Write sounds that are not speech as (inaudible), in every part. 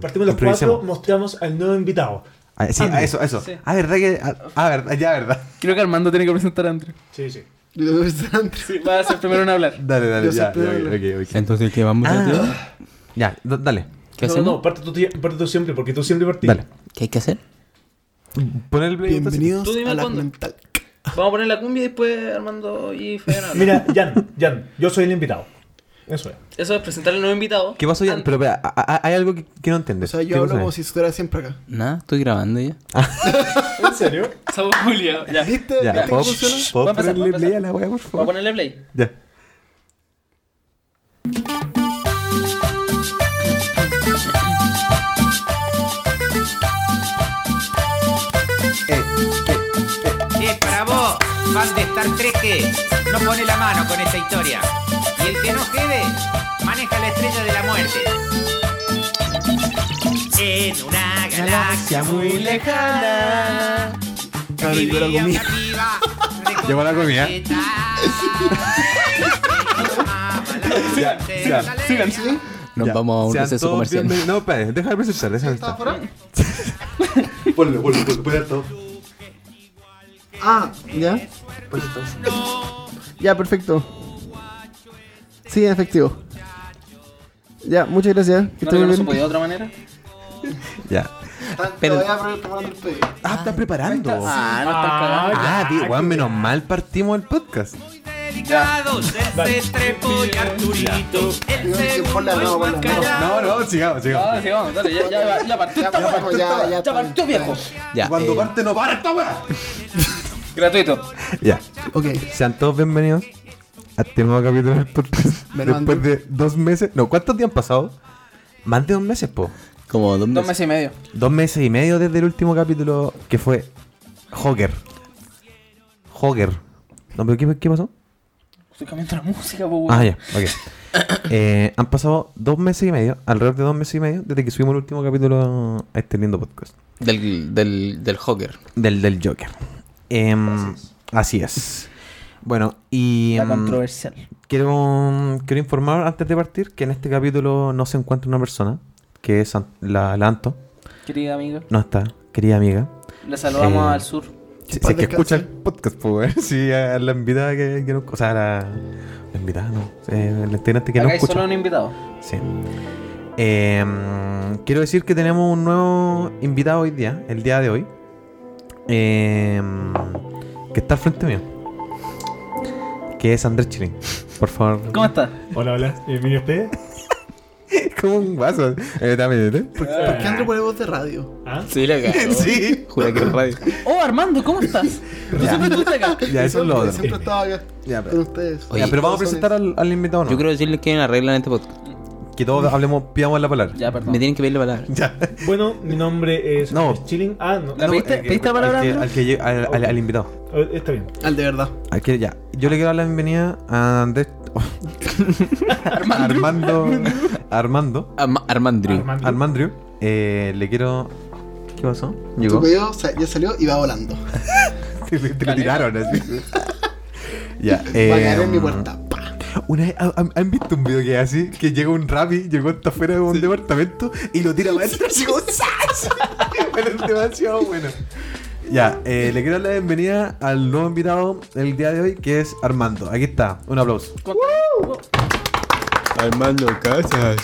Partimos los Improvisemos. cuatro, mostramos al nuevo invitado. Ah, sí, Andrew. ah, eso, eso. Sí. Ah, verdad que. Ah, ah, verdad, ya, verdad. (laughs) Creo que Armando tiene que presentar a Andrew. Sí, sí. Lo voy a hacer antes. Sí, va a ser primero en hablar. Dale, dale, Yo ya. siempre ya, hablo. ok, ok, ok. Entonces, ¿qué vamos a hacer? Ah, ya, da- dale. ¿Qué no, hacemos? no, parte tú, parte tú siempre, porque tú siempre partís. Dale. ¿Qué hay que hacer? Pon el play. entonces. Bienvenidos Tú dime a la cuándo. mental. Vamos a poner la cumbia y después Armando y Fede. Mira, Jan, Jan, yo soy el invitado. Eso es. Eso es presentar al nuevo invitado. ¿Qué pasó, Jan? Pero, espera, a- a- hay algo que, que no O entiendes. sea, yo ¿Qué hablo pasó, como Jan? si estuviera siempre acá. Nada, estoy grabando ya. ¿En serio? Somos Julio. Ya. Voy ¿Viste? Ya, ¿Viste cómo ¿puedo, funciona? puedo Va a pasar, va a ponerle play pasar. a la wea, por a favor? ponerle play. Ya. Eh, para vos, fan de Star Trek, que no pone la mano con esta historia. Y el que no quede, maneja la estrella de la muerte. En una galaxia muy lejana. Claro, yo la comí. (laughs) Llegó la comida. Ya, sigan, sigan, Nos Ya. vamos a un Sean receso todos comercial. bienvenidos- No, espérate, déjame presentar, déjame ¿Estaba presentar. fuera? Ponlo, ponlo, ponlo, ponlo todo. Ah, ya. Ya, perfecto. Sí, en efectivo. Ya, muchas gracias. Que ¿No lo esté muy hubiéramos bien. podido de otra manera? Ya. Pero- Ah, está preparando. Ah, no estás cagando. Ah, tío, weón, menos mal partimos el podcast. Delicados, este trepo y Arturito. El Digo, que segundo ponla, no, es más ponla, no. callado. No, no, sigamos, sigamos. Ah, sí, vamos, dale, ya, ya, ya, ya partió esta weá. ya, pues. ya. Ya partió, viejo. Ya. Cuando eh, parte no para esta weá. Gratuito. Ya. Ok, Sean todos bienvenidos a este nuevo capítulo del podcast. Menos Después Andrew. de dos meses. No, ¿cuántos días han pasado? Más de dos meses, po. como Dos dos meses. meses y medio. Dos meses y medio desde el último capítulo que fue Joker. Joker. No, pero ¿qué, qué pasó? Estoy cambiando la música, po, weón. Ah, ya, ok. (coughs) Eh, han pasado dos meses y medio, alrededor de dos meses y medio, desde que subimos el último capítulo a este lindo podcast. Del, del, del Hawker. Del, del Joker. Em, así, es. Bueno, y. La em, controversial. Quiero, quiero informar antes de partir que en este capítulo no se encuentra una persona, que es An- la, la Anto, Querida amiga, no está, querida amiga. le saludamos Eh. al sur. Si, paz si es que escucha descanse. el podcast, pues, weón. (laughs) sí, a la invitada que, que no. O sea, a la, la invitada, no. eh, la integrante que Acá no hay escucha. solo un invitado. Sí. Eh, mm, quiero decir que tenemos un nuevo invitado hoy día, el día de hoy, eh, mm, que está al frente mío, que es Andrés Chirin. Por favor. ¿Cómo estás? Hola, hola. Bienvenido a usted. Como un vaso. Eh, dame, dame. ¿por qué Andrew pone voz de radio? ¿Ah? Sí, la cagó. Sí. Jura que es radio. Oh, Armando, (laughs) ¿cómo estás? Tú Ya. siempre estuviste acá. Ya, eso es lo otro. Siempre estaba acá Ya, con pero, ustedes. Oye, ya, pero vamos a presentar al, al invitado, ¿no? Yo quiero decirles que hay una regla en este podcast. Que todos hablemos, pidamos la palabra. Ya, perdón. Me tienen que pedir la palabra. Ya. Bueno, mi nombre es No. Andrés Chilling. Ah, no. ¿La No, pediste- eh, que- pediste la palabra, Al, que, Andrew? al, que lle- al- al- al invitado. Eh, Está bien. Al de verdad. Al que, ya. Yo le quiero dar la bienvenida a Andrés. Armando. Armando. Arma- Armandri. Armando. Armandrio. Eh, le quiero. ¿Qué pasó? Tu Llegó. pedido sa- ya salió y va volando. Te, te lo tiraron así. ya. Va a eh, caer en mi puerta. Pa. Una vez- ¿han, han visto un video que es así? Que llega un rapi, llegó hasta afuera de un departamento y lo tira para adentro así como (laughs) ¡zas! bueno, es demasiado bueno. Ya, eh, le quiero dar la bienvenida al nuevo invitado del día de hoy que es Armando. Aquí está, un aplauso. Armando Casas.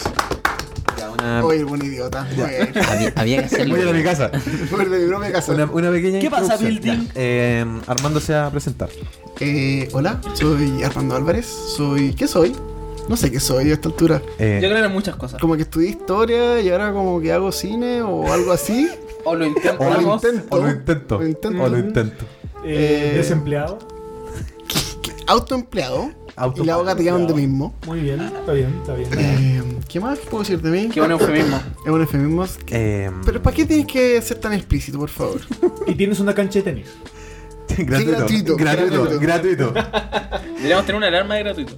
Ya, una... Oye, buen idiota. Oye, Había, había que (laughs) Voy a mi hacerlo. casa. (laughs) Por de mi propia casa. Una, una pequeña ¿Qué pasa, introducción. Building? Ya, eh, Armando se va a presentar. Eh, hola, soy Armando Álvarez. Soy. ¿Qué soy? No sé qué soy a esta altura. Eh, Yo creo que eran muchas cosas. Como que estudié historia y ahora como que hago cine o algo (laughs) así. (laughs) O lo intento. O lo algo. intento. o lo intento. O lo intento. O lo intento. Eh, Eh, Desempleado. Autoempleado. y la hago gateando de mismo. Muy bien. Está bien, está bien. Eh, ¿Qué más puedo decir de mí? Qué un eufemismo. Es un eufemismo. Eh, Pero ¿para qué tienes que ser tan explícito, por (laughs) favor? Y tienes una cancha de tenis. gratuito, gratuito, gratuito, gratuito. gratuito. Deberíamos tener una alarma de gratuito.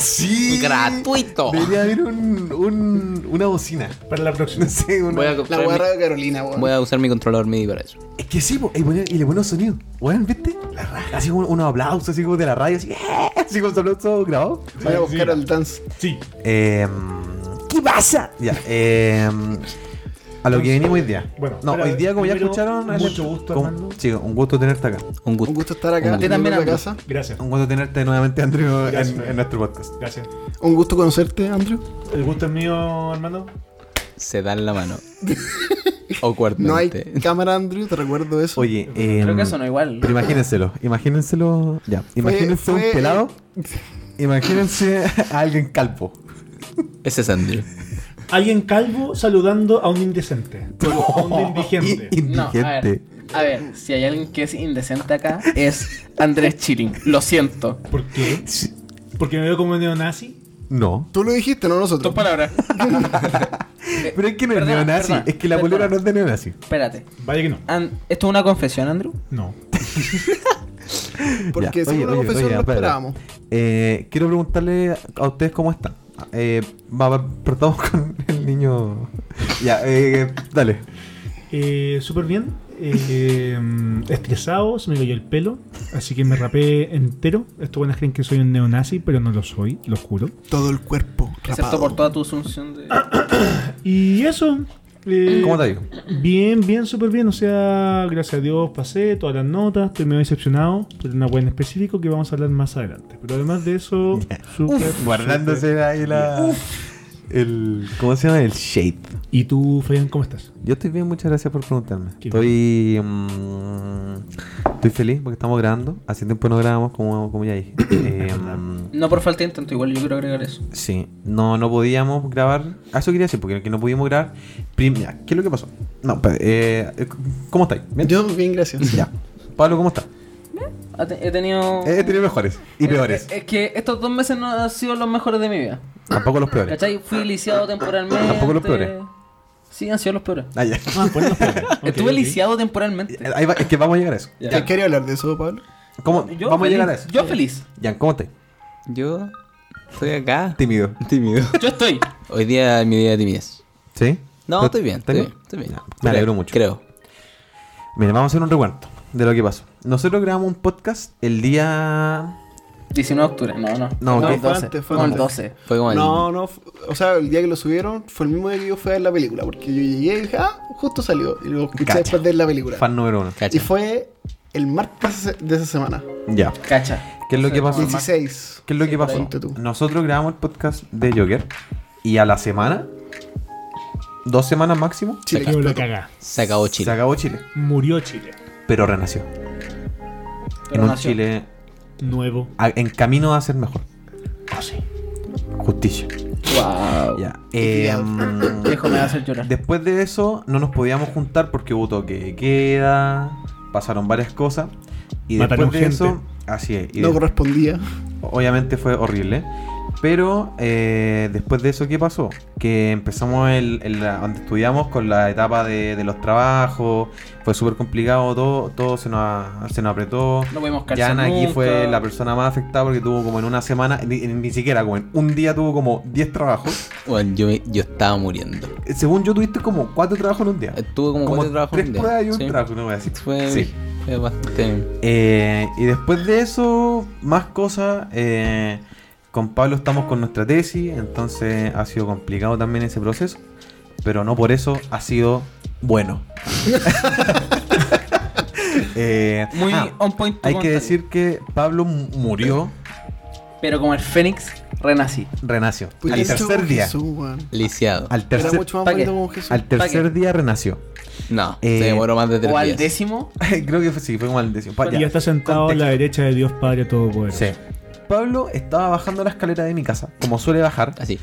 Sí. Gratuito. Debería haber un, un- una bocina. Para la (laughs) próxima. No sé, una- Voy a, La comprar mi- guarra de Carolina, weón. voy a usar mi controlador MIDI para eso. Es que sí, po, y, ponía- y le ponía un sonido. Weón, ¿viste? La raja. Así como unos aplausos, así como de la radio, así, ¡eh! así como solo todo grabado. Em, Voy a buscar al dance. Sí. Eh, ¿Qué pasa? Ya, eh, A lo que venimos hoy día. Bueno, no, espera, hoy día, como ya primero, escucharon. mucho gusto, con- Armando. Sí, un gusto tenerte acá. Un gusto. Un gusto estar acá. Un gusto. en También, la Andrew. casa. Gracias. Un gusto tenerte nuevamente, Andrew, en- Gracias. en, nuestro podcast. Gracias. Un gusto conocerte, Andrew. El gusto es mío, Armando. Se dan la mano. o cuartamente. No hay cámara, Andrew, te recuerdo eso. Oye, eh, Creo que eso no igual. pero imagínenselo, imagínenselo. Ya, Fue- imagínense fue- eh, un pelado. Imagínense a alguien calvo. Ese es Andrew. Alguien calvo saludando a un indecente. (laughs) A un indigente. I- No, a ver, indigente. a ver, si hay alguien que es indecente acá, es Andrés Chilling. Lo siento. ¿Por qué? ¿Porque me veo como neonazi? No. Tú lo dijiste, no Dos nosotros. palabras. Pero es que no es Perdona, neonazi, perdona, es que la perdona. polera no es de neonazi. Espérate. Vaya que no. An- ¿Esto es una confesión, Andrew? No. Porque según la confesión lo espera. esperábamos. Eh, quiero preguntarle a ustedes cómo están. Eh, va- va- partamos (laughs) con el niño. Ya, eh, dale. Eh, Súper bien. Eh, mm, estresado, se me cayó el pelo. Así que me rapé entero. Estos buenos creen que soy un neonazi, pero no lo soy, lo juro. Todo el cuerpo Excepto rapado. por toda tu asunción de. Y eso. eh, ¿Cómo te ha ido? Bien, bien, súper bien. O sea, gracias a Dios pasé todas las notas. Estoy medio decepcionado por una buena en específico que vamos a hablar más adelante. Pero además de eso, súper. súper. Guardándose ahí la. El, ¿Cómo se llama? El shade. ¿Y tú, Fabián, cómo estás? Yo estoy bien, muchas gracias por preguntarme. Qué Estoy. mm, estoy feliz porque estamos grabando. Hace tiempo no grabamos, como, como ya (coughs) dije. Eh, mm, No por falta de intento, igual yo quiero agregar eso. Sí, no, no podíamos grabar. Ah, eso quería decir, porque que no pudimos grabar. Prim- ya, ¿Qué es lo que pasó? No, espérate, eh, eh, ¿Cómo estáis? ¿Bien? Yo, bien, gracias. Ya. Pablo, ¿cómo estás? Ha te- He tenido. He tenido mejores y Eh, peores. eh, Es que estos dos meses no han sido los mejores de mi vida. Tampoco los peores. ¿Cachai? Fui lisiado temporalmente. Tampoco los peores. Sí, han sido los peores. Ah, ya. Ah, ponlo, ponlo. (laughs) Ok, Estuve ok. lisiado temporalmente. (laughs) Ahí va- es que vamos a llegar a eso. Ya. ¿Qué quería hablar de eso, Pablo? ¿Cómo? Yo vamos feliz. a llegar a eso. Yo feliz. Jan, ¿cómo estás? Yo estoy acá. Tímido. Tímido. Yo estoy. Hoy día es mi día de timidez. ¿Sí? No, ¿Pero- estoy bien, estoy bien, estoy bien. Ya, Me alegro mucho. Creo. Mira, vamos a hacer un recuento de lo que pasó. Nosotros grabamos un podcast el día. 19 de octubre. No, no. No, el ok. 12. Fue antes, fue No, el antes. 12. Fue como el- No, no, f- o sea, el día que lo subieron fue el mismo día que yo fui a ver la película, porque yo llegué y dije, ah, justo salió, y lo escuché Cacha. después de ver la película. Fan número uno. Cacha. Y fue el martes de esa semana, Ya. Cacha. ¿Qué es lo que pasó? 16. ¿Qué es lo que pasó? ponte tú. Nosotros grabamos el podcast de Joker y a la semana, dos semanas máximo, Chile Yo lo explotó. cagá. Se acabó se Chile. acabó Chile. Murió Chile. Pero renació. en Pero un nació. Chile Nuevo. a- en camino a ser mejor. No sé. Justicia. Wow. Ya. Eh, mm, (coughs) Viejo me va a hacer llorar. después de eso, no nos podíamos juntar porque hubo toque de queda, pasaron varias cosas. Y Mataron después de gente. eso, así es. Y No de- correspondía. Obviamente fue horrible. Pero eh, después de eso, ¿qué pasó? Que empezamos el, el- la- donde estudiamos con la etapa de, de los trabajos. Fue súper complicado todo. Todo se nos, a- se nos apretó. No pudimos calzar Yana aquí nunca. fue la persona más afectada porque tuvo como en una semana, ni, ni siquiera como en un día tuvo como 10 trabajos. Bueno, yo, me- yo estaba muriendo. Eh, Según yo tuviste como 4 trabajos en un día. Tuve como, cuatro trabajos tres en día. pruebas y un Sí. trabajo, no voy a decir. Fue, Sí. fue bastante. Eh, y después de eso, más cosas. eh, con Pablo estamos con nuestra tesis, entonces ha sido complicado también ese proceso, pero no por eso ha sido bueno. (laughs) Eh, Muy ah, on point. tu hay que comentario. decir que Pablo mu- murió, Pero como el Fénix, renací. renació. Puta, al ese tercer weón día. Pues, Jesús, weón. Lisiado. Al Era tercer, mucho más ¿pa' qué? bonito como Jesús. al tercer día renació. (laughs) No, Eh, se demoró más de tres O al días. décimo. Creo que fue, sí, fue como al décimo. Pa- Y está sentado Contexto. a la derecha de Dios Padre Sí. Todopoderoso. Pablo estaba bajando la escalera de mi casa, como suele bajar. Así.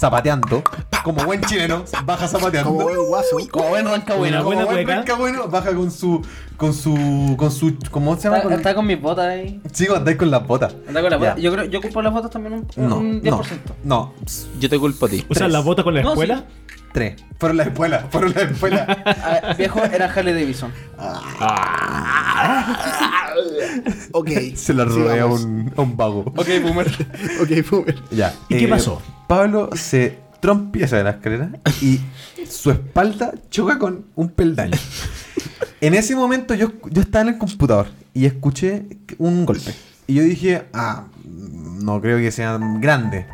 zapateando. Como buen chileno, baja zapateando. Como el guaso. Como buen ronca Una bueno. buena Como buen cueca. penca bueno, baja con su. con su. con su. ¿Cómo se llama? Está, Con, está con mis botas ahí. Chico, andáis con las botas. Anda con las Ya. botas. Yo creo, yo culpo las botas también un, un No, no, 10%. no. Yo te culpo a ti. O sea, la bota con la No, sí. escuela. Tres. Fueron las espuelas, fueron las (laughs) espuelas. A ver, Ah, viejo era Harley (laughs) Davidson. Ok. (laughs) se las sí, robé a vamos. un, a un vago. Ok, boomer. Ok, boomer. Ya. ¿Y qué pasó? Eh, Pablo se trompieza de la escalera y su espalda choca con un peldaño. En ese momento yo, yo estaba en el computador y escuché un golpe. Y yo dije, ah, no creo que sea grande.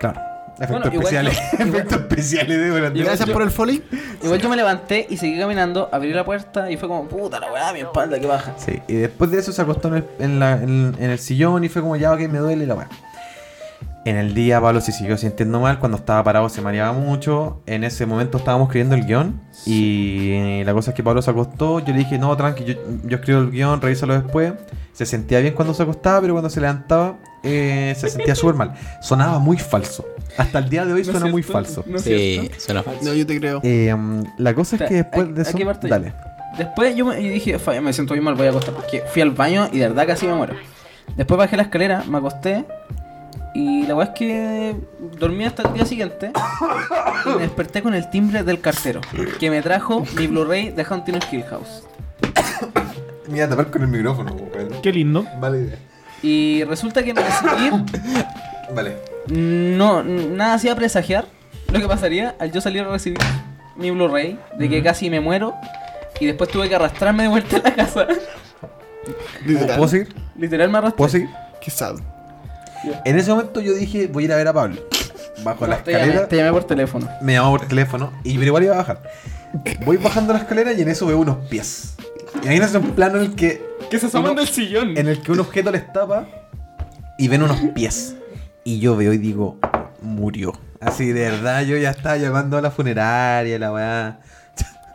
Claro, Efectos Bueno, igual especiales. yo- (laughs) igual- efectos especiales de Brandon. Gracias por el folly. Igual yo me levanté y seguí caminando, abrí la puerta y fue como, puta la weá, mi espalda, que baja. Sí, y después de eso se acostó en el, en la- en- en el sillón y fue como ya, ok, me duele la weá. En el día Pablo se siguió sintiendo mal, cuando estaba parado se mareaba mucho, en ese momento estábamos escribiendo el guión y la cosa es que Pablo se acostó, yo le dije, no, tranqui, yo, yo escribo el guión, revísalo después. Se sentía bien cuando se acostaba, pero cuando se levantaba eh, se sentía súper mal. Sonaba muy falso. Hasta el día de hoy No es suena muy cierto, falso. no es Sí, cierto. suena falso. No, yo te creo. Eh, la cosa es Espera, que ¿a- después de a eso... qué parto yo? Dale. Después yo me y dije, "Fa, me siento bien mal, voy a acostar porque fui al baño y de verdad casi me muero. Después bajé la escalera, me acosté y la weá es que dormí hasta el día siguiente y me desperté con el timbre del cartero que me trajo mi Blu-ray de Haunting of Hill House. Mira, tapar con el micrófono. pues, weón. Qué lindo. Vale idea. Y resulta que en recibir Vale. No, n- nada hacía presagiar lo que pasaría al yo salir a recibir mi Blu-ray, de que casi me muero, y después tuve que arrastrarme de vuelta a la casa. (laughs) Literal. ¿Puedo seguir? Literal me arrastré. ¿Puedo seguir? Qué sad. En ese momento yo dije, voy a ir a ver a Pablo. Bajo la Te llamé, escalera, te llamé por teléfono. me llamó por teléfono y pero igual iba a bajar. Voy bajando la escalera y en eso veo unos pies. Imagínense un plano en el que, Que (laughs) se asoman del sillón. en el que un objeto les tapa y ven unos pies. Y yo veo y digo, murió. Así de verdad, yo ya estaba llamando a la funeraria, la weá.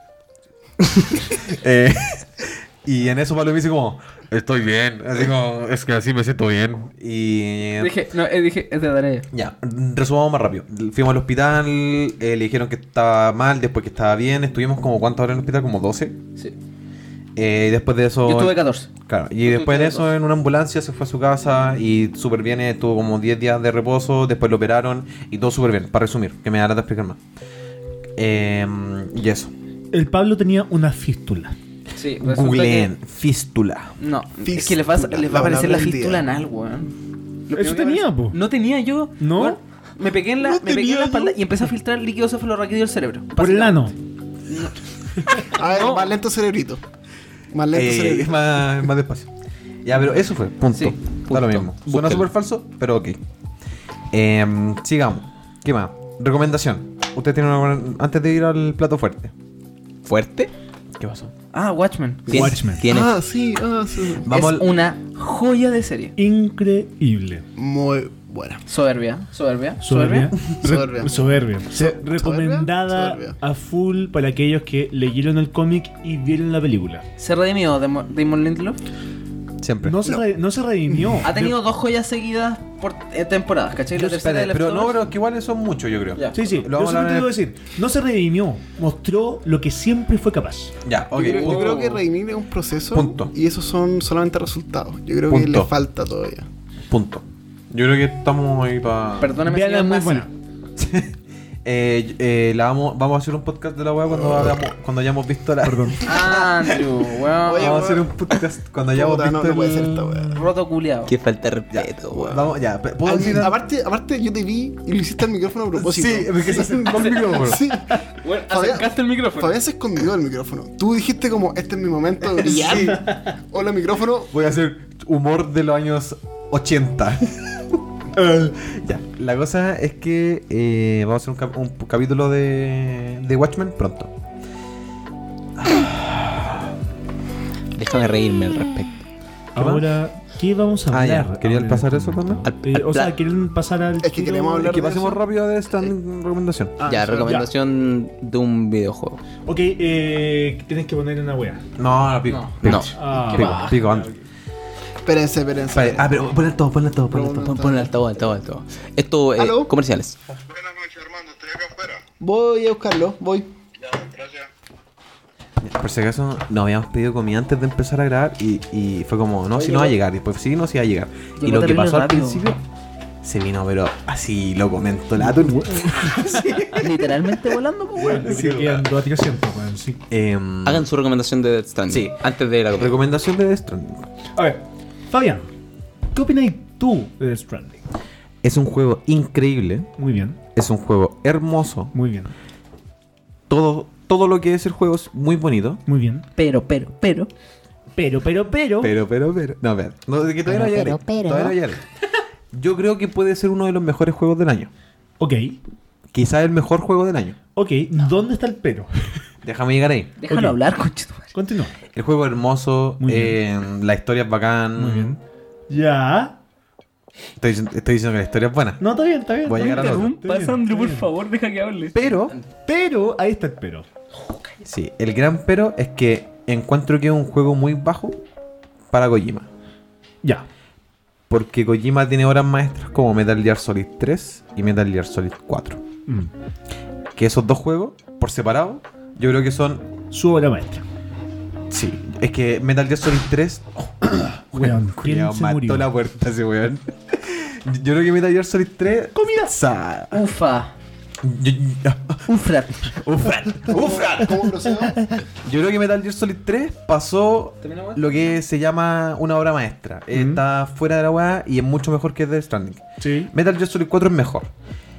(laughs) Eh, y en eso Pablo me dice como, estoy bien. Así como, es que así me siento bien. Y Dije, no, eh, dije, es de Daré. ya, resumamos más rápido. Fuimos al hospital, eh, le dijeron que estaba mal, después que estaba bien. Estuvimos como cuántas horas en el hospital, como 12. Sí. Eh, y después de eso. Yo tuve 14. Claro, y yo después de tuve eso dos. en una ambulancia se fue a su casa y súper bien, eh, estuvo como 10 días de reposo, después lo operaron y todo súper bien, para resumir, que me dará de explicar más. Eh, y eso. El Pablo tenía una fístula. Sí, resulta Googleen, fístula. que- No, es que les va, a- Fístula, les va a la aparecer la palabra del fístula día. anal, weón. Lo Eso primero que tenía, aparece- po. No tenía yo. ¿No? weón. me pegué en la, No me pegué en tenía la espalda yo. y empecé a filtrar líquido cefalorraquídeo del cerebro. Por el ano. A ver, No. más lento cerebrito. Más lento Eh, es cerebrito. más, es más despacio. Ya, pero eso fue, punto. Sí, Da lo punto. mismo. Suena súper falso, pero ok. Em, sigamos. ¿Qué más? Recomendación. Usted tiene una. Antes de ir al plato fuerte. ¿Fuerte? ¿Qué pasó? Ah, Watchmen. ¿Tiene- Watchmen. tiene- Ah, sí, ah, sí. Vamos es al- una joya de serie. Increíble. Muy buena. Soberbia, soberbia, Soberbia. soberbia. Re- Soberbia. Soberbia. So- Recomendada soberbia. a full para aquellos que leyeron el cómic y vieron la película. ¿Se redimió Demo- Damon Lindelof? Siempre. No se, re- no se redimió. Ha tenido dos joyas seguidas por eh, temporadas, ¿cachai? La Yo- tercera espérate, de pero no, Leftovers. pero que igual son muchos, yo creo. Ya. Sí, sí. Lo Yo vamos a solo te hablar digo en- decir, no se redimió. Mostró lo que siempre fue capaz. Ya, ok. Yo, creo, yo Uh, creo que redimir es un proceso. Punto. Y esos son solamente resultados. Yo creo que Punto. le falta todavía. Punto. Yo creo que estamos ahí para. Perdóname, Veanla, señor es muy Massa. buena. Eh, eh, la vamos, vamos a hacer un podcast de la web cuando, hagamos- cuando hayamos visto la. (laughs) Perdón. Andrew, weón. Oye, vamos a hacer un weón. podcast cuando hayamos Puta, no, visto no puede el- ser esta weá. Roto culiao. Qué falta de Ya, respeto, weón. vamos, ya. pe- ¿Puedo Ay, decir algo? aparte, aparte, yo te vi y lo hiciste al micrófono a propósito. Sí, porque se (laughs) hacen dos micrófonos. Sí. Weón, Fabián- acercaste el micrófono. Fabián se escondió el micrófono. Tú dijiste como, este es mi momento (laughs) de brillar. Hola micrófono. Voy a hacer humor de los años 80. Eh, (laughs) ya, la cosa es que eh, vamos a hacer un, cap- un capítulo de, de Watchmen pronto. Déjame reírme al respecto. Ahora, ¿qué vamos a Ah, hablar? ya. ¿Querían ahora pasar en eso este momento? también? Al- Eh, o sea, al- ¿quieren pasar al. Es que queremos hablar Que de pasemos eso. Eh. rápido de esta recomendación. Ah, ya, sí, recomendación de un videojuego. ya. Ok, eh, tienes que poner una wea. No, no, pico. No. pico. No. Ah, Pico, pico, anda. Espérense, espérense. Espérate, Ah, pero ponle todo, ponle todo, Pero ponle todo. bueno, Pon, pon el altavoz, altavoz, altavoz. Esto, eh, ¿Aló? comerciales. Buenas noches, Armando. Estoy acá afuera. Voy a buscarlo, voy. Ya, gracias. Por si acaso, nos habíamos pedido comida antes de empezar a grabar y, y fue como, no, si no va a llegar. Y después, sí, no, si va a llegar. y Llegó lo que terrible pasó al rápido. principio se vino, pero así lo comentó la turba. Literalmente volando, po, weón. Yo creo que eran dos a 300, weón, sí. Em, Hagan su recomendación de Death Stranding. Sí. Antes de la comercial. Recomendación de Death Stranding. A ver, Fabián, ¿qué opinas tú de Death Stranding? Es un juego increíble. Muy bien, Es un juego hermoso. muy bien, Todo, todo lo que es el juego es muy bonito. muy bien. Pero, pero, pero. Pero, pero, pero. Pero, pero, pero. No, espera. No, de que todavía no llegaré. Todavía no llegaré. Yo creo que puede ser uno de los mejores juegos del año. Ok, Quizás el mejor juego del año. ok. ¿Dónde está el pero? (laughs) Déjame llegar ahí. Déjalo Ok. hablar, conchito. Continúa. El juego hermoso, Muy eh, la historia es bacán. Muy bien. Ya. Estoy, diciendo- estoy diciendo que la historia es buena. No, está bien, está bien. Voy a está llegar bien, al otro. está bien, está bien. favor, deja que hable. Pero, Pero, ahí está el pero. sí, el gran pero es que encuentro que es un juego muy bajo para Kojima. Ya. Porque Kojima tiene obras maestras como Metal Gear Solid 3 y Metal Gear Solid 4. Mm. Que esos dos juegos, por separado, yo creo que son. Su obra maestra. Sí, es que Metal Gear Solid 3. (coughs) Weón, ¿quién culiao, se mató murió? la puerta ese weón. (laughs) Yo creo que Metal Gear Solid 3. ¡Comida! Ufa. (laughs) Ufrat. ¡Ufra! ¡Ufra! ¿Cómo procedo? Yo creo que Metal Gear Solid 3 pasó ¿Termina, weón? lo que se llama una obra maestra. Mm. Está fuera de la weá y es mucho mejor que Death Stranding. Sí. Metal Gear Solid 4 es mejor.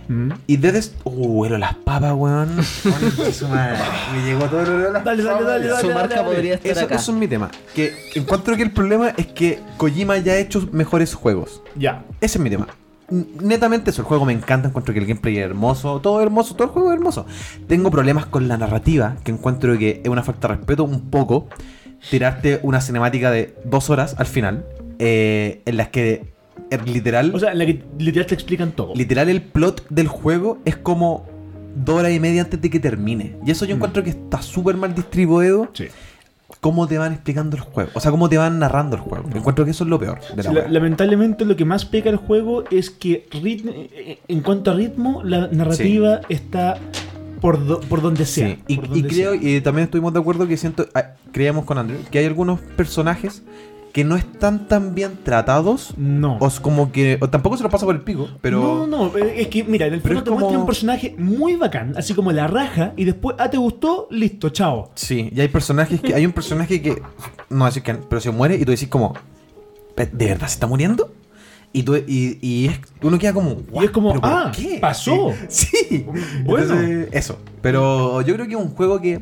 Mm. Y desde. Uh, huelo las papas, (laughs) weón. Conche su madre. Me llegó todo el olor a las Dale, dale, papas. dale, dale. Su marca podría estar Eso, acá. eso es mi tema. Que encuentro que el problema es que Kojima ya ha hecho mejores juegos. Ya. Ese es mi tema. N- Netamente eso, el juego me encanta, encuentro que el gameplay es hermoso, todo hermoso, todo el juego es hermoso. Tengo problemas con la narrativa, que encuentro que es una falta de respeto un poco tirarte una cinemática de dos horas al final, eh, en las que eh, literal O sea, en la que literal te explican todo. Literal, el plot del juego es como dos horas y media antes de que termine. Y eso yo encuentro que está súper mal distribuido. Mm. Sí. Cómo te van explicando el juego. O sea, cómo te van narrando el Mm. juego. Encuentro que eso es lo peor de la Sí, la- wea. lamentablemente lo que más peca el juego es que rit- eh, en cuanto a ritmo, la narrativa está por, do- por donde sea. Sí. Y, por y donde creo, sea. y también estuvimos de acuerdo que siento, ah, creíamos con Andrew, que hay algunos personajes que no están tan bien tratados. No. O es como que. O tampoco se los pasa por el pico, pero. No, no, eh, es que mira, en el Pero fondo es te muestran como- un personaje muy bacán, así como la raja, y después, ah, te gustó, listo, chao. Sí, y hay personajes que. Hay un personaje que. No decir que. Pero se muere y tú decís como. "¿Pe- ¿De verdad se está muriendo? Y tú. Y, y es- uno queda como. "What? Y es como, ¿Pero por ah, pasó. (laughs) Sí. Bueno. Entonces, eso. Pero yo creo que es un juego que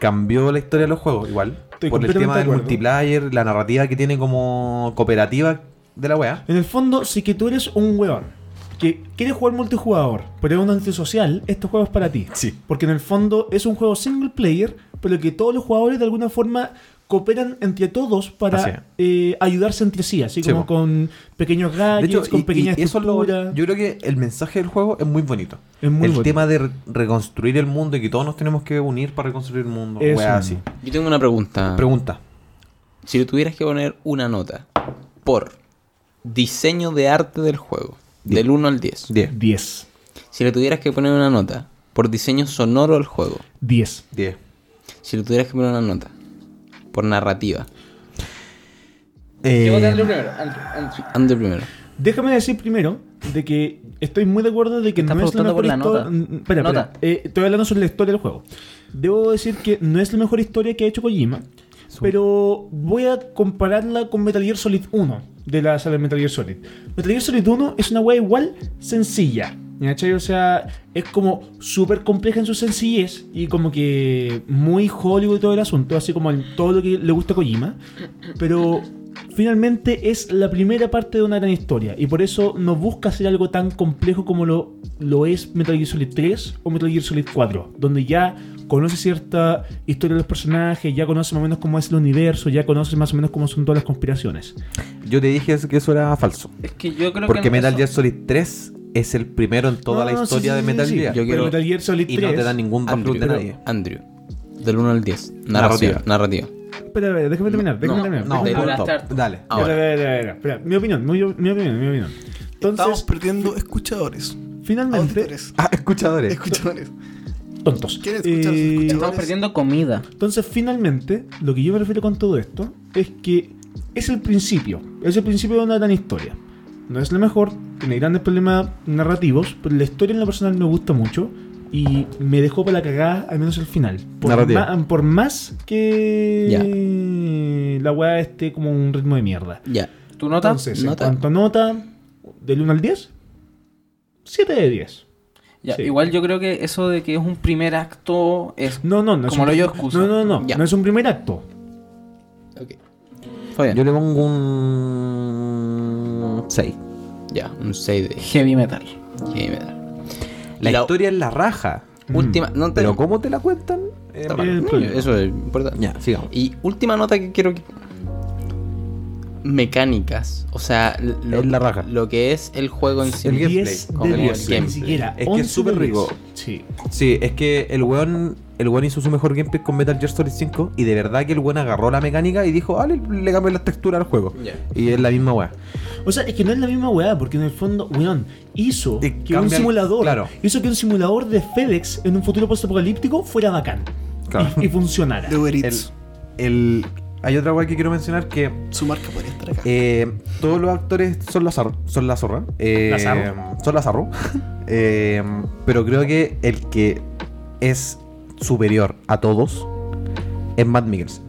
cambió la historia de los juegos, igual. Estoy por el completamente tema de del acuerdo. multiplayer, la narrativa que tiene como cooperativa de la wea. En el fondo, si que tú eres un weón que quiere jugar multijugador, pero es un antisocial, este juego es para ti. Sí. Porque en el fondo es un juego single player, pero que todos los jugadores de alguna forma cooperan entre todos Así es. para eh, ayudarse entre sí, así Sí, como po. con pequeños De gadgets, hecho, Ah, con y- pequeñas y eso es lo, estructuras. yo creo que el mensaje del juego es muy bonito. Es muy el bonito. tema de re- reconstruir el mundo y que todos nos tenemos que unir para reconstruir el mundo. Eso wea, así. mismo. Yo tengo una pregunta. Pregunta. si le tuvieras que poner una nota por diseño de arte del juego, del 1 al 10. 10. 10. Si le tuvieras que poner una nota por diseño sonoro al juego. 10. 10. Si le tuvieras que poner una nota por narrativa. Yo voy a darle Eh, primero. Andrew, Andrew. Ande primero. Déjame decir primero de que estoy muy de acuerdo de que Estás no es la preguntando mejor por la historia. nota. Mm, Espera, espera. Nota. Eh, estoy hablando sobre la historia del juego. Debo decir que no es la mejor historia que ha hecho Kojima, pero voy a compararla con Metal Gear Solid 1 de la sala de Metal Gear Solid. Metal Gear Solid 1 es una wea igual sencilla. ¿cachai? O sea, es como súper compleja en su sencillez y como que muy Hollywood y todo el asunto, así como en todo lo que le gusta a Kojima. Pero finalmente es la primera parte de una gran historia y por eso no busca hacer algo tan complejo como lo, lo es Metal Gear Solid 3 o Metal Gear Solid 4, donde ya conoce cierta historia de los personajes, ya conoce más o menos cómo es el universo, ya conoce más o menos cómo son todas las conspiraciones. yo te dije que eso era falso. Es que yo creo que. Porque no- Metal eso- Gear Solid 3 es el primero en toda No, la no, sí, historia sí, de sí, Metal sí, Gear. Yo Pero quiero- Metal Gear Solid 3. Y no te dan ningún Andrew, background de pero- nadie. Andrew. Del 1 al 10. Narrativa. Narrativa. Narrativa. Espera, espera, déjame terminar, déjame no, terminar. No, déjame de por terminar. la- top. Start. Dale. Espera, espera, espera, espera, espera. Mi opinión, mi, mi opinión, mi opinión. Estamos Entonces, perdiendo escuchadores. finalmente, Auditores. Ah, (laughs) escuchadores. Escuchadores. tontos. ¿Quieren escuchar sus Eh, escuchadores? Estamos perdiendo comida. Entonces, finalmente, lo que yo me refiero con todo esto es que es el principio, es el principio de una gran historia. No es lo mejor, tiene grandes problemas narrativos, pero la historia en lo personal me gusta mucho y me dejó para la cagada, al menos el final. Por, Narrativa. ma- por más que la weá esté como un ritmo de mierda. Ya. ¿Tu nota? Entonces, Nota. en cuanto a nota, del 1 al 10, 7 de 10. Ya, sí. Igual yo creo que eso de que es un primer acto es. No, no, no. es Como un- lo yo excuso. No, no, no. Ya. No es un primer acto. Fue bien. Yo le pongo un 6. Ya. Un 6 de Heavy metal. Heavy metal. La, La- historia es la raja. Última. No te- Pero cómo te la cuentan. Eh, Está mal. el problema. Eso es importante. Ya, sigamos. Y última nota que quiero que- Mecánicas. O sea, lo, Es la raja. lo que es el juego en sí. El gameplay. 10 Como de el 10, gameplay. ni siquiera. Es que es 11 de súper 10. rico. Sí. Sí, es que el weón, el weón hizo su mejor gameplay con Metal Gear Solid 5 y de verdad que el weón agarró la mecánica y dijo, ah, le, le cambié las texturas al juego. Ya. Y es la misma weá. O sea, es que no es la misma weá, porque en el fondo, weón, hizo Y que un cambia el- simulador, claro. hizo que un simulador de FedEx en un futuro postapocalíptico fuera bacán. Claro. Y, (laughs) y funcionara. De Uber El, Eats. el- hay otra weá que quiero mencionar que Su marca podría estar acá. eh, todos los actores son la, zar- son la zorra. eh, ¿La zarro? Son la zarro. (laughs) Eh, pero creo que el que es superior a todos es Matt Mikkelsen.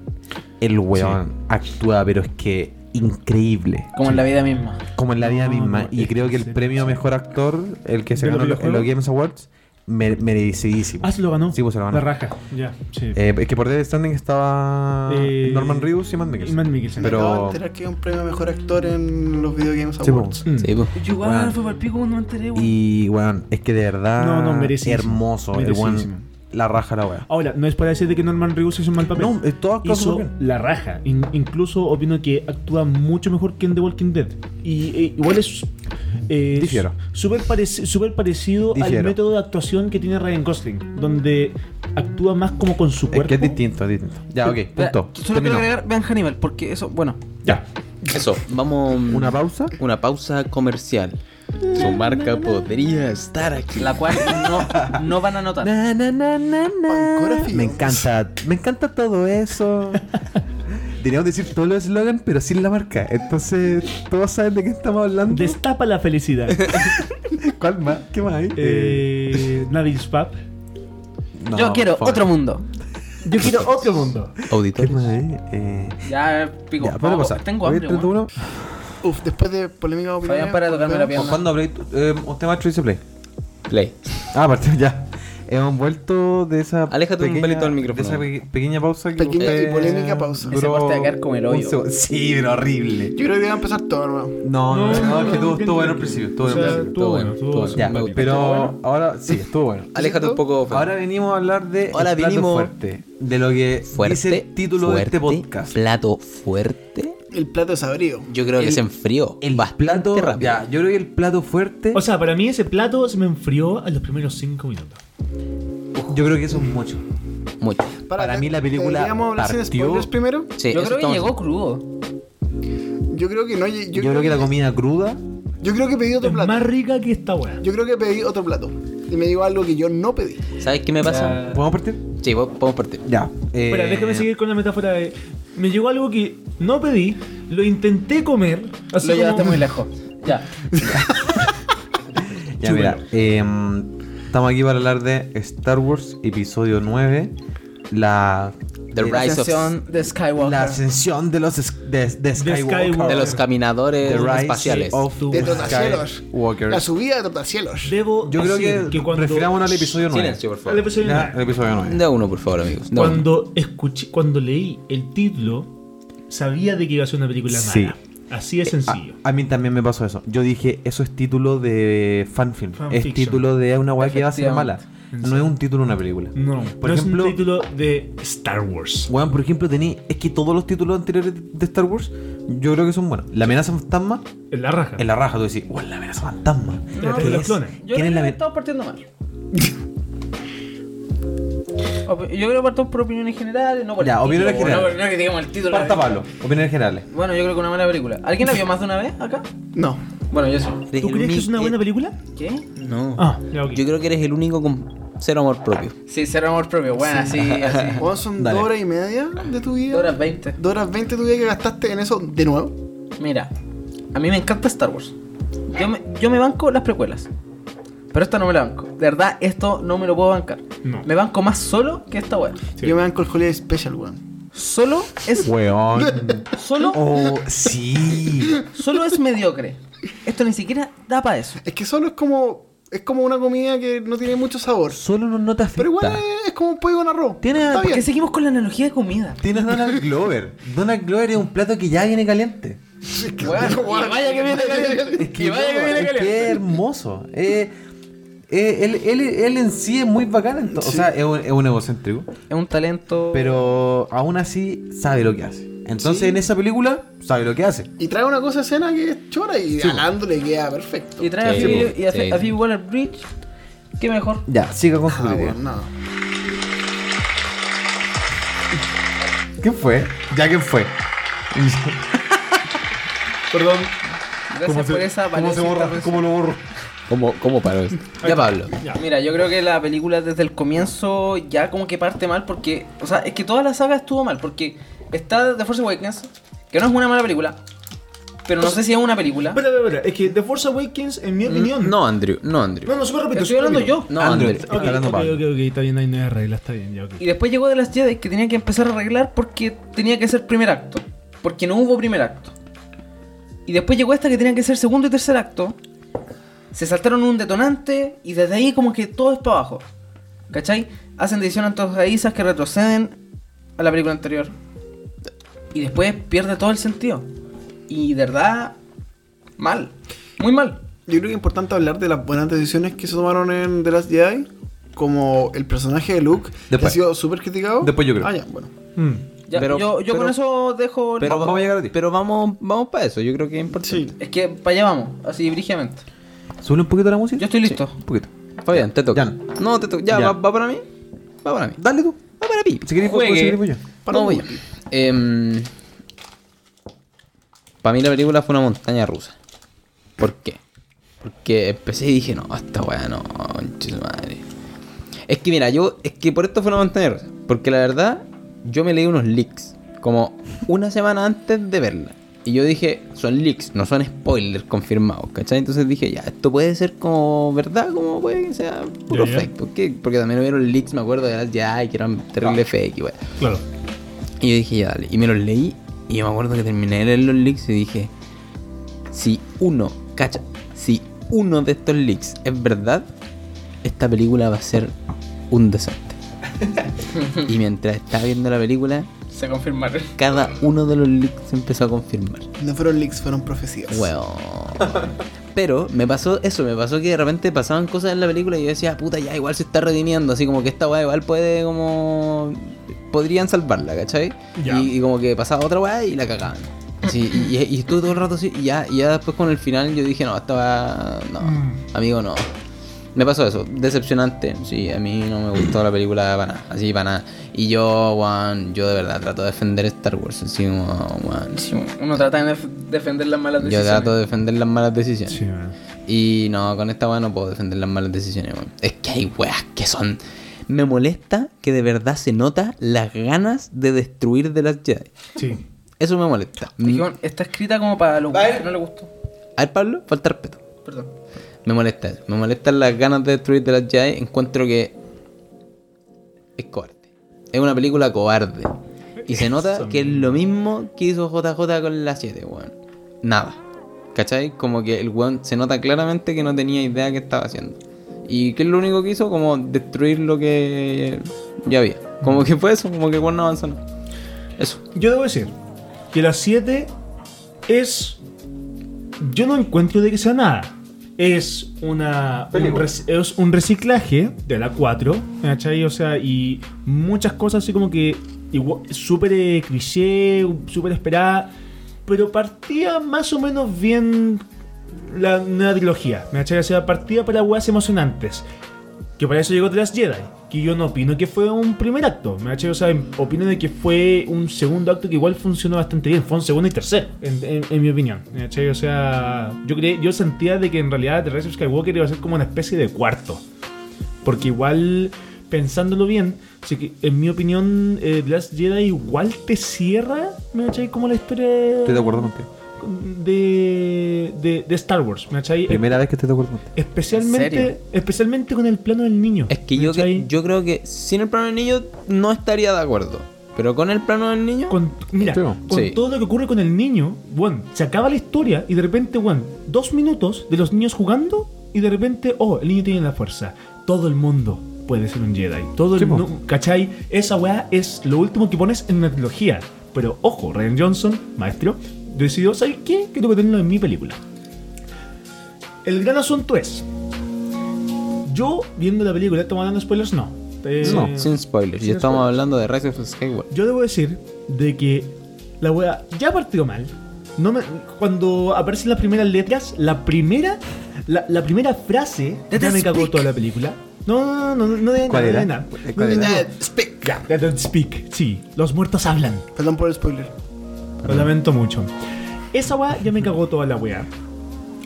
El weón actúa, pero es que increíble. Como en la vida misma. como en la vida No, misma. no, y es creo que el excelente. premio a mejor actor, el que se ¿De los ganó en los- en los Games videojuegos? Awards, mer- merecidísimo. Ah, se lo ganó. Sí, pues se lo ganó. La raja, ya, sí. Eh, es que por Dead Standing estaba Eh, Norman Reedus y Matt Y Matt Mikkelsen. Mikkelsen. Me pero- acabo de enterar que hay un premio a mejor actor en los Video Games Sí, Awards. Mm. Sí, po. Yo igual Bueno. fue para el pico cuando me enteré, weón. Y, weón, es que de verdad. No, no, merecidísimo. Hermoso. El weón, Merecidísimo. la raja la weá. Ahora, no es para decir de que Norman Reedus hizo un mal papel. No, eh, todo actúa hizo súper bien. la raja. In- incluso opino que actúa mucho mejor que en The Walking Dead. Y eh, igual es. eh, Difiero. Súper pareci- súper parecido al Difiero. método de actuación que tiene Ryan Gosling, donde actúa más como con su Es cuerpo. que es distinto, es distinto. Ya, ok, Espera, punto. Solo quiero Terminó. agregar, vean Hannibal, porque eso, bueno, Ya. Eso, vamos. mm, Una pausa. una pausa comercial. Su marca podría estar aquí. la cual no, no van a notar. Na, na, na, na, na. Pancora Fields. Me encanta, me encanta todo eso. (laughs) Diríamos decir todos los eslogan, pero sin la marca. Entonces, todos saben de qué estamos hablando. Destapa la felicidad. (laughs) ¿Cuál más? ¿Qué más hay? eh, Nabil Spap. No, Yo quiero fuck. otro mundo. Yo (laughs) quiero otro mundo. ¿Qué Auditores. más hay? Eh, Ya, pico. ya, podemos Vamos, pasar. Tengo Oye, hambre, ¿tú- tú weón. uno? Uf, después de polémica opinión. Fabián, para de tocarme la pierna. ¿Cuándo habréis eh, un tema de Choice Play? Play. Ah, partimos ya. Hemos vuelto de esa. Aléjate un pelito del micrófono. De esa pe- pequeña pausa que. Pequeña usted y polémica pausa. Ese duró corte va a quedar como el un hoyo. segundo. Sí, pero horrible. Yo creo que voy a empezar todo nuevo. No, no, no, no, es que estuvo, estuvo bueno al al principio. Estuvo bueno al principio. estuvo bueno, estuvo Ya, Me gustó. pero ahora sí, estuvo bueno. Aléjate un poco. Fran. Ahora venimos a hablar de el Ahora plato vinimos- fuerte, de lo que fuerte. dice el título de este fuerte, podcast. Plato fuerte. El plato es abrigo. Yo creo que El- se enfrió. el bastante plato, rápido. ya, yo creo que el plato fuerte, O sea, para mí ese plato se me enfrió a los primeros 5 minutos. yo creo que eso es mucho. Mucho. Para te- mí la película ¿Deberíamos hablar sin partió- spoilers primero? Sí, Yo eso creo que estamos- llegó crudo. Yo creo que no. Yo, Yo, creo que la comida cruda, Yo creo que pedí otro Es plato. más rica que esta weá. Yo creo que pedí otro plato. Y me digo algo que yo no pedí. ¿Sabes qué me pasa? ¿podemos partir? Sí, po- podemos partir. Ya. eh, Espera, déjame seguir con la metáfora de. Me llegó algo que no pedí, lo intenté comer. Así Lo llevaste como- muy lejos. Ya. Ya, mira, em, estamos aquí para hablar de Star Wars Episodio 9, la The eh, Rise of- Ascensión de Skywalker. la ascensión de los es- de, de Skywalker. Skywalker. De los caminadores The Rise espaciales. of Tú. De Trotacielos. Skywalker. La subida de Trotacielos. Debo Yo creo decir que, refiramos al episodio 9. Silencio, por al favor. episodio Ya, nueve. el episodio 9. De uno, por favor, amigos. Da uno. Cuando escuché, cuando leí el título, sabía de que iba a ser una película mala. Sí. Así de sencillo. A, a mí también me pasó eso. Yo dije, eso es título de fanfilm. es Fanfiction. título de una weá que va a ser mala. Efectivamente. No es un título de una película. No, Por no ejemplo, es un título de Star Wars. Weón, por ejemplo, tení. Es que todos los títulos anteriores de Star Wars, yo creo que son buenos. La amenaza fantasma, En la raja. en la raja, tú decís, weón, la amenaza fantasma. No, ¿Qué pero es? los clones. ¿Quién Yo es la creo que amenaza? estamos partiendo mal. (laughs) Op- Yo creo que partimos por opiniones generales, no por Ya, el título, opiniones o generales. No, no que digamos el título. de la Parta película. Pablo, opiniones generales. Bueno, yo creo que una mala película. ¿Alguien la vio más de una vez acá? (laughs) No. Bueno, yo sí. ¿Tú crees que es una buena película? ¿Qué? No. Ah, ya, ok. Yo creo que eres el único con cero amor propio. Sí, cero amor propio. Bueno, así, (laughs) así. Weón, son Dale. dos horas y media de tu vida. Dos horas 20. Dos horas veinte de tu vida que gastaste en eso de nuevo. Mira, a mí me encanta Star Wars. Yo me, yo me banco las precuelas. Pero esta no me la banco. De verdad, esto no me lo puedo bancar. No. Me banco más solo que esta weá. Sí. Yo me banco el Holiday Special, weón. Solo (laughs) es. Weón. Solo, Oh, sí. solo es mediocre. Esto ni siquiera da para eso. Es que solo es como. Es como una comida que no tiene mucho sabor. Solo no, no te afecta. Pero igual es, es como un pollo con arroz. Tiene- Está ¿por Porque bien. seguimos con la analogía de comida. Tienes Donald Glover. Donald Glover es un plato que ya viene caliente. (laughs) Weón, y vaya que viene caliente. Es que, Y vaya (laughs) que no, viene es que caliente. es hermoso. Eh, Eh, él, él, él en sí es muy bacán, entonces, Sí. o sea, es un, es un egocéntrico. Es un talento. Pero aún así sabe lo que hace. Entonces Sí. en esa película sabe lo que hace. Y trae una cosa a escena que es chora y a Lando le queda perfecto. Y trae Sí, a Phoebe, po. y hace- Sí. a Phoebe Waller Bridge. Qué mejor. Ya, siga con su Ah, crítica. bueno, no. ¿Quién fue? Ya, ¿quién fue? Perdón. Gracias por (laughs) esa ¿Cómo, se valiosita borra? reseña. ¿Cómo lo borro? ¿Cómo, cómo paró esto? Ya, Pablo. Mira, yo creo que la película desde el comienzo ya como que parte mal porque, o sea, es que toda la saga estuvo mal porque está The Force Awakens, que no es una mala película, pero no sé si es una película. Espera, espera, espera. Es que The Force Awakens, en mi opinión. No, Andrew, no, No, Andrew. no, súper repito. Estoy súper hablando repito. yo. No, Andrew, Andrew. está hablando ok, Pablo. ok, ok, está bien, hay nuevas reglas, está bien, ya, ok. Y después llegó de las Jedi que tenía que empezar a arreglar porque tenía que ser primer acto, porque no hubo primer acto. Y después llegó esta que tenía que ser segundo y tercer acto. Se saltaron un detonante y desde ahí como que todo es para abajo. ¿Cachai? Hacen decisiones antojadizas que retroceden a la película anterior. Y después pierde todo el sentido. Y de verdad, mal. Muy mal. Yo creo que es importante hablar de las buenas decisiones que se tomaron en The Last Jedi. Como el personaje de Luke, que ha Después. sido súper criticado. Después yo creo. Ah, ya, bueno. Mm. Ya, Pero- yo yo con pero- eso dejo... Pero Vamos a llegar a ti. Pero vamos, vamos para eso, yo creo que es importante. Sí. Es que para allá vamos, así brígidamente. Sube un poquito la música. Yo estoy listo. Un poquito. Fabián, te toca. Ya. No, te toca. Ya, Ya. Va, va para mí. Va para mí. Dale tú. Va para mí. Si querés, voy- Juegue. si querés, voy yo. Para no, un voy yo. para mí la película fue una montaña rusa. ¿Por qué? Porque empecé y dije, no, esta weá no, conche su madre. Es que mira, yo, es que por esto fue una montaña rusa. Porque la verdad, yo me leí unos leaks. Como una semana antes de verla. Y yo dije, son leaks, no son spoilers confirmados, ¿cachai? Entonces dije, ya, esto puede ser como verdad, como puede que sea puro Ya, ya. fake. ¿Por qué? Porque también hubieron leaks, me acuerdo, de las ya, que eran Ah. terrible fake y weá. Claro. Y yo dije, ya dale. Y me los leí. Y yo me acuerdo que terminé de leer los leaks y dije, si uno, cacha, si uno de estos leaks es verdad, esta película va a ser un desastre. y mientras estaba viendo la película, Se confirmaron. cada uno de los leaks se empezó a confirmar. No fueron leaks, fueron profecías. Weón. Pero me pasó eso, me pasó que de repente pasaban cosas en la película y yo decía, puta, ya igual se está redimiendo, así como que esta weá igual puede como... Podrían salvarla, ¿cachai? Ya. Y, y como que pasaba otra weá y la cagaban. Así, y, y- y estuve todo el rato así, y ya, y ya después con el final yo dije, no, esta weá, no, amigo, no. Me pasó eso, decepcionante. Sí, a mí no me gustó la película para nada, así para nada. Y yo, weón, yo de verdad trato de defender Star Wars, así como, weón, Sí, uno trata de def- defender las malas yo decisiones. trato de defender las malas decisiones. Sí, man. Y no, con esta weá no puedo defender las malas decisiones, weón. Es que hay weas que son. Me molesta que de verdad se nota las ganas de destruir de las Jedi. Sí. Eso me molesta. Dije, Mm. bueno, está escrita como para los Vale. que no le gustó. A ver, Pablo, falta respeto. Perdón. Me molesta eso. Me molestan las ganas de destruir de las Jedi. Encuentro que. Es cobarde. Es una película cobarde. Y se nota Eso que es lo mismo que hizo JJ con la 7, weón. Nada. ¿Cachai? Como que el weón se nota claramente que no tenía idea que estaba haciendo. Y que es lo único que hizo, como destruir lo que ya había. Como que fue eso, como que el weón no avanzó nada. Eso. Yo debo decir que la 7 es. Yo no encuentro de que sea nada. Es una. Un rec- es un reciclaje de la 4. ¿Cachai? O sea, y muchas cosas así como que. igua- Súper eh, cliché, súper esperada. Pero partía más o menos bien la nueva trilogía. ¿Me cachai? O sea, partía para weas emocionantes. Que para eso llegó The Last Jedi. Que yo no opino que fue un primer acto. ¿Me cachai? O sea, opino de que fue un segundo acto que igual funcionó bastante bien. Fue un segundo y tercer, en, en- en mi opinión. ¿Me cachai? O sea, yo, creí, yo sentía de que en realidad The Rise of Skywalker iba a ser como una especie de cuarto. Porque igual, pensándolo bien, sí que, en mi opinión, eh, The Last Jedi igual te cierra, ¿me cachai? Como la historia Estoy de acuerdo contigo. de, de, de Star Wars, ¿me cachai? Primera vez que estoy de acuerdo contigo. ¿En serio? Especialmente, especialmente con el plano del niño. Es que yo, que ¿cachai? yo creo que sin el plano del niño no estaría de acuerdo. Pero con el plano del niño. Con, mira, Sí. con Sí. todo lo que ocurre con el niño, bueno, se acaba la historia y de repente, bueno, dos minutos de los niños jugando y de repente, oh, el niño tiene la fuerza. Todo el mundo puede ser un Jedi. Todo Sí, el po. mundo, ¿cachai? Esa weá es lo último que pones en una trilogía. Pero ojo, Ryan Johnson, maestro, decidió, ¿sabes qué? Quiero ponerlo en mi película. El gran asunto es, Yo, viendo la película, estamos hablando de spoilers, no. Eh, No, sin spoilers. sin ya estamos spoilers. hablando de Rise of Skywalker. Yo debo decir de que la wea ya partió mal. No me- cuando aparecen las primeras letras, la primera, la, la primera frase ya me cagó toda la película. No, no, no, no, no de ¿Cuál nada, no era? de nada. ¿Cuál No de era? nada. Eh, speak. Ya, They don't speak. Sí, los muertos hablan. Perdón por el spoiler. Lo lamento mucho. Esa weá ya me cagó toda la weá.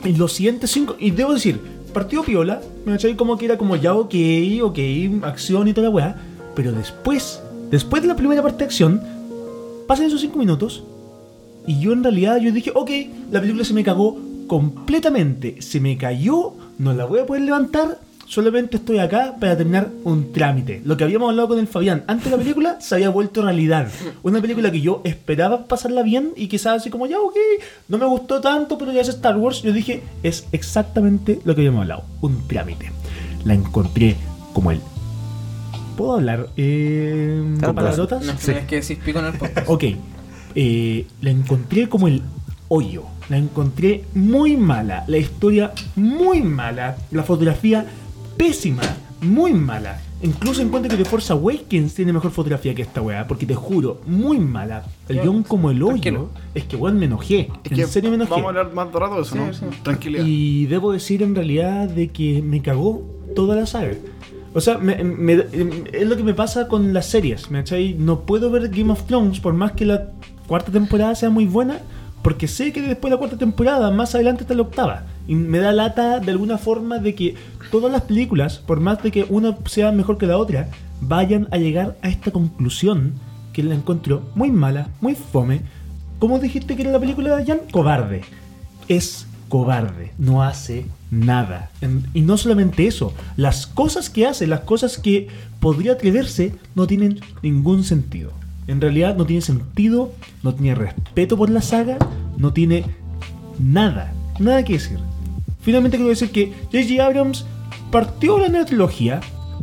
Y los siguientes cinco. Y debo decir, partió piola. Me caché como que era como ya ok, ok, acción y toda la weá. Pero después, después de la primera parte de acción, pasan esos cinco minutos. Y yo en realidad yo dije, ok, la película se me cagó completamente. Se me cayó, no la voy a poder levantar. Solamente estoy acá para terminar un trámite. Lo que habíamos hablado con el Fabián antes de la película se había vuelto realidad. Una película que yo esperaba pasarla bien y quizás así como ya, ok, no me gustó tanto, pero ya es Star Wars. Yo dije, es exactamente lo que habíamos hablado, un trámite. La encontré como el... ¿Puedo hablar? Eh, Claro, palabrotas? No, Sí. es que decís pico en el (laughs) podcast. Ok. Eh, la encontré como el hoyo. La encontré muy mala. La historia muy mala. La fotografía pésima. Muy mala. Incluso encuentro que The Force Awakens tiene mejor fotografía que esta weá. Porque te juro, muy mala. El Ya, guión como el hoyo. tranquilo. Es que weón me enojé. Es en que serio me enojé. Vamos a hablar más de rato de eso, ¿no? Tranquilidad. Y debo decir en realidad de que me cagó toda la saga. O sea, me- me- es lo que me pasa con las series, ¿me cachai? No puedo ver Game of Thrones por más que la cuarta temporada sea muy buena, porque sé que después de la cuarta temporada, más adelante está la octava. Y me da lata de alguna forma de que todas las películas, por más de que una sea mejor que la otra, vayan a llegar a esta conclusión que la encuentro muy mala, muy fome. ¿Cómo dijiste que era la película de Jan? Cobarde es cobarde, no hace nada. En- y no solamente eso, las cosas que hace, las cosas que podría atreverse, no tienen ningún sentido. En realidad no tiene sentido, no tiene respeto por la saga, no tiene nada, nada que decir. Finalmente quiero decir que J.J. Abrams partió la nueva trilogía,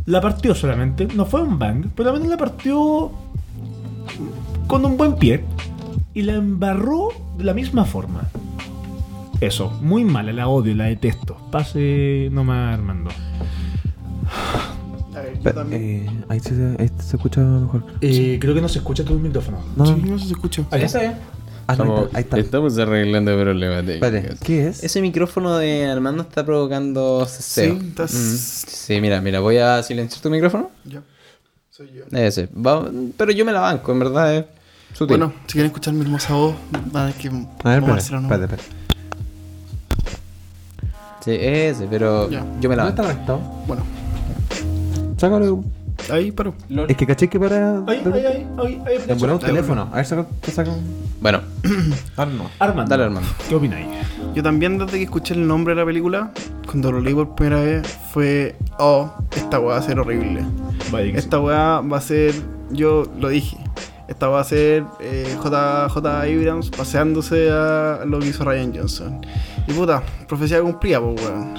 la partió solamente, no fue un bang, pero al menos la partió con un buen pie y la embarró de la misma forma. Eso, muy mala, la odio, la detesto. Pase nomás, Armando. A ver, yo Pero, también. eh, ahí, se, ahí se escucha mejor. Eh, creo que no se escucha todo el micrófono. No, Sí, no se escucha. Ahí Está bien. ah, no, ahí está. Ahí está. estamos arreglando problemas Espérate, ¿qué es? Ese micrófono de Armando está provocando ceseo. Sí, estás- Mm. Sí, mira, mira, voy a silenciar tu micrófono. Mm. Ya. Soy yo. Ese. Va- Pero yo me la banco, en verdad. Es sutil. Bueno, si quieren escuchar mi hermosa voz, van a tener que A ver, espérate, movérsela, ¿no? espérate, espérate. Sí, ese, pero Ya. yo me la ¿Dónde está banco. conectado? Bueno, Sácalo. ahí paró. Lol. Es que caché que para. Ay, ay, ay, ay, ay, Te envoló un Ahí, teléfono. A ver, saca. te saca un- Bueno, Ahora Ah, no. Armando. Dale, Armando. ¿Qué opináis? Yo también desde que escuché el nombre de la película, cuando lo leí por primera vez, fue, oh, esta weá va a ser horrible. Vaya que sí. Esta weá va a ser, yo lo dije, esta va a ser eh, JJ Abrams paseándose a lo que hizo Ryan Johnson. Y puta, profecía cumplida, pues weón.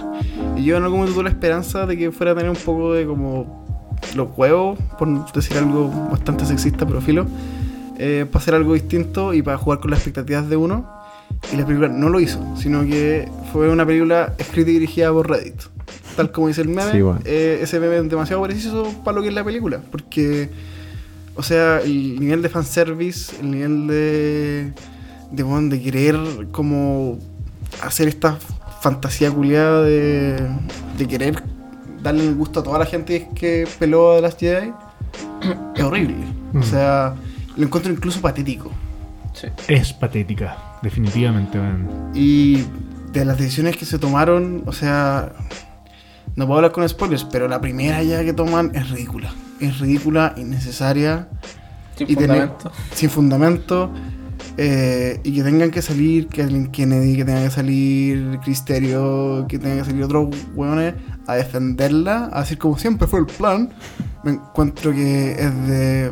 Y yo en algún momento tuve la esperanza de que fuera a tener un poco de como los huevos, por decir algo bastante sexista, pero filo, eh, para hacer algo distinto y para jugar con las expectativas de uno. Y la película no lo hizo, sino que fue una película escrita y dirigida por Reddit. Tal como dice el meme, Sí, bueno. eh, ese meme es demasiado preciso para lo que es la película. Porque, o sea, el nivel de fanservice, el nivel de. de, bueno, de querer como hacer esta fantasía culiada de, de querer darle el gusto a toda la gente que peló a The Last Jedi es horrible. O sea, lo encuentro incluso patético. (laughs) Sí. Es patética, definitivamente, man. Y de las decisiones que se tomaron, o sea, no puedo hablar con spoilers, pero la primera ya que toman es ridícula. Es ridícula, innecesaria, Sin Y tener- fundamento. sin fundamento. eh, y que tengan que salir Kathleen Kennedy, que tenga que salir Cristerio, que tenga que salir otros hueones a defenderla, a decir como siempre fue el plan. Me encuentro que es de.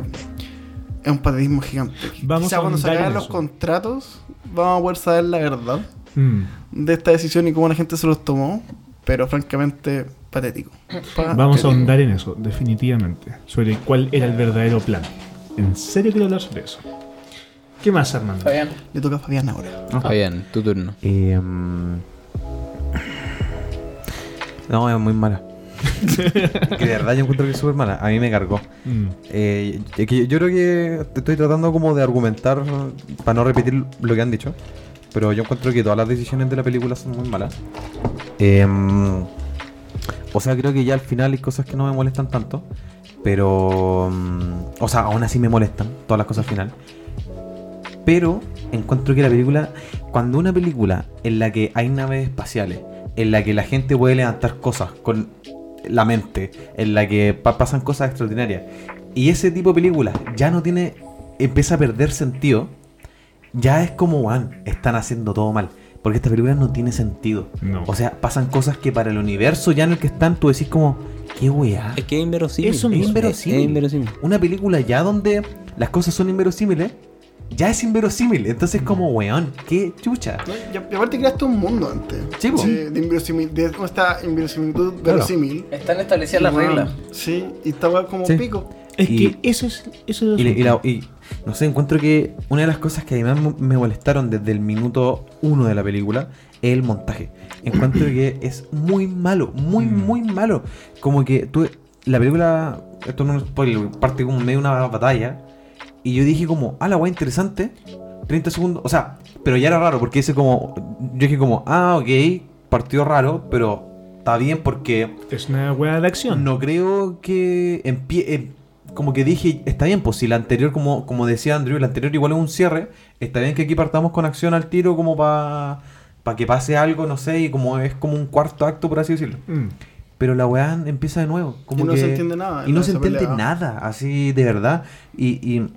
Es un patetismo gigante. Vamos Quizá a cuando se ahondar en acaben los eso. contratos, vamos a poder saber la verdad Mm. de esta decisión y cómo la gente se los tomó, pero francamente patético. Ah, Vamos a ahondar en eso, definitivamente. Sobre cuál era el verdadero plan. En serio quiero hablar sobre eso. ¿Qué más, Armando? Está Eh, bien. Le toca a Fabián ahora. Fabián, tu turno. (laughs) Eh, mm. no, es muy mala. Que de verdad yo encuentro que es súper mala. A mí me cargó. Mm. Eh, es que yo creo que te estoy tratando como de argumentar para no repetir lo que han dicho. Pero yo encuentro que todas las decisiones de la película son muy malas. Em, o sea, creo que ya al final hay cosas que no me molestan tanto. Pero... mm, o sea, aún así me molestan todas las cosas al final. Pero encuentro que la película... Cuando una película en la que hay naves espaciales, en la que la gente puede levantar cosas con la mente, en la que pa- pasan cosas extraordinarias, y ese tipo de películas ya no tiene. empieza a perder sentido. Ya es como, weón, están haciendo todo mal. Porque esta película no tiene sentido. No. O sea, pasan cosas que para el universo ya en el que están, tú decís como, qué weá. Es que es inverosímil. Eso es mismo. inverosímil. Es inverosímil. Una película ya donde las cosas son inverosímiles, ya es inverosímil. Entonces, como, weón, qué chucha. No, Y y aparte creaste un mundo antes. Sí, po. de, de inverosimil- de- ¿Cómo está inverosimilitud verosímil? Están establecidas las Bueno, reglas. Sí, y estaba como Sí. pico. Es Y- que eso es. Eso es Y, le- y la- y, no sé, encuentro que una de las cosas que además mo- me molestaron desde el minuto uno de la película es el montaje. Encuentro que es muy malo, muy, muy malo. Como que tú, la película, esto no es spoiler, parte como medio de una batalla. Y yo dije como, ah, la guay interesante. 30 segundos, o sea, pero ya era raro porque ese como, yo dije como, ah, ok, partió raro, pero está bien porque Es una buena de acción. no creo que empie- eh, como que dije, está bien, pues si la anterior, como, como decía Andrew, la anterior igual es un cierre, está bien que aquí partamos con acción al tiro como para que pase algo, no sé, y como es como un cuarto acto, por así decirlo. Mm. Pero la weá empieza de nuevo. Como Y no que- se entiende nada, Y no no se se entiende pelea. nada, así de verdad. Y, y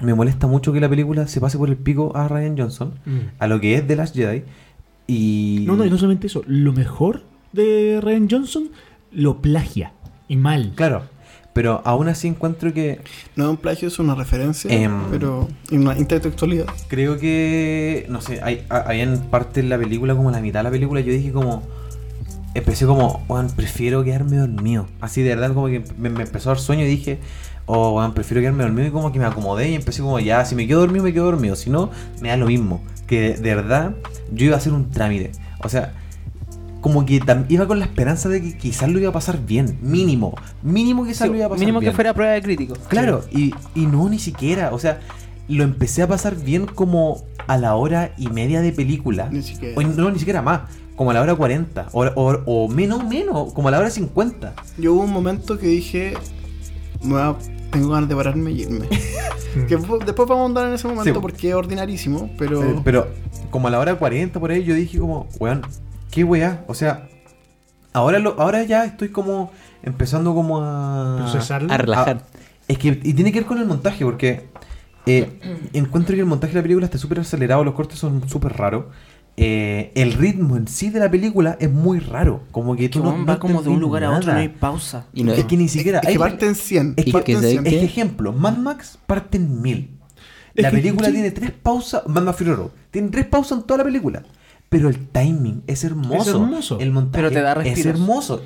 me molesta mucho que la película se pase por el pico a Ryan Johnson, Mm. a lo que es The Last Jedi. Y... No, no, y no solamente eso. Lo mejor de Ryan Johnson lo plagia. Y mal. Claro, pero aún así encuentro que No es un plagio, es una referencia, Em. pero en una intertextualidad. Creo que, no sé, hay, ha- había en parte en la película, como la mitad de la película, yo dije como, empecé como, weón, prefiero quedarme dormido. Así de verdad, como que me, me empezó a dar sueño y dije, oh, weón, prefiero quedarme dormido y como que me acomodé y empecé como, ya, si me quedo dormido, me quedo dormido. Si no, me da lo mismo. Que de, de verdad, yo iba a hacer un trámite. O sea, como que tam- iba con la esperanza de que quizás lo iba a pasar bien, mínimo. Mínimo quizás lo iba a pasar Mínimo bien. que fuera prueba de crítico. Claro, y, y no, ni siquiera. O sea, lo empecé a pasar bien como a la hora y media de película. Ni siquiera. O no, ni siquiera más. Como a la hora 40. O, o- o menos, menos. Como a la hora 50. Yo hubo un momento que dije, "Me va- tengo ganas de pararme (laughs) y irme. que fu- después vamos a andar en ese momento Sí. porque es ordinarísimo, pero... Eh, Pero como a la hora 40 por ahí, yo dije como, weón, qué weá. O sea, ahora, lo, ahora ya estoy como empezando como a... Procesarlo. A relajar. Ah, es que y tiene que ver con el montaje, porque (clears throat) eh, encuentro que el montaje de la película está súper acelerado, los cortes son súper raros. eh, el ritmo en sí de la película es muy raro. Como que Que tú no, weón no va como de un entendís lugar a otro, nada. no hay pausa. Y no, Es que ni siquiera. es que hay- parten 100. es que- parten que se- 100. es que este ejemplo, Mad Max parte en mil. Es La que- película sí. tiene tres pausas. Mad Max Fury Road. Tiene tres pausas en toda la película. Pero el timing es hermoso. Es hermoso. El montaje Pero te da es respiros. hermoso.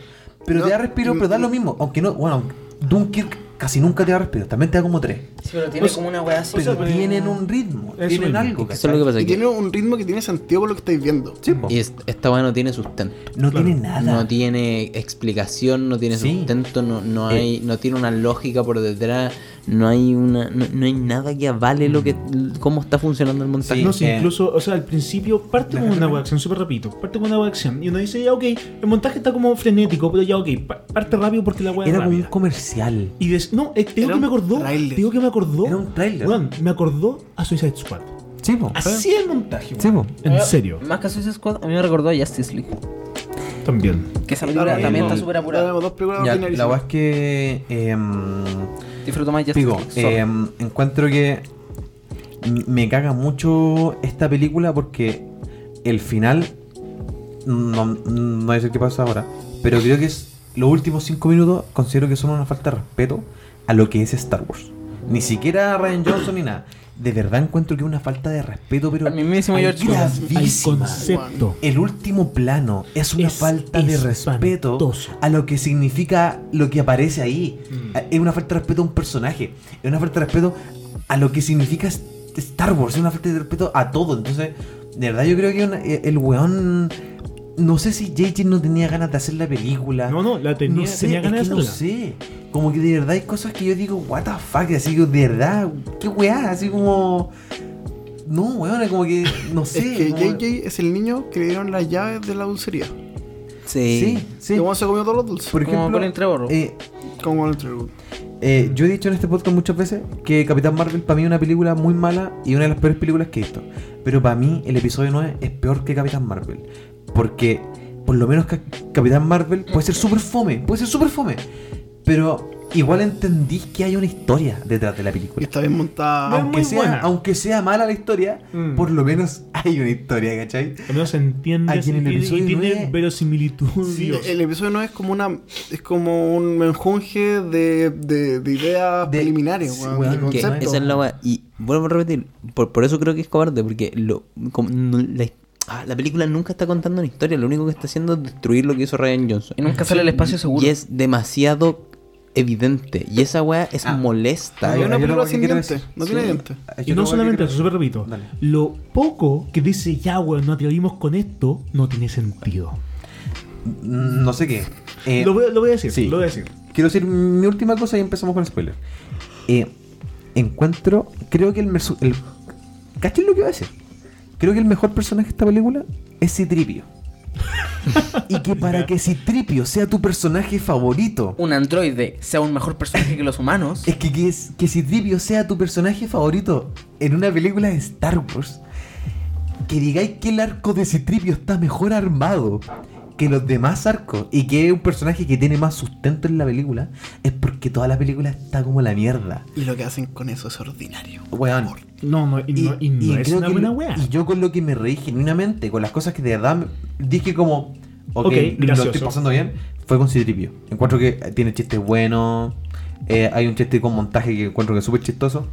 Pero No, te da respiro, pero da lo mismo. Aunque no, bueno, Dunkirk casi nunca te da respiro. También te da como tres. Sí, pero tiene como una weá así. Pero como- tienen un ritmo, Eso tienen mismo. algo. Es que eso es lo ¿cachai? que pasa. Y aquí. tiene un ritmo que tiene sentido con lo que estáis viendo. Sí, po. Y es- esta weá no tiene sustento. no claro. tiene nada. No tiene explicación, no tiene Sí. sustento, no, no Eh. hay, no tiene una lógica por detrás, no hay una, no, no hay nada que avale lo que, cómo está funcionando el montaje. Mm. Sí, no, sí, eh. incluso, o sea, al principio parte con una buena acción, súper rápido, parte con una buena acción. Y uno dice, ya, ok, el montaje está como frenético, pero ya, ok, pa- parte rápido porque la hueá es Era como un rápida. comercial. Y des- no, eh, te digo Era que me un acordó, tráiler. te digo que me acordó, Era un tráiler. Weón, me acordó a Suicide Squad. Sí, po. Así es el montaje, Sí, weón. po. En serio, Más que Suicide Squad, a mí me recordó a Justice League. también. Que esa película Ahora también mismo- está súper ahora apurada. tenemos dos películas Ya, ordinarísimas. la verdad es que. em, Disfruto más Justice Digo, League. sorry. em, encuentro que m- me caga mucho esta película porque el final, no, no voy a decir qué pasa ahora, pero creo que es los últimos cinco minutos considero que son una falta de respeto a lo que es Star Wars. Ni siquiera a Ryan Johnson ni nada. De verdad encuentro que es una falta de respeto, pero Al mismísimo George Lucas. Al gravísima. concepto. El último plano es una Es falta de respeto espantoso. Mm. a lo que significa lo que aparece ahí. A- Es una falta de respeto a un personaje. Es una falta de respeto a lo que significa S- Star Wars. Es una falta de respeto a todo. Entonces, de verdad yo creo que una- e- el eh, weón no sé si JJ no tenía ganas de hacer la película. No, no, la tenía- tenía es ganas de que No hacerla. sé. Como que de verdad hay cosas que yo digo, what the fuck, así que de verdad, qué weá, así como. No, weón, como que. No sé. (laughs) Es que como- JJ es el niño que le dieron las llaves de la dulcería. Sí, sí. Y bueno, se comió todos los dulces. Por Como Colin ejemplo, Trevorrow. eh, Como el trigo. eh, yo he dicho en este podcast muchas veces que Capitán Marvel para mí es una película muy mala y una de las peores películas que he visto. Pero para mí el episodio 9 es peor que Capitán Marvel. Porque por lo menos Ca- Capitán Marvel puede ser súper fome, puede ser súper fome. Pero igual entendí que hay una historia detrás de la Y película. está bien montada. Ven- Aunque muy sea, buena. aunque sea mala la historia, Mm. por lo menos hay una historia, ¿cachai? Al menos se entiende Aquí en el y tiene- episodio y tiene nueve- verosimilitud. Sí, Dios. el episodio 9 es como una es como un menjunje de, de, de ideas De- preliminares, sí, weón, weón, de Que conceptos. esa es la wea. Y vuelvo a repetir, por, por eso creo que es cobarde, porque lo, como no- la, ah, la película nunca está contando una historia, lo único que está haciendo es destruir lo que hizo Ryan Johnson. Y nunca sale el espacio seguro. Y es demasiado evidente. Y esa weá es molesta. Hay Ahora, una Ah. yo lo película que sin quiero dientes, decir- no sí. tiene dientes. Y no solamente eso, súper repito. Dale. Lo poco que dice ya, weón, no atrevimos con esto, no tiene sentido. No sé qué. Eh, lo, voy, lo voy a decir, sí. lo voy a decir. Quiero decir mi última cosa y empezamos con el spoiler. Eh, encuentro, creo que el, mersu- el ¿Cachai lo que iba a decir? Creo que el mejor personaje de esta película es Citripio. y que para que Citripio sea tu personaje favorito, Un androide sea un mejor personaje que (laughs) los humanos. es que, que, es- que Citripio sea tu personaje favorito en una película de Star Wars, que digáis que el arco de Citripio está mejor armado que los demás arcos y que es un personaje que tiene más sustento en la película, es porque toda la película está como la mierda. Y lo que hacen con eso es ordinario. Weón. No, no, y, no, y no es creo una que buena lo- wea. y yo con lo que me reí genuinamente, con las cosas que de verdad me- dije como, ok, Ok, lo gracioso. estoy pasando bien, fue con Citripio. Encuentro que tiene chistes buenos, eh, hay un chiste con montaje que encuentro que es súper chistoso,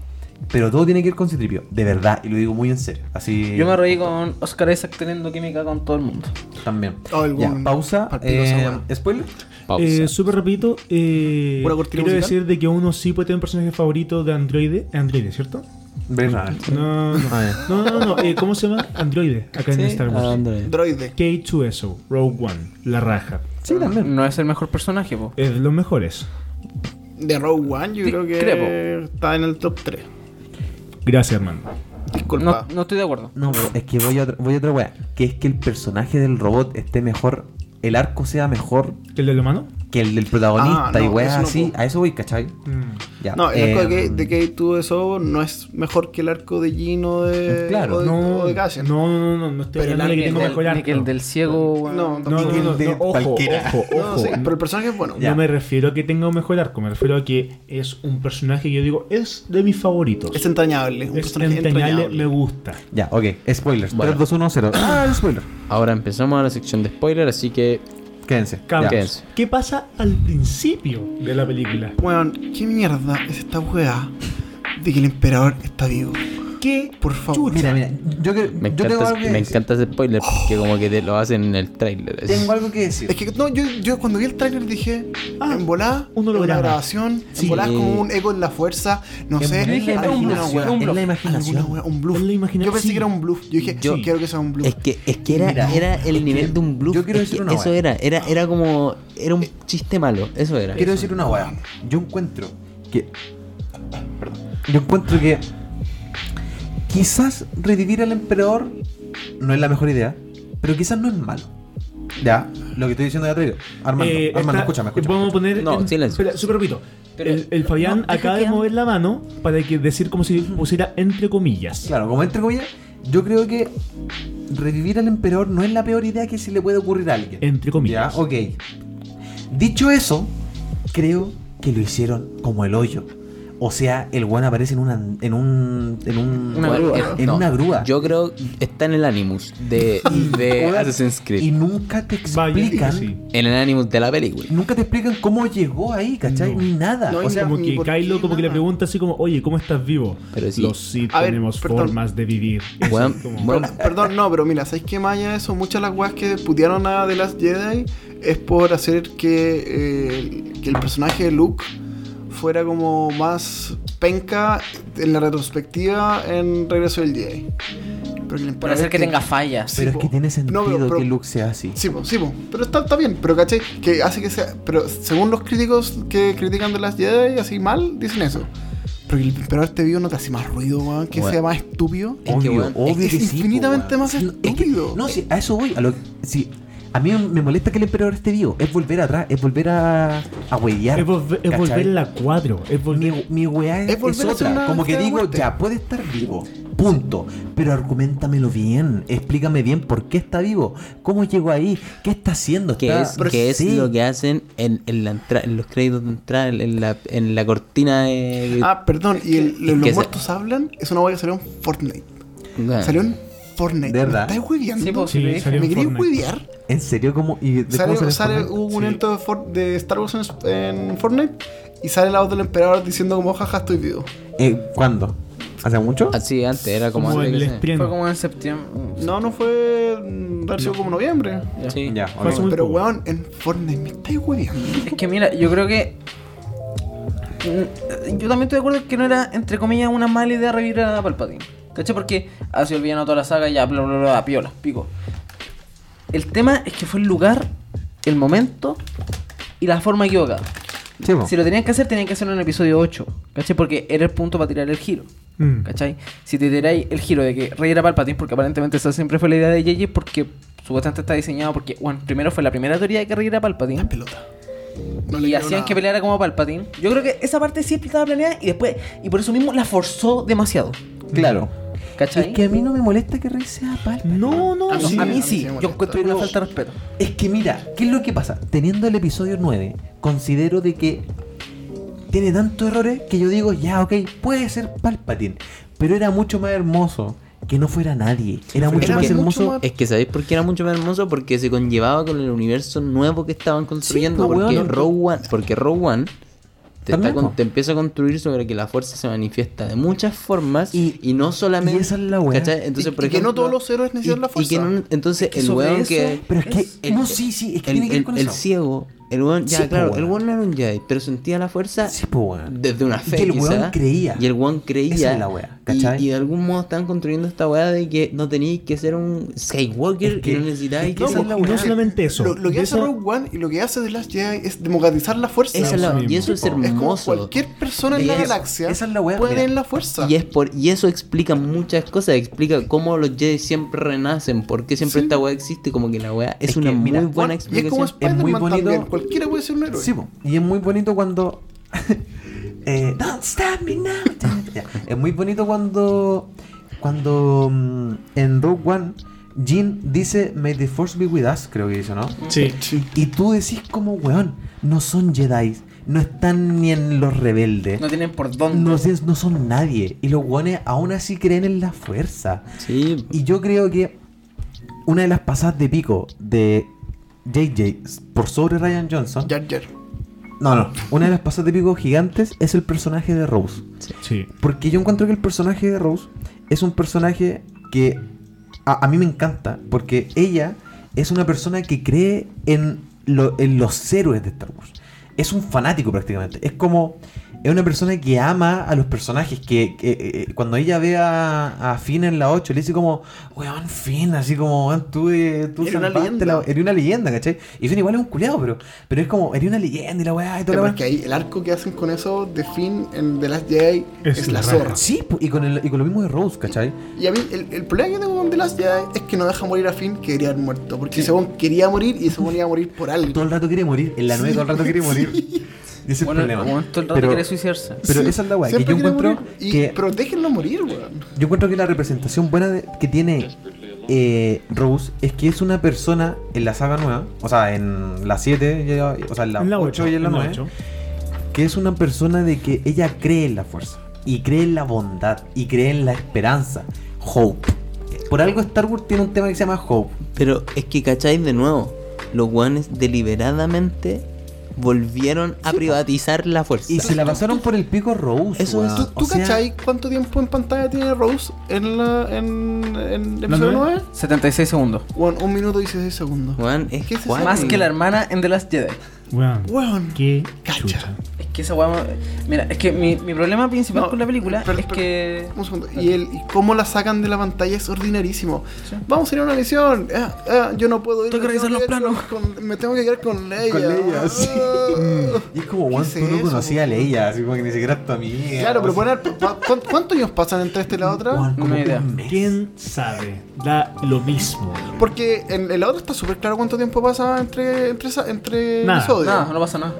pero todo tiene que ver con Citripio, de verdad, y lo digo muy en serio. Así Yo me reí con Oscar Isaac teniendo química con todo el mundo. también. Oh, el Ya, buen pausa, partido esa eh, wea. spoiler. Pausa. Eh, Súper repito, eh, quiero ¿Pura cortina musical? decir de que uno sí puede tener un personaje favorito de androide, androide, ¿cierto? Bernard. No, no, Ah, no, no, no, no, eh, ¿cómo se llama? Androide, acá en Sí, Star Wars. Android. Droide. K2SO, Rogue One, La Raja. Sí, también. No es el mejor personaje, po. Es de los mejores. De Rogue One, yo Sí, creo que creo. está en el top 3. Gracias, Armando. Disculpa. No, no estoy de acuerdo. No, pero es que voy a otra, voy a otra wea, que es que el personaje del robot esté mejor, el arco sea mejor ¿El de la mano? que el del protagonista Ah, no, y weas eso no así. puedo. A eso voy, ¿cachai? Mm. Ya, No, el arco de em, K- de K2 eso no es mejor que el arco de Gino de, Claro, o de, No, o de no, Cassian. no, no, no, no estoy Pero hablando de el que tengo del- mejor Ni arco. que el del ciego, weón. No, No, no, tampoco. no, de no, ojo, cualquiera. ojo, No, ojo. sí, pero el personaje es bueno. Ya. No me refiero a que tenga un mejor arco, me refiero a que es un personaje que yo digo es de mis favoritos. Es entrañable. Un Es personaje entrañable. entrañable, me gusta. Ya, ok, spoilers. Bueno. 3, 2, 1, (coughs) 0. Ah, el spoiler. Ahora empezamos la sección de spoiler, así que Quédense. ya. Cambios. Quédense. ¿Qué pasa al principio de la película? Weón, ¿qué mierda es esta weá de que el emperador está vivo? ¿Qué? Por favor. Mira, mira, yo, que- me yo tengo encanta, algo que me decir. encanta ese spoiler porque como que te lo hacen en el trailer. Tengo algo que decir. Es que no, yo, yo cuando vi el tráiler dije, ah, en volá, un en una holograma. grabación, Sí. en volá es como un eco en la fuerza, no En sé, volá es la alguna imaginación, un weá, es bluff. la alguna imaginación. weá, un bluff. Es la imaginación, Yo pensé sí. que era un bluff, yo dije, Yo- sí, quiero que sea un bluff. Es que, es que era, Mira, era el nivel de un bluff. yo quiero es decir que una eso wea. era, era, era como. Era un chiste malo. Eso era. Quiero decir una weá. Yo encuentro que. Perdón. Yo encuentro que. Quizás revivir al emperador no es la mejor idea, pero quizás no es malo. Ya, lo que estoy diciendo de atrás. Armando, Eh, Armando, está- escúchame, escúchame. Vamos a poner. No, en- silencio. espera, súper repito. Pero- el, el Fabián no, deja acaba que de hable. mover la mano para que decir como si pusiera entre comillas. Claro, como entre comillas, yo creo que revivir al emperador no es la peor idea que se le puede ocurrir a alguien. Entre comillas. Ya, ok. Dicho eso, creo que lo hicieron como el hoyo. O sea, el weón aparece en una en un en un Una Bueno, grúa. eh, en no, una grúa. Yo creo está en el Animus de, de (laughs) Weón, Assassin's Y Creed. nunca te Vaya, explican sí. En el Animus de (laughs) la película. nunca te explican cómo llegó ahí, ¿cachai? No. Ni nada. No, o sea, Como ni que por Kylo qué, como que le nada. pregunta así como, oye, ¿cómo estás vivo? Pero sí. Los sí A ver, tenemos perdón. formas de vivir. Eso Weón, es como- weón, Perdón, no, pero mira, ¿sabéis qué más allá de eso? Muchas de las weas que putearon a The Last Jedi es por hacer que, eh, que el personaje de Luke fuera como más penca en la retrospectiva en Regreso del Jedi. Pero que Por hacer que tenga fallas. Pero es que tiene sentido pero- pero- que Luke sea así. Sí, po, sí, po. pero está, está bien, pero caché que hace que sea. Pero según los críticos que critican de las Jedi así mal, dicen eso. Pero que el emperador te vivo no te hace más ruido, weón, que Bueno. sea más estúpido. Es que, weón, obvio es que sí, infinitamente po, más weón. Sí, no, es que- estúpido. no, sí, a eso voy. A, lo, sí, a mí me molesta que el emperador esté vivo. Es volver atrás, es volver a, a huellar. Es, volver- es ¿cachai? volver la 4. Es volver. Mi, mi weá Es es, volver a hacer una otra. Como que escena de digo, muerte. ya, puede estar vivo. Punto. Pero argumentamelo bien. Explícame bien por qué está vivo. ¿Cómo llegó ahí? ¿Qué está haciendo? Que Está- es, pero que es sí. lo que hacen en, en, la entra- en los créditos de entrada, en- en la, en la cortina de... Ah, perdón, y el- Es los que se- Ah. muertos hablan, es una weá que salió en Fortnite. Weón. Salió en Fortnite. ¿De verdad? ¿Me estás hueviando? Sí, po, sí, Sí, lo dije. salió pues, ¿Me en queréis Fortnite. hueviar? ¿En serio? ¿Cómo? ¿Y de Sale, cómo sale- sale hubo un evento de, For- de Star Wars en, en Fortnite y sale la voz del emperador diciendo como jaja estoy vivo. Eh, ¿Cuándo? ¿Hace mucho? Así antes, era como, Como antes en que el se- sprint. Fue como en septiembre. No, no fue mm, haber sido como noviembre. Sí. Ya, Fue hace ok. muy Pero poco. weón, en Fortnite me estáis hueviando. Es que mira, yo creo que. Mm, Yo también estoy de acuerdo que no era, entre comillas, una mala idea revivir a Palpatine. ¿Cachai? Porque así olvidan a toda la saga y ya, bla, bla, bla, piola, pico. El tema es que fue el lugar, el momento y la forma equivocada. Sí, po. Si lo tenían que hacer, tenían que hacerlo en el episodio 8. ¿Cachai? Porque era el punto para tirar el giro. Mm. ¿Cachai? Si te tiráis el giro de que Rey era Palpatine, porque aparentemente esa siempre fue la idea de JJ, porque supuestamente está diseñado porque, bueno, primero fue la primera teoría de que Rey era Palpatine. Pelota. y hacían que pelear peleara como Palpatine. Yo creo que esa parte sí estaba planeada y después, y por eso mismo la forzó demasiado. Mm. Claro. ¿Cachai? Mm. Es que a mí no me molesta que Rey sea palpa. No, no, a, mí- sí. a mí sí sí, me yo molesta. encuentro una falta de respeto. Es que mira, ¿qué es lo que pasa? Teniendo el episodio 9, considero de que tiene tantos errores que yo digo, ya, ok, puede ser Palpatine, pero era mucho más hermoso que no fuera nadie. Era mucho Era más mucho hermoso. más- Es que sabéis por qué era mucho más hermoso porque se conllevaba con el universo nuevo que estaban construyendo Sí, pues, porque weón. Rogue One, porque Rogue One te, También, está con- po. te empieza a construir sobre que la fuerza se manifiesta de muchas formas y, Y- no solamente y esa es la weá. ¿cachai? Entonces, Y- por y que no ejemplo, todos los héroes necesitan y- la y fuerza. que no- entonces el sobre weón eso- que Pero es que. el- no, sí, sí, es que el, tiene que ver el- con el eso. ciego, el weón, ya Sí, po, claro, el weón. weón no era un Jedi, pero sentía la fuerza Sí, po, weón. desde una fe. Y el weón quizá, creía. Y el weón creía. Esa es la weá, ¿cachai? Y, y de algún modo están construyendo esta weá de que no tenéis que ser un Skywalker Es que- y no necesitáis es que que pues, No, ser- esa es la no weá. solamente eso. Lo, lo que de hace esa- Rogue One y lo que hace The Last Jedi es democratizar la fuerza. Esa es la- y eso es Es como hermoso. cualquier persona en Y la es- galaxia esa es la wea, puede mira. tener la fuerza. Y, es por, y eso explica muchas cosas. Explica cómo los Jedi siempre renacen, por qué siempre Sí. esta weá existe. Como que la weá es, Es que, una mira, muy Bueno, y buena es como explicación. Es muy Spider-Man bonito. también. Cualquiera puede ser un héroe. Sí, po. y es muy bonito cuando. (laughs) Eh, Don't stop me now. (laughs) Ya, Es muy bonito cuando. Cuando mm, en Rogue One, Jean dice May the Force be with us, creo que dice, ¿no? Sí. Y tú decís como, weón, no son Jedi, no están ni en los rebeldes. No tienen por dónde. No, sé, no son nadie. Y los weones aún así creen en la fuerza. Sí, Y yo creo que una de las pasadas de pico de JJ por sobre Ryan Johnson. Jar Jar. No, no. Una de las pasas de pico gigantes es el personaje de Rose. Sí. Porque yo encuentro que el personaje de Rose es un personaje que a, a mí me encanta. Porque ella es una persona que cree en, lo- en los héroes de Star Wars. Es un fanático prácticamente. Es como... Es una persona que ama a los personajes. Que, que, eh, eh, cuando ella ve a, a Finn en la 8, le dice como... Weón, Finn, así como... "Weón, Tú, eh, tú Era una salvaste la- leyenda". Era una leyenda, ¿cachai? Y Finn igual es un culiado, pero... Pero es como... Era una leyenda y la weá y toda la weá. Porque ahí el arco que hacen con eso de Finn en The Last Jedi es, Es la la zorra. raja. Sí, po, y con, el, y con lo mismo de Rose, ¿cachai? Y a mí, el, el problema que tengo con The Last Jedi es que no deja morir a Finn, que quería haber muerto. Porque ese según quería morir y según iba a morir por algo. Todo el rato quiere morir, en la nueve Sí, todo el rato quiere (laughs) morir. Y ese es Bueno, el el problema. momento el rato Pero, quiere suicidarse. pero Sí, esa es la weá, que siempre yo quiere encuentro morir. Y, que, Pero déjenlo morir, weón. yo encuentro que la representación buena de- que tiene eh, Rose es que es una persona en la saga nueva, o sea, en la 7, ya- o sea, en la, En la 8, 8 y en la 9, ocho. que es una persona de que ella cree en la fuerza, y cree en la bondad, y cree en la esperanza. Hope. Por algo Star Wars tiene un tema que se llama Hope. Pero es que, ¿cacháis de nuevo? Los guanes deliberadamente volvieron a privatizar la fuerza. Y se la pasaron por el pico Rose. Eso es. weón. ¿Tú, O tú sea, cachai cuánto tiempo en pantalla tiene Rose en, la, en, en el ¿La episodio nueve? 9? 76 segundos. Weón, un minuto y 16 segundos. Weón, es ¿Qué es eso? cuático. Más que la hermana en The Last Jedi. Weón. Weón. Qué Cacha. chucha. Es que esa weá. Mira, es que mi, mi problema principal No, con la película pero- es pero- que. Un segundo. Y, el, y cómo la sacan de la pantalla es ordinarísimo. Vamos a ir a una misión. Ah, ah, yo no puedo ir. Tengo que me revisar tengo los que planos. quedar con- me tengo que quedar con Leia. Con Leia, sí. Ah. Y es como, Juan, ¿Qué tú es no eso, conocías a weón? Leia, así como que ni siquiera era tu amiga. (laughs) Claro, pero o sea. poner, pa- ¿cuán- ¿cuántos años pasan entre esta y la otra? Juan, como No idea. un mes. ¿Quién sabe? Da lo mismo. Porque en, en la otra está súper claro cuánto tiempo pasa entre, entre, esa- entre Nada. episodios. No, no pasa nada.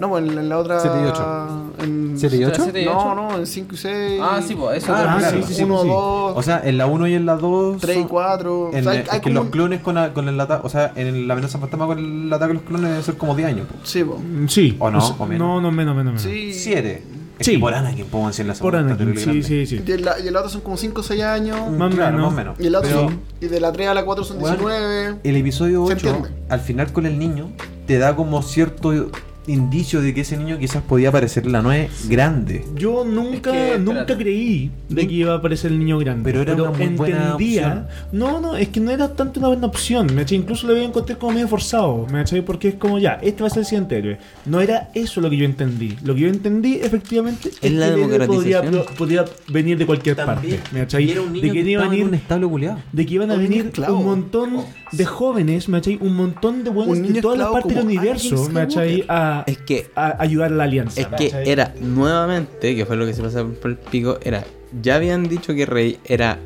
No, pues en, en la otra. Siete y ocho. En, ¿Siete y ocho? Siete y ocho. No, no, en 5 y 6. Ah, sí, pues, eso Ah, es sí, claro. sí, sí. Uno, sí. dos. O sea, en la 1 y en la 2. 3 y 4. En, es que los clones con, la- con el ataque. O sea, en la amenaza fantasma con el ataque de los clones debe ser como 10 años. Sí, pues. po. Mm, Sí. ¿O no? sea, ¿O menos? No, no, menos, menos, menos. 7. Sí. Es Sí. que por Anakin puedo decir en la Por segunda. está Anakin, terrible sí, grande. sí, sí. Mm. Y en la, y en la otra son como 5 o 6 años. Más o Claro, más menos. o menos. Y, en la otra Pero son- y de la 3 a la 4 son Bueno. 19. el episodio Se 8, entiende. al final con el niño, te da como cierto indicio de que ese niño quizás podía aparecer en la 9 grande. Yo nunca, Es que, espérate. nunca creí de que iba a aparecer el niño grande. Pero era una muy buena opción. No, no, es que no era tanto una buena opción. ¿me cachai? Incluso lo voy a encontrar como medio forzado. ¿me cachai? Porque es como ya, este va a ser el siguiente héroe. No era eso lo que yo entendí. Lo que yo entendí, efectivamente, Es la que el héroe podía, democratización. pro- podía venir de cualquier parte. ¿me cachai? de que iba a venir- establo culiado. de que iban a Un niño venir esclavo. un montón de jóvenes, ¿me cachai? Un montón de buenos Un de niño todas las esclavo partes del como universo, Anakin ¿me cachai? A, Es que- a ayudar a la alianza. Es ¿me que cachai? era nuevamente, que fue lo que se pasaba por el pico, era, ya habían dicho que Rey era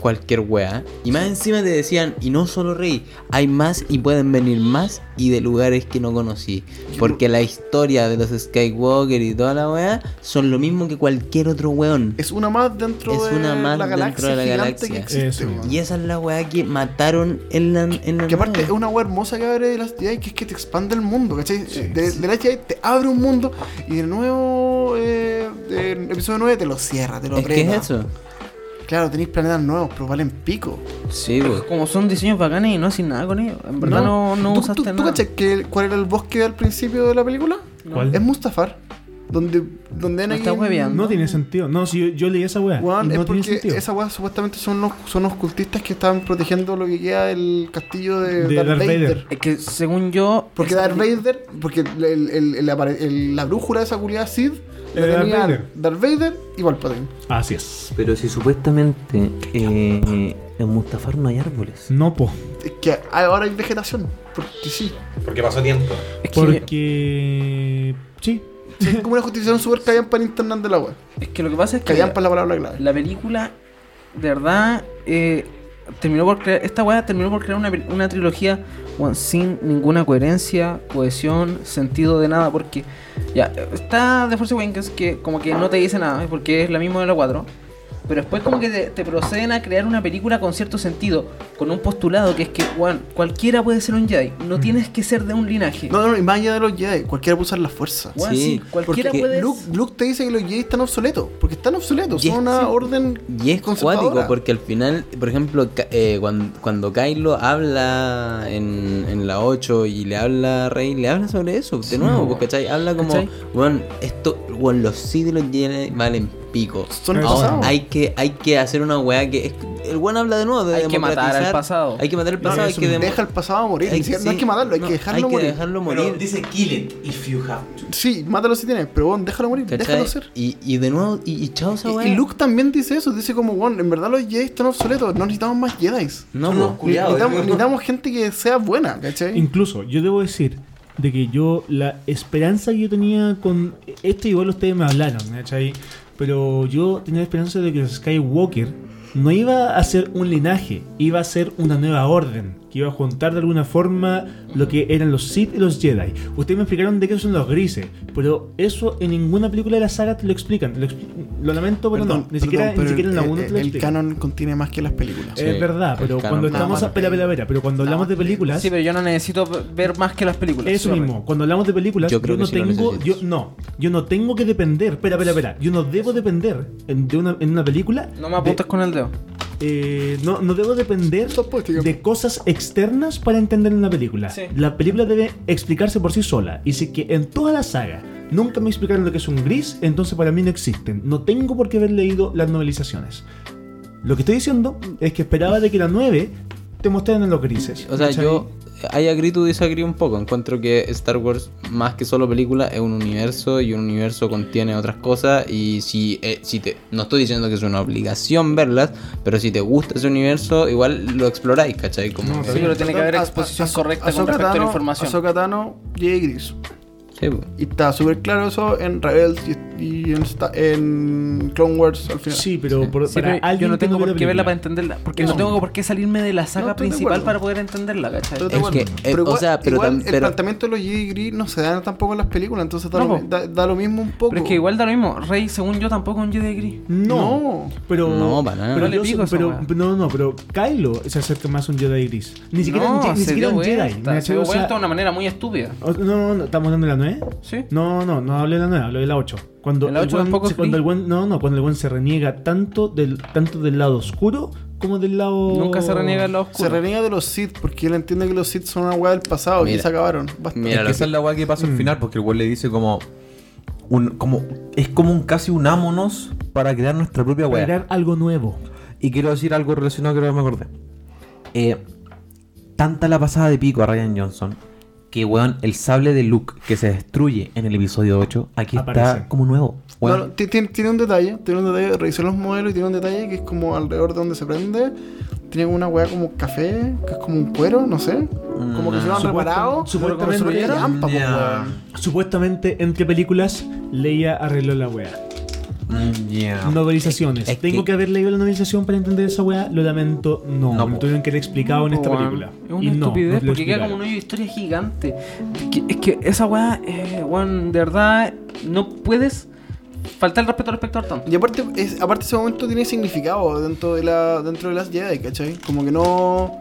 cualquier wea, y más encima te decían, y no solo Rey, hay más y pueden venir más y de lugares que no conocí, porque la historia de los Skywalker y toda la wea son lo mismo que cualquier otro weón. Es una más dentro Es de una más la dentro galaxia de la gigante que galaxia. existe. Eso. weón. Y esa es la wea que mataron en la... En la Que aparte es nueva. una wea hermosa que abre de las Jedi, que es que te expande el mundo, ¿cachai? de, de las Jedi te abre un mundo y de nuevo, eh, en episodio 9 te lo cierra, te lo Es que es aprieta. eso. Claro, tenéis planetas nuevos, pero valen pico. Sí, pues. Como son diseños bacanes y no hacen nada con ellos. En verdad no, no, ¿Tú, usaste tú- tú nada. cachai que- cuál era el bosque al principio de la película? ¿Cuál? Es Mustafar. Donde, donde Me está hueveando. No tiene sentido. No, si yo, yo leí esa weá. Weón, y es no tiene porque sentido. esa weá supuestamente son los, son los cultistas que estaban protegiendo lo que queda del castillo de, De Darth Vader. Es que según yo. Porque esa Darth película- Vader, porque el- el- el- el apare- el- la brújula de esa culiada Sid la Era Darth tenían Vader. Darth Vader y Palpatine. Así es. Pero si supuestamente eh, en Mustafar no hay árboles. No, po. Es que ahora hay vegetación, porque sí. Porque pasó tiempo. Es que, Porque. Sí. Es como una justificación súper callampa en internet de la web. es que lo que pasa es que. Callampa es la palabra clave. La película, de verdad, eh, terminó por crear. Esta weá terminó por crear una, pel- una trilogía weón, sin ninguna coherencia, cohesión, sentido de nada. Porque ya eh, está The Force Awakens que, como que no te dice nada, es porque es la misma de la 4. Pero después, como que te, te proceden a crear una película con cierto sentido, con un postulado que es que weón, cualquiera puede ser un Jedi, no tienes que ser de un linaje. No, no, no, y más allá de los Jedi, cualquiera puede usar la fuerza. Weón, Sí, sí, cualquiera porque puede Luke, Luke te dice que los Jedi están obsoletos, porque están obsoletos, Y es- son una sí. orden Y es cuático conservadora. porque al final, por ejemplo, Ca- eh, cuan- cuando, Kylo habla en, en la 8 y le habla a Rey, le habla sobre eso, de nuevo, pues, ¿cachai? Habla como, ¿Cachai? bueno, esto, bueno, los sí de los Jedi valen pico. Son el Ahora pasado. hay que, hay que hacer una weá que... es- el buen habla de nuevo de Hay que matar al democratizar, pasado. Hay que matar al No, pasado, hay eso que... demo- deja el pasado morir, hay ni siquiera- no hay sí, que matarlo, hay no, que dejarlo hay que morir. dejarlo morir. dice kill it if you have to. Sí, mátalo si tienes, pero bueno, déjalo morir, ¿cachai? déjalo ser. Y, y de nuevo, y, y chao esa Y- weá. Y, Luke también dice eso, dice como, bueno, en verdad los Jedi están obsoletos, no necesitamos más Jedi. No, po. necesitamos, necesitamos gente que sea buena, ¿cachai? Incluso, yo debo decir de que yo, la esperanza que yo tenía con. Esto igual ustedes me hablaron, ¿eh? ¿cachai? Pero yo tenía la esperanza de que los Skywalker no iba a ser un linaje, iba a ser una nueva orden, que iba a juntar de alguna forma lo que eran los Sith y los Jedi. Ustedes me explicaron de qué son los grises, pero eso en ninguna película de la saga te lo explican. te lo, expli- lo lamento, pero Perdón, no. Ni siquiera, perdón, ni siquiera en la pero eh, 1 te lo el, el explican. canon contiene más que las películas. Sí, es verdad, el pero canon cuando nada estamos. más a- Espera, espera, espera, pero cuando hablamos de películas. Sí, pero yo no necesito ver más que las películas. Eso mismo, cuando hablamos de películas, yo, Yo creo no que sí lo tengo, yo, necesitas. no, yo no tengo que depender, espera, espera, espera, yo no debo depender en, de una, en una película, No me apuntas con el dedo. eh, no, no debo depender Esto es política. de cosas externas para entender una película. Sí. La película debe explicarse por sí sola, y si que en toda la saga nunca me explicaron lo que es un gris, entonces para mí no existen, no tengo por qué haber leído las novelizaciones. Lo que estoy diciendo es que esperaba de que la 9 te mostraran en los grises. O sea, ¿cachai? yo ahí agree to disagree un poco. Encuentro que Star Wars, más que solo película, es un universo y un universo contiene otras cosas. Y si, eh, si te. No estoy diciendo que es una obligación verlas, pero si te gusta ese universo, igual lo exploráis, ¿cachai? Como, Sí, pero tiene que haber exposición correcta con respecto a la información. Ahsoka Tano llega gris. Sí, po. Y está súper claro eso en Rebels y, y en, Sta- en Clone Wars al final. Sí, pero por- Sí, para pero yo alguien no tengo que por qué película. verla para entenderla. Porque No. no, tengo por qué salirme de la No, saga estoy de principal acuerdo. para poder entenderla, ¿cachai? Estoy de Es acuerdo. que, eh, o sea, pero igual tam- el pero- planteamiento de los Jedi Gris no se da tampoco en las películas, entonces da, No, lo, po. da- da lo mismo un poco. Pero es que igual da lo mismo. Rey, según yo, tampoco es un Jedi Gris. No, No. pero. No, para nada. Pero No le yo- pico esa pero- weá. no, no, pero Kylo se acerca más a un Jedi gris. Ni siquiera un, no, Je- ni se siquiera dio un Jedi. vuelta, ¿me Se cachai? dio O sea, vuelta de una manera muy estúpida. o- no, no, no, ¿estamos hablando de la 9? Sí. No, no, no hablé de la 9, hablé de la 8. Cuando En la el ocho weón tampoco se- es cuando el gris. weón- No, no, cuando el buen se reniega tanto del, tanto del lado oscuro como del lado. Nunca se reniega el lado se oscuro. reniega de los Sith porque él entiende que los Sith son una weá del pasado y Mira. se acabaron. Basta. Mira, es lo que esa es la weá que Mm. pasa al final, porque el weón le dice como. Un, como es como un casi unámonos para crear nuestra propia weá. Crear algo nuevo. Y quiero decir algo relacionado que ahora me acordé. Eh, tanta la pasada de pico a Ryan Johnson que, weón, el sable de Luke que se destruye en el episodio 8, aquí Aparece. está como nuevo. Weón, No, no, ti- tiene, tiene un detalle, tiene un detalle, revisé los modelos y tiene un detalle que es como alrededor de donde se prende. Tiene una weá como café, que es como un cuero, no sé. Como Mm, que se lo han Supuesta- reparado. supuestamente- pero tiene trampa, po, Ya. weón. Supuestamente, entre películas, Leia arregló la wea. Mm, yeah. Novelizaciones. Es que- Tengo que... haber leído la novelización para entender esa weá. Lo lamento, no. No, me po. tuvieron que haber explicado en esta Weón, película. Es una Y no, estupidez no lo porque queda explicaron. como un hoyo de historia gigante. Que- Es que esa weá, eh, weón, de verdad, no puedes faltar el respeto al espectador tanto. Y aparte, es, aparte ese momento tiene significado dentro de la dentro de las Jedi, ¿cachai? Como que no.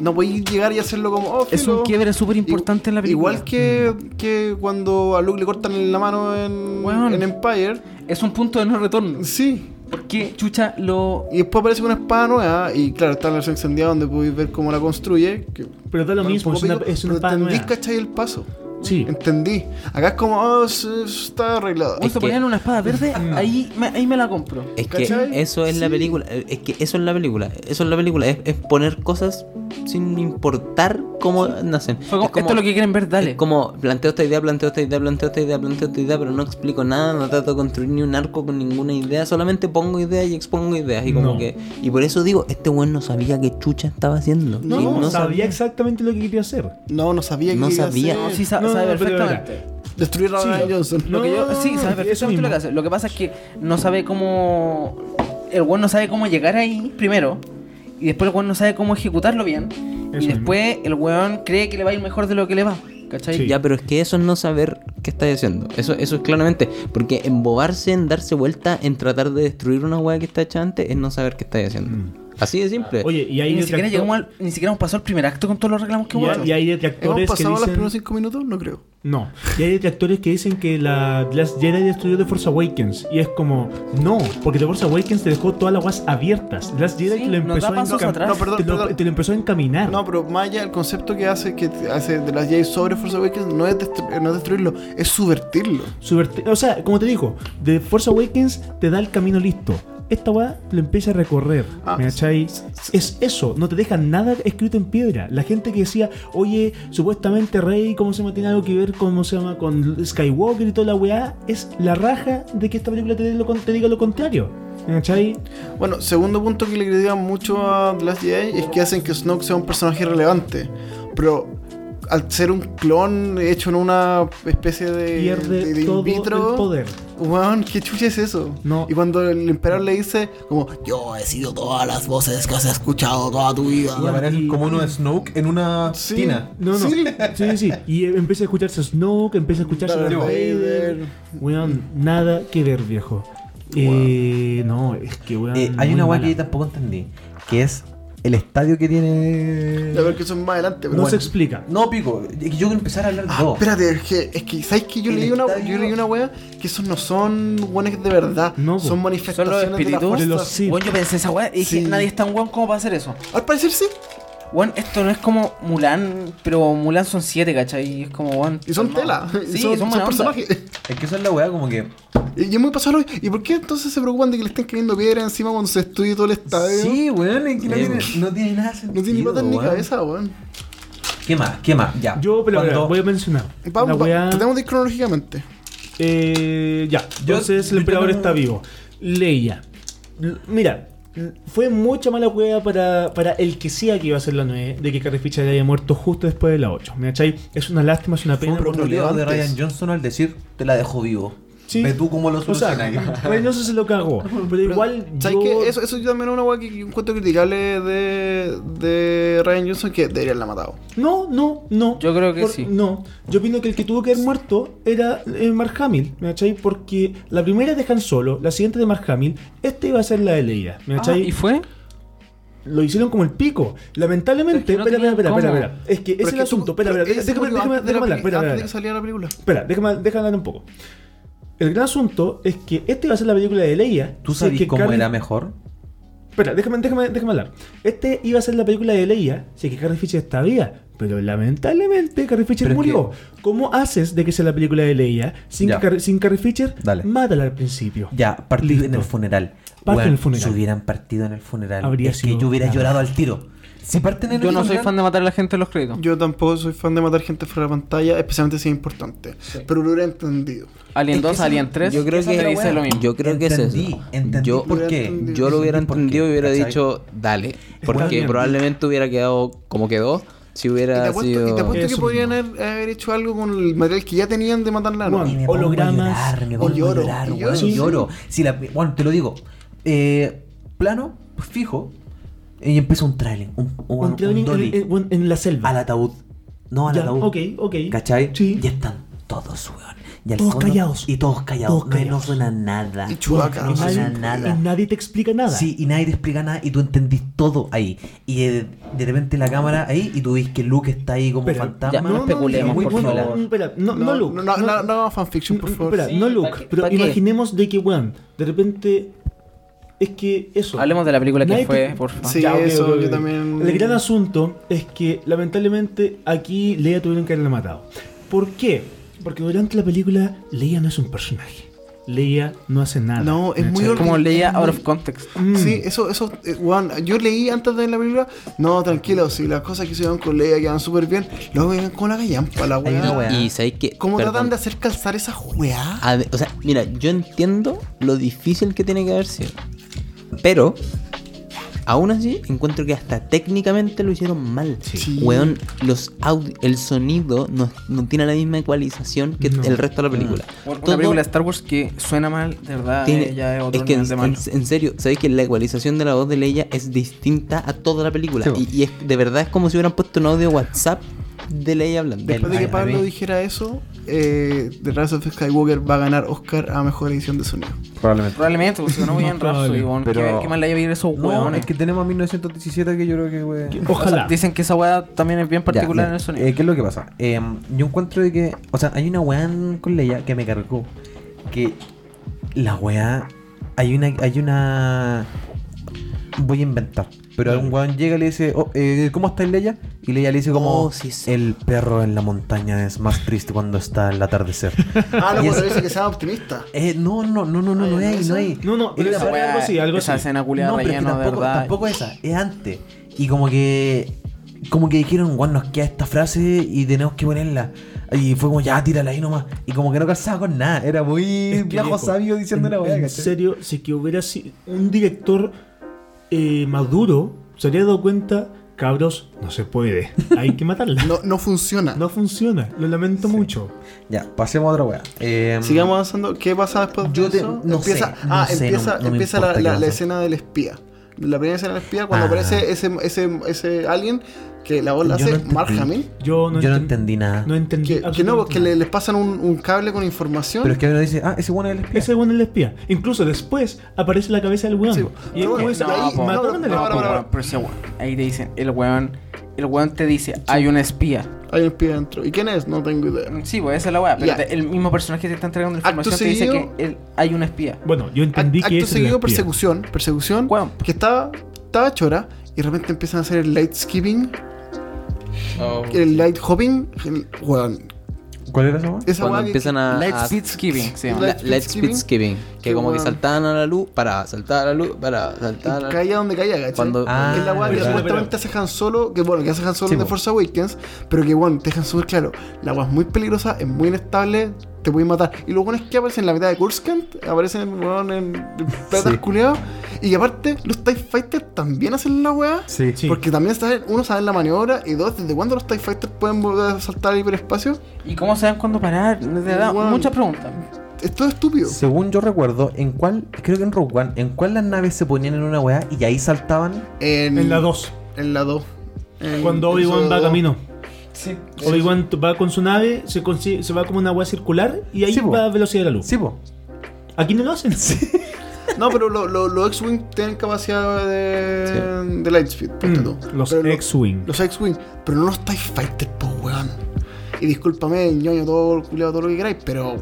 No podéis llegar y hacerlo como. oh, Es filo. un quiebre súper importante en la película. Igual que, que cuando a Luke le cortan la mano en, Weón. en Empire. Es un punto de no retorno. Sí. Porque, chucha, lo. Y después aparece con una espada nueva. Y claro, está la versión encendida donde podéis ver cómo la construye. Que, Pero da lo bueno, mismo, un es poco una, pico, es una pero espada entendí, nueva. ¿cachai? El paso. Sí. Entendí. Acá es como, oh, se- se está arreglado. Justo que- ponían una (laughs) espada verde, ahí me, ahí me la compro. Es ¿Cachai? que eso es la Sí. película. eh, Es que eso es la película. Eso es la película. Es, es poner cosas sin importar cómo nacen. Fue como, como- esto es lo que quieren ver, dale. Es como planteo esta idea, planteo esta idea, planteo esta idea, planteo esta idea, pero no explico nada, no trato de construir ni un arco con ninguna idea, solamente pongo ideas y expongo ideas. Y como No. que. Y por eso digo, este weón no sabía qué chucha estaba haciendo. No, Y sabía, sabía. exactamente lo que quería hacer. No, no sabía que No iba a sabía. ser- No, sí sa- No, sabe no, pero era- perfectamente. Destruir a Sí. Ryan Johnson. No, Lo que yo, sí, sabe eso perfectamente lo mismo. que hace. Lo que pasa es que no sabe cómo. El weón no sabe cómo llegar ahí primero. Y después el weón no sabe cómo ejecutarlo bien. Eso y después el weón cree que le va a ir mejor de lo que le va. ¿Cachai? Sí. Ya, pero es que eso es no saber qué estás haciendo. Eso, eso es claramente. Porque embobarse en darse vuelta, en tratar de destruir una weá que está hecha antes, es no saber qué estás haciendo. Mm. Así de simple. Oye, y hay ni, siquiera detractor- llegamos al- ni siquiera hemos pasado el primer acto con todos los reclamos que y hubo. hay- y hay ¿Hemos detractores que pasado los dicen... primeros cinco minutos? No creo. No. Y hay detractores que dicen que la The Last Jedi destruyó The Force Awakens. Y es como, no, porque The Force Awakens te dejó todas las guas abiertas. The Last Jedi Sí, te, lo nos da empezó a pasos encam- atrás. No, perdón, te lo- perdón. te lo empezó a encaminar. No, pero más allá, el concepto que hace que hace de las Jedi sobre Force Awakens no es, destru- no es destruirlo, es subvertirlo. Subverti- O sea, como te digo, The Force Awakens te da el camino listo. Esta weá lo empieza a recorrer. Ah, ¿Me cachai? Es eso, no te deja nada escrito en piedra. La gente que decía, oye, supuestamente Rey, ¿cómo se llama? Tiene algo que ver cómo se llama con Skywalker y toda la weá. Es la raja de que esta película te, dé lo con- te diga lo contrario. ¿Me cachai? Bueno, segundo punto que le critican mucho a The Last Jedi es que hacen que Snoke sea un personaje relevante. Pero al ser un clon hecho en una especie de, Pierde de- de todo el poder. Weón, qué chucha es eso. No. Y cuando el emperador le dice, como, yo he sido todas las voces que has escuchado toda tu vida. Y aparece y- como uno de Snoke en una Sí. tina. No, no. Sí. Sí, sí, sí. Y eh, empieza a escucharse Snoke, empieza a escucharse Darth Darth Vader. Vader. Weón, nada que ver, viejo. Eh, no, es que weón. Eh, hay muy una weá mala. que yo tampoco entendí, que es el estadio que tiene. A ver que son más adelante. No pero- se explica. No, pico, yo quiero empezar a hablar de Ah, todo. espérate, es que, es que ¿sabes que yo El leí, una, yo estadio- leí una wea que esos no son buenos de verdad? No, po. son manifestaciones Son los de la espíritus. fuerza. De los Sith. Weón, yo pensé esa weá y dije, Sí. nadie es tan weón como para hacer eso. Al parecer sí. Weón, esto no es como Mulan, pero Mulan son siete, ¿cachai? Es como weón. Y son calmado. tela. (laughs) Sí, y son, son buena onda. personajes. Es que esa es la weá como que. Y es muy pasado. lo- ¿Y por qué entonces se preocupan de que le estén cayendo piedra encima cuando se estudia todo el estadio? Sí, weón, es que no, Sí, tiene, no tiene nada de sentido. No tiene ni patas ni weón. cabeza, weón. ¿Qué más? ¿Qué más? Ya. Yo, pero Cuando- ahora voy a mencionar. Vamos, la weá- va- tratemos de ir cronológicamente. Eh, ya, Yo- entonces el yo emperador tengo- está vivo. Leia. L- Mira, l- fue mucha mala hueá para, para el que sea que iba a ser la 9 de que Carrie Fisher haya muerto justo después de la 8. ¿Me cachai? Es una lástima, es una Fue pena. un problema de antes. Ryan Johnson al decir te la dejo vivo. Sí. Ve tú cómo lo O sea, pues, solucionas. (laughs) Ryan Johnson se lo cagó. Pero igual. ¿Sabes yo- qué? Eso, eso yo también es una weá que encuentro criticable de, de Ryan Johnson que deberían la matado. No, no, no. Yo creo que sí. No, yo opino que el que tuvo que haber muerto era eh, Mark Hamill, ¿me cachai? Porque la primera dejan solo, la siguiente de Mark Hamill, esta iba a ser la de Leia, ¿me Ah, cachai? ¿Y fue? lo hicieron como el pico. Es que Lamentablemente, no espera, espera, tenían espera, espera, cómo. espera. Es que ese Pero es el que tú- asunto. Espera, pero espera, ese déjame, murió déjame, antes de la déjame hablar, peli- espera, antes de espera. que saliera la película. Espera, déjame, déjame hablar un poco. El gran asunto es que este va a ser la película de Leia. ¿Tú si es sabes que cómo Carrie- era mejor? Espera, déjame, déjame, déjame hablar. Este iba a ser la película de Leia, si es que Carrie Fisher está viva. Pero lamentablemente Carrie Fisher Pero es murió. ¿Cómo haces de que sea la película de Leia sin, que Ya. Carrie- sin Carrie Fisher? Dale. Mátala al principio. Ya, partido en Listo. el funeral. Parte Weón, en el funeral. Si hubieran partido en el funeral, Habría es que sido yo hubiera grave. llorado al tiro. Si parten en el Yo no soy funeral- fan de matar a la gente en los créditos. Yo tampoco soy fan de matar gente fuera de la pantalla, especialmente si es importante. Pero lo hubiera entendido. Alien Es que 2, esa- Alien 3. Yo creo esa es que la dice weá. lo mismo. Yo creo que es eso. Entendí, entendí Yo, por qué. Entendí, yo lo hubiera entendí por entendido y qué, hubiera ¿cachai? dicho, dale. Porque bien. probablemente hubiera quedado como quedó si Y te hubiera apuesto, y sido. te apuesto que Eso podrían haber, haber hecho algo con el material que ya tenían de matar la Bueno, Y me noche. pongo a Mm, Hologramas, llorar, me pongo a lloro, llorar, lloro. weón, Sí, lloro. Si la, bueno, te lo digo. Eh, plano, fijo. Y empieza un trailing. Un, un, Un un cloning en, dolly en- en la selva. al ataúd. No al Ya, ataúd. ok, ok. ¿Cachai? Sí. Y están todos, weón. Y al Todos fondo- callados. Y todos callados. Todos No- no, callados. suena nada. Y Chewbacca, No no Nadie- suena sé. nada. Y nadie te explica nada. Sí, y nadie te explica nada y tú entendís todo ahí. Y de, de repente la cámara ahí y tú veis que Luke está ahí como Pero- fantasma. ya, no especulemos, muy por buena. favor. Espera, no, no, Luke. No, no, no, no hagamos fanfiction, por favor. Espera, no Luke, ¿pa' qué- pero pa' qué? imaginemos de que, weón, de repente. Es que eso. Hablemos de la película que Nadie fue, te- por favor. Sí, Ya, ok, eso ok, ok. yo también. El gran asunto es que, lamentablemente, aquí Leia tuvieron que haberla matado. ¿Por qué? Porque durante la película, Leia no es un personaje. Leia no hace nada. No, es muy ¿cachai? Es como leía out of context. Mm. Sí, eso, eso, eh, weón, yo leí antes de ver la película, no, tranquilo, si las cosas que se dan con Leia quedan súper bien, luego vienen con la gallampa, la Hay una Ah, weá. weá. Y sabéis que. ¿Cómo tratan perdón, de hacer calzar esa weá? a ver, O sea, mira, yo entiendo lo difícil que tiene que haber sido. Pero. Aún así, encuentro que hasta técnicamente lo hicieron mal. Sí. Weón, los audi- el sonido no, no tiene la misma ecualización que No. el resto de la película. Mm. Una Todo- película de Star Wars que suena mal, de verdad, Tiene- eh, ya es otro es que en, nivel de malo. en- en serio, ¿sabéis que la ecualización de la voz de Leia es distinta a toda la película? y y es, de verdad es como si hubieran puesto un audio WhatsApp de Leia hablando. Después de que Pablo dijera eso, eh, The Rise of Skywalker va a ganar Oscar a Mejor Edición de Sonido. Probablemente. Probablemente, porque si no voy en Rhapsody, weón. ¿Qué, Pero- qué mal le haya a esos No, hueones. es que tenemos a 1917 que yo creo que, weón. (laughs) Ojalá. Dicen que esa weá también es bien Ya, particular mira, en el sonido. eh, ¿Qué es lo que pasa? Eh, yo encuentro de que. O sea, hay una weá en- con Leia que me cargó. Que la weá. Hay una. Hay una. Voy a inventar. Pero algún weón llega y le dice, "Oh, eh, ¿cómo está Leia? Y Leia le dice como, Oh, sí, sí. el perro en la montaña es más triste cuando está el atardecer. Ah, no, Y es- cuando dice que sea optimista. Eh, no, no, no, no, no, no Ay, hay, ¿no no es hay. esa? No, no, pero Era- esa weá- algo así, algo esa así. escena culiada pero es que relleno, de tampoco, verdad. tampoco esa, es antes. Y como que. Como que dijeron, bueno, nos queda esta frase y tenemos que ponerla. Y fue como, ya, tírala ahí nomás. Y como que no calzaba con nada. Era muy Es que, viejo viejo, sabio diciendo en- la weá, En ¿cachai? serio, si que hubiera sido un director eh, maduro, se habría dado cuenta, cabros, no se puede. Hay que (laughs) matarla. (laughs) no. No, no funciona. funciona, lo lamento mucho. Ya, pasemos a otra weá. Eh, Sigamos avanzando. ¿Qué pasa después Yo de te- eso? no empieza sé, ah, no sé, empieza, no- no me empieza importa la, qué la- pasa. la escena del espía. La primera escena del espía, cuando Ah. aparece ese, ese, ese alien que la voz la Yo no hace entendí. Mark Hamill. Yo no, Yo no enten- entendí nada. No entendí. Que, que no, absolutamente que nada. le- les pasan un, un cable con información. Pero es que uno dice, ah, ese bueno es el espía. Ese weón es el espía. Incluso después aparece la cabeza del weón. Sí, Y es pero como bueno, esa- ahí- ahí no, mataron no, al no, espía. no, no, Pero ese weón, ahí te dicen, el weón, el weón te dice, hay un espía. Hay un espía dentro. ¿Y quién es? No tengo idea. Sí, pues esa es la weá, pero Ya. te- el mismo personaje que te está entregando la Acto información te dice seguido- que él- hay un espía. Bueno, yo entendí Act- que ese acto era el seguido, espía. persecución. Persecución. Weón. Que estaba, estaba chora. Y de repente empiezan a hacer Oh. el light skipping, el light hopping. el- weón. ¿Cuál era esa weá? Esa Cuando weá que- empiezan a. Light ah, a- Speed Skipping, se llama. la- Light Speed Speed Skipping. Qué Que como que weón. saltaban a la luz, para, saltaban a la luz, para, saltaban a la luz. Caía donde caía, ¿cachai? Cuando- Ah, es la weá que verdad. supuestamente hace Han Solo, que bueno, que hace Han Solo Sí, en The po. Force Awakens, pero que bueno, te dejan súper claro, la weá es muy peligrosa, es muy inestable, te pueden matar. Y los buenos que aparecen en la mitad de Kurskant, aparecen weón, en platas Sí. culeados, y aparte los TIE Fighters también hacen la weá. Sí. Sí. Porque también saben, uno sabe la maniobra y dos, ¿desde cuándo los TIE Fighters pueden volver a saltar al hiperespacio? ¿Y cómo saben cuándo parar? Desde edad, Weón. muchas preguntas. Es todo estúpido. Según yo recuerdo, en cuál, creo que en Rogue One, en cuál las naves se ponían en una weá y ahí saltaban. En la 2. En la 2. Cuando Obi-Wan va camino. Sí. Obi-Wan va con su nave, se, consigue- se va como una hueá circular y ahí Sí, po. va a velocidad de la luz. Sí, po. Aquí no lo hacen. No, pero lo- lo- los X-Wing tienen capacidad de, de Lightspeed. ponte tú. (laughs) Mm, los Pero lo- X-Wing. Los X-Wing, pero no los TIE Fighters, po, weón. Y discúlpame, ñoño, todo culiado, todo lo que queráis, pero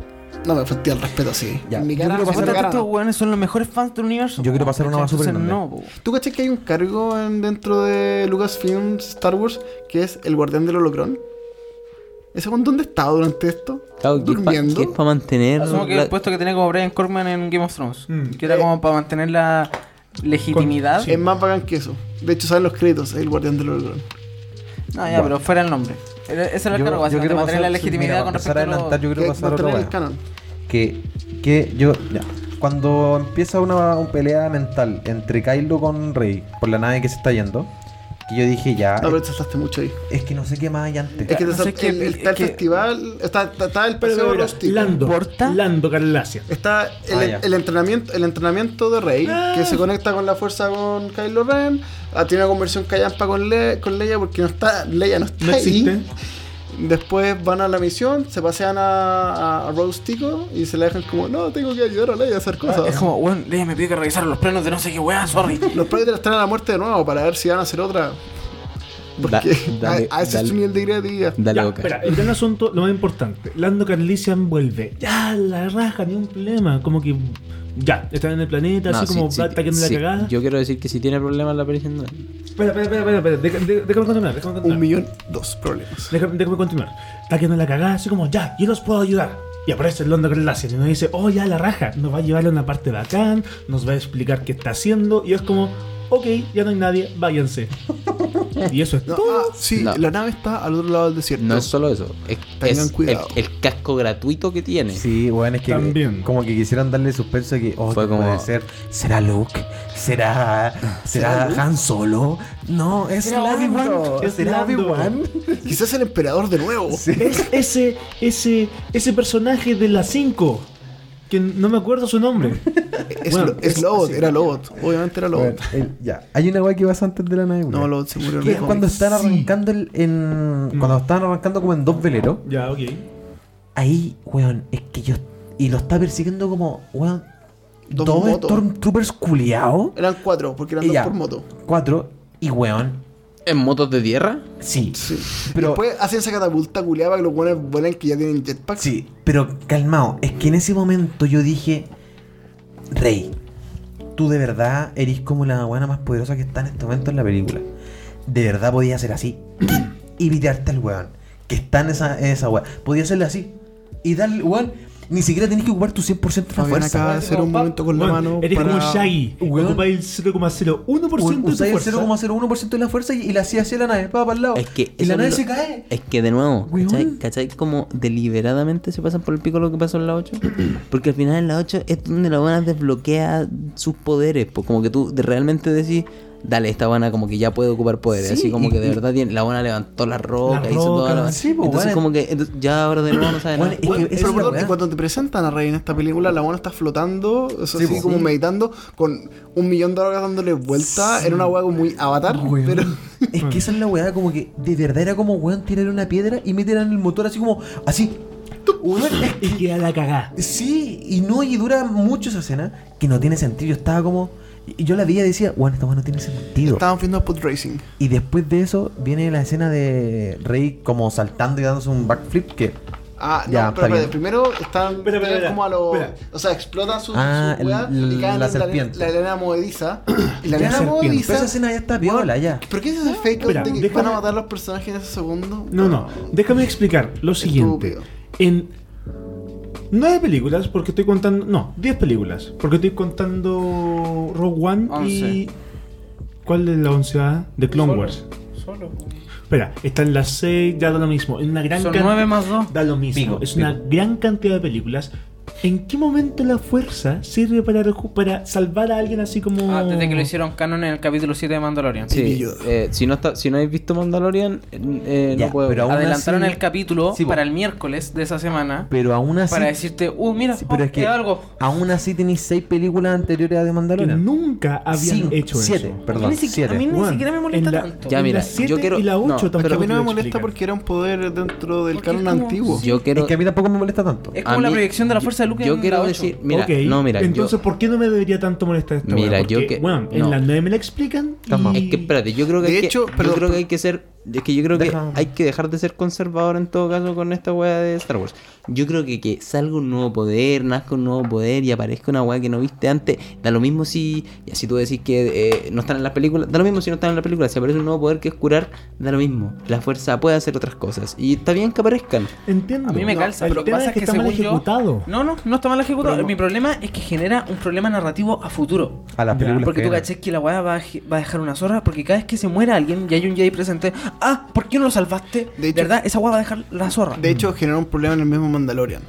no me falté el respeto así. Ya, En mi yo cara, quiero en pasar- mi cara, estos no. weones son los mejores fans del universo. Yo quiero pasar una ¿cachai? basura Entonces, grande. No, po. ¿Tú cachas que hay un cargo en- dentro de Lucasfilm Star Wars que es el guardián del holocrón? ¿Ese weón dónde estaba durante esto? Claro, que es pa- ¿Durmiendo? que es para mantener. Asumo que la- el puesto que tenía como Brian Corman en Game of Thrones. Mm. Eh, Que era como para mantener la legitimidad. Es más bacán que eso. De hecho, saben los créditos, es el guardián del holocrón. No, Ah, ya, pero fuera el nombre. Era- Ese era el cargo, quiero básicamente, mantener la pasar- legitimidad mira, con empezar respecto a a los... adelantar, yo quiero Que pasar a Eh, mantener otra el weá. canon. que, que yo. ya. Cuando empieza una, una pelea mental entre Kylo con Rey por la nave que se está yendo, que yo dije ya. No, pero te saltaste mucho ahí. Es que no sé Este, qué más hay antes. Es que te No sé sal- qué- el- el- está el que- festival, está, está, está el Pero paseo mira, rústico. Lando. ¿Importa? Lando Carlacia. Está el, Ah, ya. el entrenamiento, el entrenamiento de Rey, Ah. que se conecta con la fuerza con Kylo Ren. Ah, tiene una conversión callampa con, Le- con Leia porque no está, Leia no está No existe. ahí. Después van a la misión, se pasean a, a, a Rose Tico y se la dejan como, no, tengo que ayudar a Leia a hacer (laughs) cosas. Es como, weón, Leia me pide que revisar los planos de no sé qué weá, sorry. Los Predators están a la muerte de nuevo para ver si van a hacer otra. Da- Porque dale- a, a ese es dale- su nivel de creatividad. Dale Ya, boca. espera, el gran asunto, lo más importante. Lando Carlisian vuelve. Ya, la raja, ni un problema. Como que. Ya, están en el planeta, No, así sí, como sí, va atacando sí. la cagada. Yo quiero decir que si tiene problemas la aparición de Espera, espera, espera, espera, espera, deja- de- déjame continuar, déjame Un continuar. millón, dos problemas. Déjame, déjame continuar. Atacando la cagada, así como, ya, yo los puedo ayudar. Y aparece el Lando Carlisian y nos dice, oh, ya, la raja. Nos va a llevar a una parte bacán, nos va a explicar qué está haciendo. Y es como, ok, ya no hay nadie, váyanse. y (laughs) eso es No, todo. ah, sí, No. la nave está al otro lado del desierto. No es solo eso, es, Tengan es el, cuidado. el casco gratuito que tiene. Sí, bueno, es que También. como que quisieron darle suspenso de que oh, Fue ¿qué como- puede ser? ¿Será Luke? ¿Será será Han Solo? No, es Era Lavi Lando, One. es ¿Es Lavi Lando. One? Quizás el emperador de (laughs) nuevo. Es ese, ese, ese personaje de la 5. Que no me acuerdo su nombre. Es, Bueno, lo- es es- Lobot, sí. era Lobot. Obviamente era Lobot. Bueno, el- ya, hay una weá que pasa antes de la nave. No, weón. Lobot se murió en Que el es cuando cómic. están arrancando el- en, cuando están arrancando como en dos veleros. (laughs) Ya, ok. Ahí, weón, es que yo y lo está persiguiendo como, weón, Dos dos, motos. Stormtroopers culiados. Eran cuatro, porque eran Y dos ya. por moto. Cuatro y weón, ¿En motos de tierra? sí. Sí. Pero Después hacen esa catapulta culeada para que los buenos vuelan que ya tienen jetpack. Sí, pero calmado, es que en ese momento yo dije, Rey, tú de verdad eres como la guana más poderosa que está en este momento en la película. De verdad podía ser así y pitearte al weón que está en esa, en esa weá. Podía hacerle así y darle, weón, ni siquiera tenés que ocupar tu 100% de la Fabián fuerza. acaba de hacer un movimiento con la Bueno, mano. eres para- como Shaggy. Weón. Ocupa el 0,01% Weón, de tu Usáis el fuerza. 0,01% de la fuerza y, y la hacía hacia la nave, para, para el lado. Es que y eso la es nave lo- se cae. Es que de nuevo, Weón. ¿cachai? ¿Cachai? Como deliberadamente se pasan por el pico lo que pasó en la 8. (clears throat) Porque al final en la 8 es donde la buena desbloquea sus poderes. Pues como que tú de- realmente decís, dale, esta buena como que ya puede ocupar poderes. Sí, Así como y- que de y- verdad tiene- la buena levantó la roca, La hizo toda roca, la sí, pues, Entonces weón. como que entonces, ya ahora de nuevo no sabe Weón, nada. es que Bueno, esa pero es la perdón, weá. que cuando te presentan a Rey en esta película, la mona está flotando, o sea, Sí, así po. como Sí. meditando, con un millón de horas dándole vuelta. Era una hueá como muy avatar, Ah, Weón. (laughs) pero (laughs) Es que esa es la weá, como que de verdad era como weón tirar una piedra y meter en el motor así como, así. Weón, Y queda la cagada. es- sí, y no, y dura mucho esa escena que no tiene sentido. Yo estaba como, y yo la veía y decía, bueno, esta weá no tiene sentido. estábamos viendo Pod Racing. Y después de eso viene la escena de Rey como saltando y dándose un backflip que. Ah, no, Ya, está pero, espérate, bien. primero están Espera, espera, tienen como a los. espera. O sea, explotan sus Ah, sus weas el- y caen la en la, serpiente. la (clears throat) arena movediza. y la La arena serpiente. Pero esa movediza. escena ya está viola, ya. ¿Pero qué es ese fake out Espera, de que déjame- van a matar a los personajes en ese segundo? No, no. Déjame explicar lo siguiente. Estúpido. en nueve películas, porque estoy contando. No, 10 películas. Porque estoy contando Rogue One y. Once. ¿Cuál es la onceada? De Clone Solo. Wars. Solo. Espera, están las 6, ya da lo mismo. En una gran Son can- 9 más 2. Da lo mismo. Pico, es una gran cantidad de películas. ¿En qué momento la fuerza sirve para, reju- para salvar a alguien así como. Ah, desde que lo hicieron canon en el capítulo 7 de Mandalorian. Sí, eh, si, no está, si no habéis visto Mandalorian, eh, Ya, no puedo. pero aún Adelantaron así- el capítulo Sí, po. para el miércoles de esa semana Pero aún así. para decirte, uh, mira, sí, pero oh, es que queda algo. aún así tenéis seis películas anteriores a The que Mandalorian. nunca habían Cinco, hecho siete, eso. perdón. a mí ni, siquiera- siete. a mí ni Juan, siquiera me molesta en la- tanto. Ya, En mira, las siete yo quiero- Y la 8 no, tampoco pero a mí no te me lo molesta explican. porque era un poder dentro del Porque canon es como- antiguo. Yo quiero. Es que a mí tampoco me molesta tanto. Es como a la mí- proyección de la fuerza de Luke en Yo la quiero ocho. decir, mira, Ok, no, mira. yo- Entonces, ¿por qué no me debería tanto molestar esta Mira, weá? yo Porque, que- bueno, en no. las 9 me la explican. Toma. y- Es que espérate, yo creo que, De hay, hecho, que, perdón, yo creo que per- hay que ser. Es que yo creo Deja- que hay que dejar de ser conservador en todo caso con esta weá de Star Wars. Yo creo que que salga un nuevo poder, nazca un nuevo poder y aparezca una weá que no viste antes. Da lo mismo si. Ya si tú decís que eh, no están en las películas. Da lo mismo si no están en la película. Si aparece un nuevo poder que es curar, da lo mismo. La fuerza puede hacer otras cosas. Y está bien que aparezcan. Entiendo. A mí me No, calza, el pero tema pasa es que está según mal yo- ejecutado. No, no, no está mal ejecutado. Pero no- Mi problema es que genera un problema narrativo a futuro. A las Ya, películas. Porque que tú vienen. caché que la weá va, a je- va a dejar una zorra. Porque cada vez que se muera alguien y hay un Jedi presente, ah, ¿por qué no lo salvaste? De De hecho- verdad, esa weá va a dejar la zorra. De hecho, generó un problema en el mismo Mandalorian.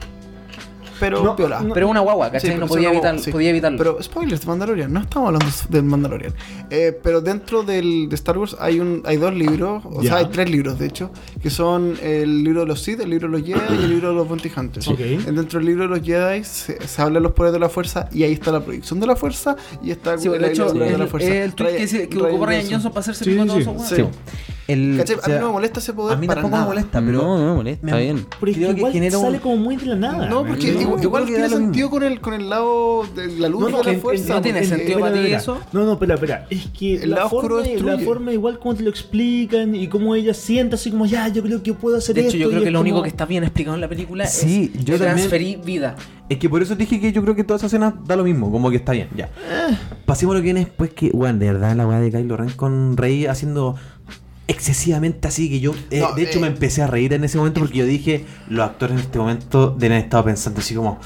Pero, No, piola. no, pero una guagua, Sí, ¿cachai? pero no eso podía, no- evitar, sí. podía evitarlo. Pero, spoilers de Mandalorian, no estamos hablando del Mandalorian. Eh, pero dentro del, de Star Wars hay un hay dos libros, o Ya. sea, hay tres libros de hecho, que son el libro de los Sith, el libro de los Jedi y el libro de los Bounty Hunters. Sí. Ok. Eh, Dentro del libro de los Jedi se, se habla de los poderes de la fuerza y ahí está la proyección de la fuerza y está Sí, pues, de la hecho, habilidad el, el tweet Ryan- que, se, que ocupó Ryan Johnson para hacerse Sí, pico a sí, todos sí. esos weones. Sí. El- ¿Cachai? Mm, o sea, a mí no me molesta ese poder a mí para tampoco nada. me molesta, pero. No, no me am- molesta, está bien. Pero es que creo que igual genera un- sale como muy de la nada. No, man. porque No, igual, yo creo igual que tiene da lo mismo. sentido con el, con el lado de la luz No, de no, la en- fuerza. Eh, en- no tiene en- sentido espera, para ti espera. eso. No, no, espera, espera. Es que El la lado oscuro forma, la destruye. forma igual como te lo explican y cómo ella siente así como, ya, yo creo que puedo hacer De esto. hecho, yo creo y que es lo único como- que está bien explicado en la película Sí, es yo también- transferir vida. Es que por eso dije que yo creo que toda esa escena da lo mismo, como que está bien, ya. Eh. Pasemos a lo que viene después que, weón, de verdad la weá de Kylo Ren con Rey haciendo excesivamente así que yo, eh, No, de hecho eh, me empecé a reír en ese momento porque yo dije, los actores en este momento deben haber estado pensando así como...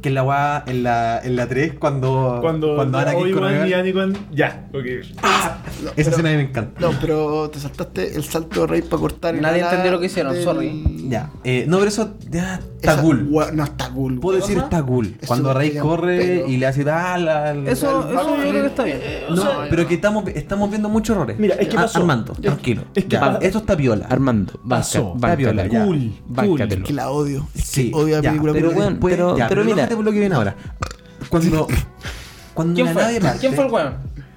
Que en la weá, en la, en la 3, cuando... Cuando, cuando Anakin con Obi-Wan y Regal- Anakin, ya, ok. No, Esa pero- escena a mí me encanta. No, pero te saltaste el salto de rey para cortar el Nadie ala entendió lo que hicieron, sorry. Ya, eh, no, pero eso ya, está Esa- cool. gua- No, está cool. Puedo weón. decir está cool. Es Cuando un Rey pequeño corre pedo. y le hace... Ah, la- la- Eso, el- eso yo creo que está bien. No, pero que estamos, estamos viendo muchos errores. Mira, es que Ar- pasó. Armando, Es- tranquilo. es que Ya, pa- esto está viola. Armando, Pasó. báscatelo. Está viola, ya. Cool, Cool, cool. Que la odio. Es sí, que odio la ya, película pero culiada. bueno, después- pero- ya, pero no mira. fíjate por lo que viene ahora. Cuando, cuando ¿Quién la nave fue? parte, ¿Quién fue el weón?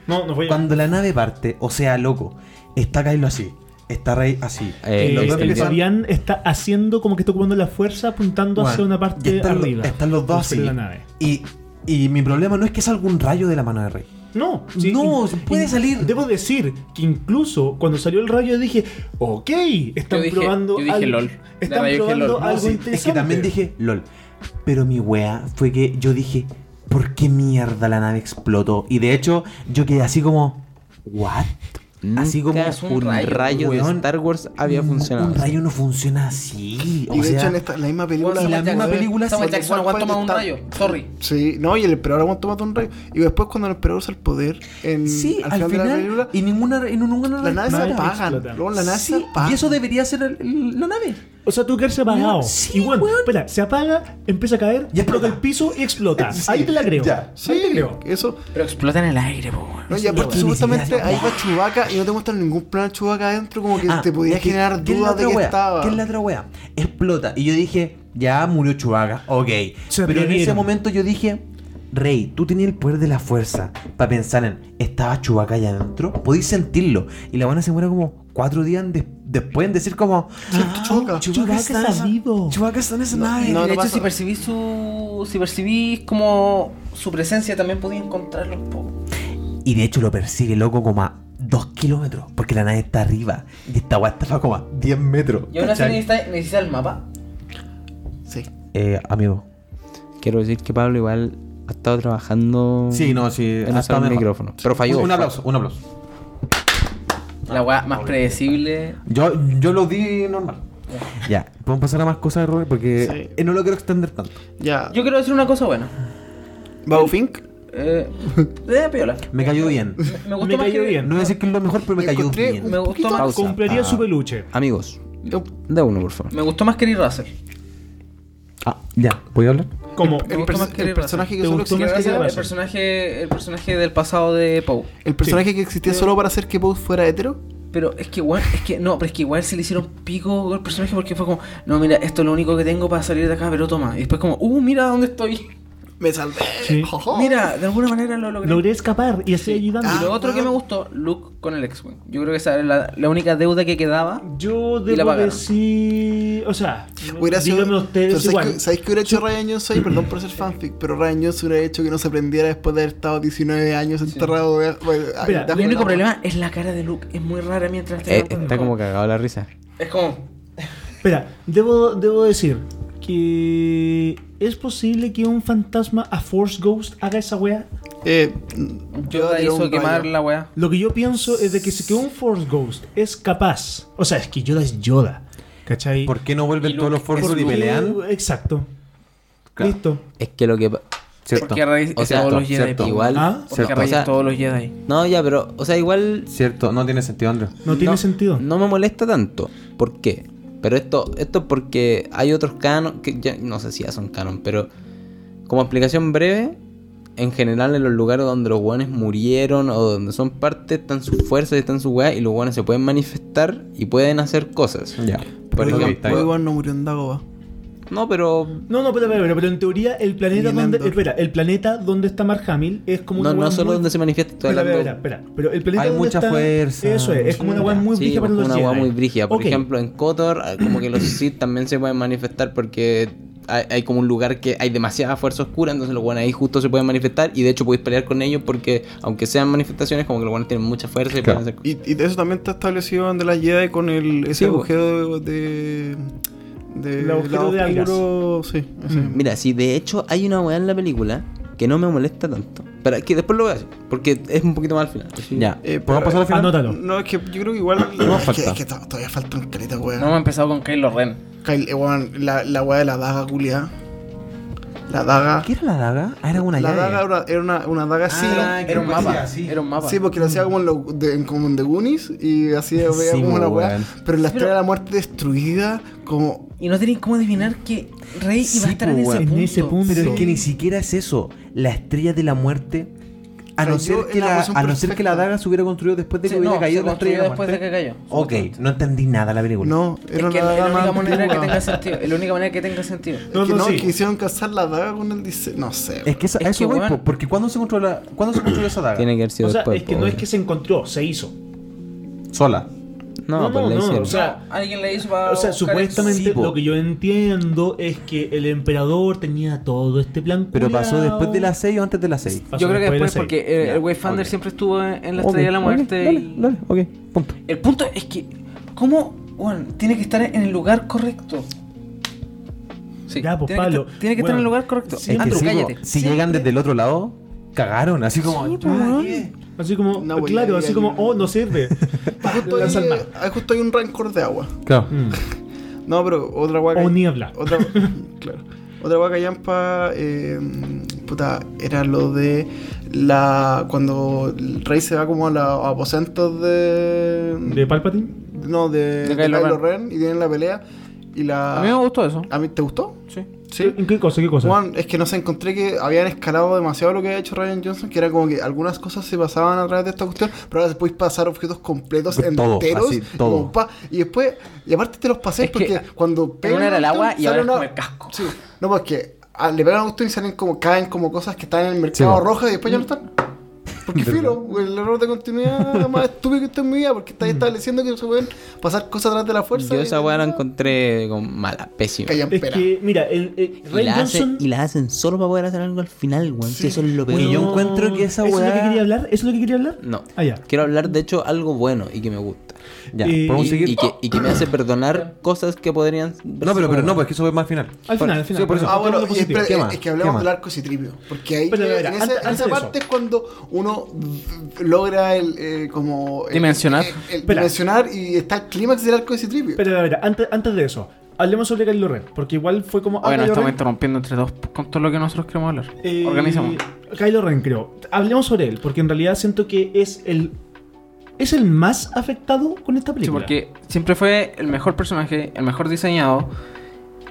No, no fue yo. cuando la nave parte, o sea, loco, está Kylo así, está Rey así. Eh, los Eh, este, dos el empiezan- Fabián está haciendo como que está ocupando la fuerza apuntando Bueno, hacia una y parte están, lo- arriba. están los dos hacia así. la nave. Y, y mi problema no es que salga un rayo de la mano de Rey. No, No, se puede in- salir. Debo decir que incluso cuando salió el rayo dije, ok, están Yo dije- probando yo dije algo, LOL. De Están verdad, yo dije probando LOL. No, algo Sí, interesante. Es que también dije, lol. Pero mi wea fue que yo dije, ¿por qué mierda la nave explotó? Y de hecho, yo quedé así como, ¿what? Así como Nunca es un un rayo, rayo, weón. de Star Wars había un- funcionado. Un rayo no funciona así. Y O de hecho, sea, en este esta, la misma película. Samuel la misma Jackson. película Samuel se- Jackson aguanta más un está- rayo. Sorry. Sí, no, y el emperador aguanta más de un rayo. Y después, cuando el emperador usa el poder, en, sí, al final, de la película, y ninguna, en ninguna la nave se nave apaga. explota. Luego la nave se Sí, apaga. y eso debería ser el- el- la nave. O sea, tuvo que haberse apagado. Sí, y bueno, weón. espera, se apaga, empieza a caer, Y explota. y explota el piso y (laughs) explota. Sí, Ahí te la creo. ya. Sí, Ahí te creo. Eso. Pero explota en el aire, pues, po, weón. No, y aparte, ni supuestamente siquiera- ahí va Chubaca y no te muestran ningún plan de Chubaca adentro, como que Ah, te podía es que- generar ¿qué es la dudas de otra que wea? estaba. ¿Qué es la otra wea? Explota. Y yo dije, ya murió Chubaga, ok. Se Pero en ese atrevieron. momento yo dije, Rey, tú tenías el poder de la fuerza para pensar en, ¿estaba Chubaca allá adentro? Podéis sentirlo. Y la buena se muere como cuatro días en des- después en decir como, "Ah, Siento Chewbacca". Chewbacca está en esa- vivo. Chewbacca está en esa nave. no, de hecho, pasa- si percibís su. Si percibís como su presencia, también podías encontrarlo un poco. Y de hecho lo persigue loco como a dos kilómetros, porque la nave está arriba. Y esta wea estaba como a 10 metros. Y aún así ¿cachai? necesitas necesita el mapa. Sí. Eh, amigo. Quiero decir que Pablo igual ha estado trabajando Sí, no, sí. en ha usar estado el mejor. micrófono. Pero falló. Un, un aplauso, un aplauso. Ah, La weá más predecible. Yo, yo lo di normal. Ya, podemos pasar a más cosas de Robert porque Sí. eh, no lo quiero extender tanto. Ya. Yo quiero decir una cosa buena. Baufink. (laughs) Eh, eh, piola. Me cayó bien. Me, me gustó Me más cayó que- bien. No voy a decir que es lo mejor, pero me cayó Encontré bien. Me gustó, más, Pausa. Compraría Ah. su peluche. Amigos, un- de uno, por favor. me gustó más que Lee Russell. Ah, ya, ¿puedo hablar? Como El, gustó perso- más que el Lee personaje que Russell. solo ¿Te gustó existía más que para Lee hacer- El personaje, el personaje del pasado de Poe. El personaje que existía solo para hacer que Poe fuera hetero. Pero es que igual, es que no, pero es que igual se le hicieron pico al personaje porque fue como, no, mira, esto es lo único que tengo para salir de acá, pero toma. Y después como, uh, mira dónde estoy. Me salvé. (laughs) Sí. Jojo. Mira, de alguna manera lo logré. Logré escapar y estoy ayudando. Y lo otro que me weón. gustó, Luke con el X-Wing. Yo creo que esa era la, la única deuda que quedaba. Yo Y la debo pagaron. decir. O sea, Hubiera sido- díganme pero ustedes ¿sabes igual. qué- ¿Sabéis qué hubiera hecho Ryan Johnson? Y perdón por ser fanfic, pero Ryan Johnson hubiera hecho que no se prendiera después de haber estado 19 años enterrado. de- bueno, ay, Espera, de- El único problema es la cara de Luke. Es muy rara mientras Eh, hablando. está como cagado la risa. Es como... Espera, debo, debo decir que. ¿Es posible que un fantasma a Force Ghost haga esa wea? Eh, Yo la daría hizo un quemar rayo. la weá. Lo que yo pienso es de que si que un Force Ghost es capaz. O sea, es que Yoda es Yoda. ¿Cachai? ¿Por qué no Y vuelven todos Luke los Force y Porque- pelean? Exacto. Claro. Listo. Es que lo que. pa- Cierto. Porque Rey O sea, todos los Jedi. cierto. po. Igual. Ah, Porque cierto. Rey O sea- todos los Jedi. No, ya, pero. O sea, igual. Cierto, no tiene sentido, Andrés. No tiene sentido. No me molesta tanto. ¿Por qué? Pero esto, esto es porque hay otros canon. Que ya, no sé si ya son canon, pero. Como explicación breve. En general, en los lugares donde los guanes murieron o donde son parte, están sus fuerzas y están sus weas. Y los guanes se pueden manifestar y pueden hacer cosas. Ya. Por Ok, ejemplo- está bien. Obi-Wan no murió en Dagobah. No, pero No, no, pero, pero, pero, pero en teoría el planeta Ni en donde. Andor. Espera, el planeta donde está Mark Hamill es como no, una no wea solo muy- donde se manifiesta, estoy Espera, hablando. espera, espera, Pero el planeta Hay donde mucha está- fuerza. Eso es, es como una weá Ya, muy Sí, brilla para como los una Jedi. hueá muy brígida. Por Ok. ejemplo, en Kotor, ah, como (clears throat) que los Sith también se pueden manifestar porque hay, hay como un lugar que hay demasiada fuerza oscura, entonces los buenos ahí justo se pueden manifestar y de hecho podéis pelear con ellos porque aunque sean manifestaciones, como que los buenos tienen mucha fuerza y Claro. pueden hacer Y, y eso también está establecido en The Last Jedi con el, ese Sí, po. agujero de. de El agujero lado de algas. oscuro, Sí, ese. Mm. Mira, sí, de hecho hay una weá en la película que no me molesta tanto. Pero es que después lo voy a decir, porque es un poquito más al final. pues Sí. Ya. Eh, ¿Podemos pero- pasar al final? Anótalo. No, es que yo creo que igual. No, es que- falta. Es que to- todavía falta un caleta, weón. No hemos empezado con Kylo Ren. Kyle, eh, weón, la, la weá de la daga, culiá. La daga. ¿Qué era la daga? Ah, era una la llave. daga era una, era una, una daga así. Ah, Era un Creo que sí, mapa. así. Era un mapa. Sí, porque lo hacía como en, lo, de, en- como en The Goonies y así veía Sí, como una weá. weón. Pero en la estrella Pero- de la muerte destruida, como. Y no tenéis cómo adivinar que Rey Sí, iba a estar en pues, ese, weón. punto. En ese punto. Pero es Sí. que ni siquiera es eso. La estrella de la muerte. A no, Cayó ser en que la la, posición a no ser que la perfecta. daga se hubiera construido después de que Sí, hubiera no, caído se la estrella de la construyó muerte. después de que cayó. Ok, no entendí nada la película. No, era Es que una es la daga única más manera que antigua. tenga sentido. Es la única manera que tenga sentido. Es No, que no, no, sí. quisieron casar la daga con el diseño. No sé. Es que eso, Es a eso que, voy, weón. po, porque cuando se controla, cuando se construyó esa daga? Tiene que haber sido O sea, después. es que po, no es obvio. que se encontró, se hizo. Sola. No, No, pues no, le no, hicieron. o sea, Alguien le hizo para. O sea, buscar supuestamente sí, po. lo que yo entiendo es que el emperador tenía todo este plan. Pero pasó curado. después de las 6 o antes de las 6. Pasó Yo creo que después, de las porque seis. eh, Ya, el Wayfinder ok. siempre estuvo en en la estrella de la muerte. y- Dale, dale, ok, punto. El punto es que, ¿cómo? Bueno, tiene que estar en el lugar correcto. Sí, Ya, pues, tiene, que Pablo, estar, tiene que estar en weón. el lugar correcto. Sí, Es que Andrew, si, cállate. si llegan desde el otro lado, cagaron. Así como. Sí, po, weón. Así como, No, güey, claro, ahí así hay como, un- oh, no (laughs) sirve. justo, La ahí, salma. ah, justo hay un rancor de agua. Claro. Mm. No, pero otra guaca. O niebla. (laughs) Otra, claro. Otra guaca yampa. Eh, puta, era lo de la. Cuando el rey se va como a los aposentos de. ¿De Palpatine? no, de, De de Kylo Kylo, Ren. y tienen la pelea. Y la. A mí me gustó eso. ¿A mí te gustó? Sí. Sí. ¿En qué cosa? ¿Qué cosa? Juan, es que no se encontré que habían escalado demasiado lo que había hecho Ryan Johnson, que era como que algunas cosas se pasaban a través de esta cuestión, pero ahora se puede pasar objetos completos Todo, enteros. así, todo. como pa- y después, y aparte te los pasé Es que porque cuando pegan una era el un agua botón, y ahora sale es como una- el casco. Sí, no, porque ah, le pegan a gusto y salen como, caen como cosas que están en el mercado Sí, po. rojo y después ya no están. (laughs) Porque filo, el error de continuidad más estúpido que está en mi vida, porque Mm. está estableciendo que se pueden pasar cosas atrás de la fuerza. Yo y- esa weá la encontré como mala, pésima. Callan, Es pera. que, mira, el, el- Y Ryan la, hacen, Johnson. y la hacen solo para poder hacer algo al final, weón. si Sí. eso es lo peor. Y yo encuentro que ¿Eso esa es lo weá- que quería hablar? ¿Eso es lo que quería hablar? No. Ah, ya. Quiero hablar, de hecho, algo bueno y que me gusta. Ya, Eh, podemos seguir. Y que, y que me hace perdonar cosas que podrían. No, pero, pero no, pues que eso es más final. Al final, al final. Sí, por eso. Ah, Ah, bueno, y positivo. espera, ¿Qué es- más? es que hablamos ¿Qué del arco citripio. Porque ahí, Pero, eh, mira, en antes- esa, en antes esa de parte es cuando uno v- logra el, eh, como... el- Dimensionar. el- el Espera. dimensionar y está el clímax del arco citripio. Pero a ver, antes, antes de eso, hablemos sobre Kylo Ren, porque igual fue como. ah, Oye, nos Kylo estamos Ren, interrumpiendo entre dos con todo lo que nosotros queremos hablar. eh, Organizamos. Kylo Ren, creo. Hablemos sobre él, porque en realidad siento que es el. Es el más afectado con esta Sí, película. porque siempre fue el mejor personaje, el mejor diseñado.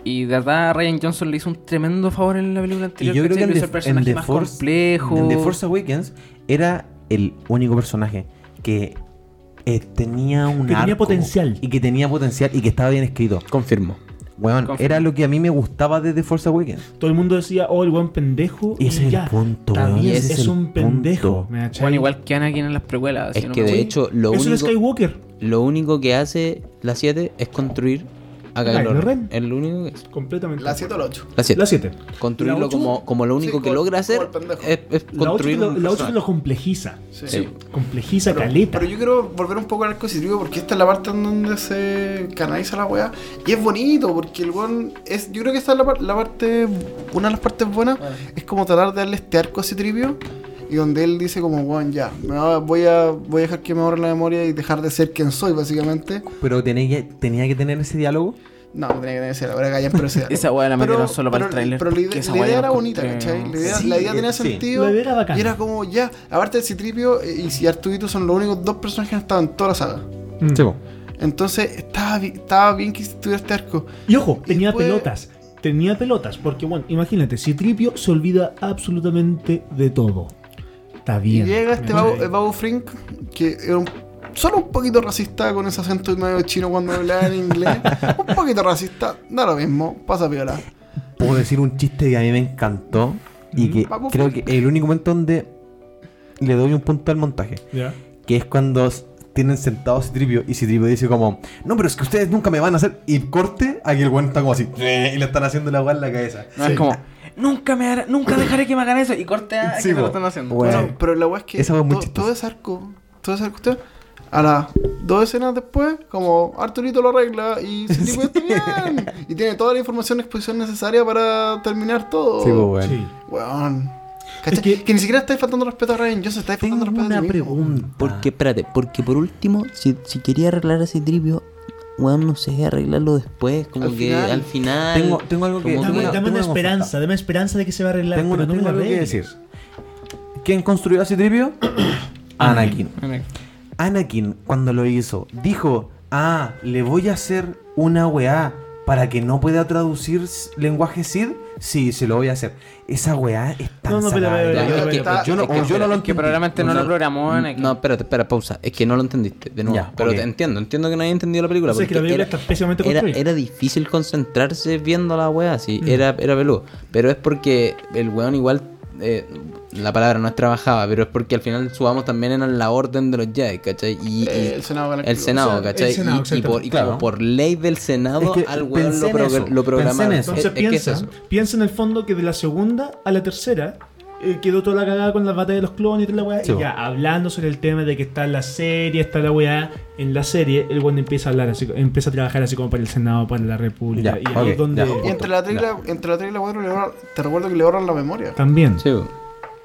Y de verdad, Ryan Johnson le hizo un tremendo favor en la película Y anterior. yo creo ¿cachai? que en, Le hizo The- el personaje en The más Force, complejo. en The Force Awakens era el único personaje que eh, tenía un Que tenía arco potencial. Y que tenía potencial y que estaba bien escrito. Confirmo. Weón, Confirmo. era lo que a mí me gustaba de The Force Awakens. Todo el mundo decía, oh, el buen pendejo. Ese es y el ya. punto, También weón, es, ese es el un pendejo. punto. ¿me cachai? Bueno, igual que Anakin en las precuelas. si es no que me de equivoco. hecho, lo es un único, Skywalker. lo único que hace la 7 es construir a Kylo Kylo Ren. Ren. Es lo único que es. Completamente. La 7 o la 8. La 7. La 7. Construirlo La ocho- como, como lo único sí, que como- logra hacer como el pendejo. es, es La 8 construir lo, un la ocho personaje. lo complejiza. Sí. Sí. Complejiza Pero, caleta. pero yo quiero volver un poco al arco citripio porque esta es la parte en donde se canaliza la weá. Y es bonito porque el weón es. Yo creo que esta es la, par- la parte. Una de las partes buenas es como tratar de darle este arco citripio. Y donde él dice como, weón, ya, me va- voy, a, voy a dejar que me ahorre la memoria y dejar de ser quien soy, básicamente. Pero tenía que, tenía que tener ese diálogo. No, no tenía que tener la hora que hayan, pero esa (laughs) Esa weá la Pero- metieron solo para el pero- tráiler. Pero la porque idea, esa la weá idea yo era la bonita, encontré- ¿cachai? La idea, Sí, la idea tenía eh, sí. sentido. La idea era bacana. Y era como ya. Aparte de Citripio eh, y si Arturito son los únicos dos personajes que han estado en toda la saga. Mm. Entonces estaba, bi- estaba bien que estuviera este arco. Y ojo, tenía después- pelotas. Tenía pelotas, porque bueno, imagínate, Citripio se olvida absolutamente de todo. Está Y bien. llega este ¿me Babu, cachai? el Babu Frink, que era un- solo un poquito racista con ese acento medio chino cuando hablaba en (laughs) inglés. un poquito racista, da lo mismo, pasa piola. Puedo decir un chiste que a mí me encantó. Y que Vamos. creo que es el único momento donde le doy un punto al montaje. Ya. que es cuando s- tienen sentado a Citripio y Citripio dice como, no, pero es que ustedes nunca me van a hacer. Y corte, aquí el weón está como así, (laughs) y le están haciendo la weá en la cabeza. No es como, nunca me hará- nunca dejaré que me hagan eso. Y corte a Sí, que me lo po. están haciendo. Bueno. Bueno, pero la weá es que Esa weá es muy to- chistosa. todo ese arco, todo ese arco usted, a las dos escenas después, como Arturito lo (laughs) arregla y se tipo está bien. Y tiene toda la información y exposición necesaria para terminar todo. Sí, pues, weón. Sí. Weón. ¿Cachai? Es que- que... ni siquiera estáis faltando respeto a Ryan Johnson, estáis Tengo faltando respeto a una ti mismo. pregunta. Porque, espérate, porque por último, si, si quería arreglar ese trivio, weón, no sé, arreglarlo después, como Al que final. al final. Tengo- tengo algo que- como tengo Dame, una- dame una consulta. esperanza, dame esperanza de que se va a arreglar. Tengo, una- pero no me tengo algo la que arregles. decir. ¿Quién construyó a (clears throat) Citripio? Anakin. Anakin, cuando lo hizo, dijo, ah, le voy a hacer una weá para que no pueda traducir s- lenguaje Sid. Sí, se lo voy a hacer. Esa weá es tan No, no, pero, salada de pero, weá. pero, Es que- pero, yo no- es o yo no lo Que entendí. probablemente no, lo programó Anakin. Mm, No, espérate, espera, pausa. Es que no lo entendiste, de nuevo. Ya, pero ok. te entiendo, entiendo que no hayas entendido la película. O sea, es Porque que la película era, está pésimamente era- construida. Mm. era difícil concentrarse viendo la weá, sí, era, era peludo. Pero es porque el weón igual, eh, la palabra no es trabajaba, pero es porque al final sus amos también eran la orden de los Jedi, ¿cachai? Y, y- Eh, el Senado Galáctico. el Senado, O sea, el ¿cachai? Y- Senado, y por, y como claro. por ley del Senado, Es que al weón pensé lo, en pro- eso, lo pensé en programaron. eh, eso. Es- Entonces es que es piensa, eso. piensa en el fondo que de la segunda a la tercera eh, quedó toda la cagada con las batallas de los clones y toda la weá. Sí, y bo. ya, hablando sobre el tema de que está la serie, está la weá. En la serie, el weón empieza a hablar así, empieza a trabajar así como para el Senado, para la República. Ya, y ahí ok, es donde. ya. Y entre la 3 y la, entre la, 3 y la 4 le borran- te recuerdo que le borran la memoria. También. Sí, bo.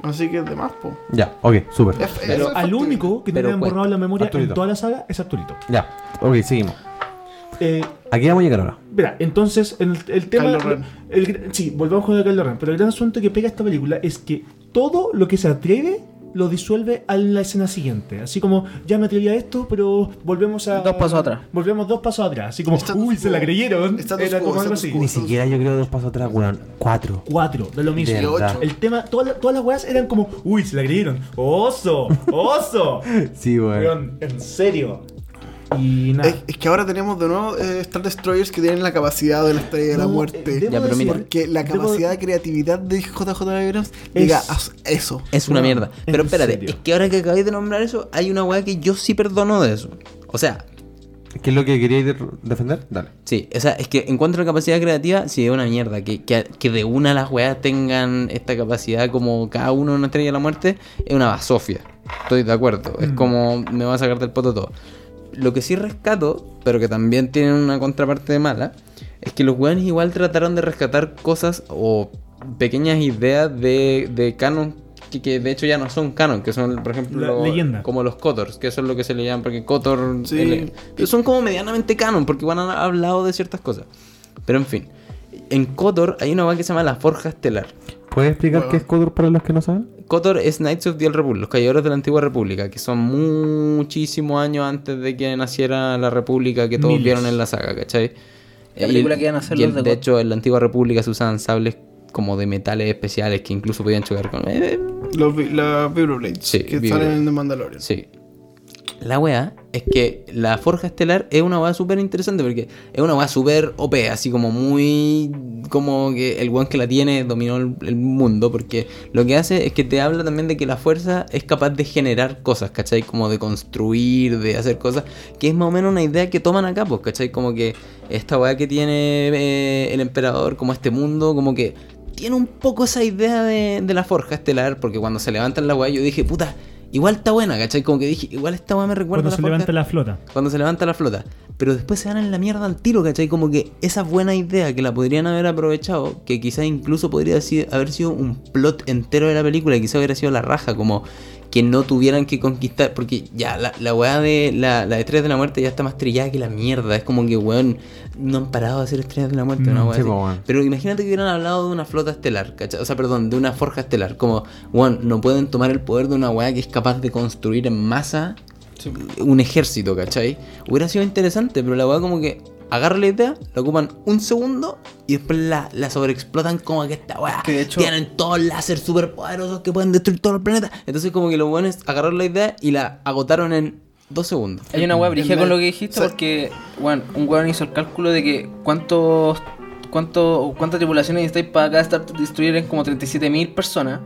Así que es de más, po. Ya, ok, súper. Es- eso es Pero al factible. único que no Pero le han cuenta. borrado la memoria pues, Arturito. en toda la saga es Arturito. Ya, ok, seguimos. Eh, Aquí vamos a llegar ahora. Verá, entonces el, el tema. Kylo Ren. el- sí, volvamos con el Kylo Ren. Pero el gran asunto que pega esta película es que todo lo que se atreve lo disuelve a la escena siguiente. Así como, ya me atreví a esto, pero volvemos a. Dos pasos atrás. Volvemos dos pasos atrás. Así como, Status uy, se la quo. creyeron. Status Era quo, como algo status así. quo. Ni siquiera yo creo dos pasos atrás, weón. Cuatro. Cuatro, de lo mismo. De Y verdad. ocho. El tema, todas las- todas las weas eran como, uy, se la creyeron. ¡Oso! ¡Oso! Sí, weón. Weón, en serio. Y nada. Es, es que ahora tenemos de nuevo eh, Star Destroyers que tienen la capacidad de la estrella de la No, eh, muerte. debo Ya, pero mira. Porque la debo- capacidad de creatividad de JJ Abrams diga haz eso. Es una No, mierda. en Pero espérate, serio. es que ahora que acabáis de nombrar eso, hay una weá que yo sí perdono de eso. O sea, ¿Qué es lo que queríais de- defender? Dale. sí, o sea, es que en cuanto a capacidad creativa, sí es una mierda. Que, que, que de una las weas tengan esta capacidad como cada uno una Mm. estrella de la muerte, es una basofia. Estoy de acuerdo. Es como me va a sacar del poto todo. lo que sí rescato, pero que también tienen una contraparte mala, es que los weones igual trataron de rescatar cosas o pequeñas ideas de, de canon que, que de hecho ya no son canon, que son, por ejemplo, La- leyenda. como los Kotors, que eso es lo que se le llaman, porque Kotor. Sí. el- pero son como medianamente canon, porque igual han hablado de ciertas cosas. Pero en fin, en Kotor hay una weá que se llama la Forja Estelar. ¿Puedes explicar Bueno. qué es Kotor para los que no saben? Kotor es Knights of the Old Republic, los Caballeros de la Antigua República, que son muchísimos años antes de que naciera la República que todos Miles. vieron en la saga, ¿cachai? La película que iban a hacer y los el- de de Go- hecho, en la Antigua República se usaban sables como de metales especiales que incluso podían chocar con... eh, eh, Los, vi- las Vibroblades Sí, que Vibro- salen en The Mandalorian. Sí. La weá es que la forja estelar es una weá súper interesante porque es una weá súper OP, así como muy. como que el weón que la tiene dominó el, el mundo, porque lo que hace es que te habla también de que la fuerza es capaz de generar cosas, ¿cachai? Como de construir, de hacer cosas, que es más o menos una idea que toman acá, pues, ¿cachai? Como que esta weá que tiene eh, el emperador, como este mundo, como que tiene un poco esa idea de, de la forja estelar, porque cuando se levantan la weá yo dije, puta, igual está buena, ¿cachai? Como que dije, igual esta weá me recuerda Cuando a la se forja- levanta la flota. Cuando se levanta la flota. Pero después se van en la mierda al tiro, ¿cachai? Como que esa buena idea que la podrían haber aprovechado, que quizás incluso podría si- haber sido un plot entero de la película, quizás hubiera sido la raja, como que no tuvieran que conquistar, porque ya la, la weá de la, la de Estrellas de la Muerte ya está más trillada que la mierda, es como que weón, no han parado de hacer Estrellas de la Muerte, una Mm, weá sí, así. po, weón. Pero imagínate que hubieran hablado de una flota estelar, ¿cachai? O sea, perdón, de una forja estelar, como, weón, no pueden tomar el poder de una weá que es capaz de construir en masa un ejército, ¿cachai? Hubiera sido interesante, pero la weá como que agarra la idea, la ocupan un segundo y después la, la sobreexplotan como que esta weá. Que de hecho- Tienen todos láser super poderosos que pueden destruir todo el planeta. Entonces como que los weones agarraron la idea y la agotaron en dos segundos. Hay una weá brigida En con la- lo que dijiste sa- porque, bueno, un weón hizo el cálculo de que cuántos, cuánto, cuántas tripulaciones necesitáis para cada Star Destroyer en como 37.000 personas.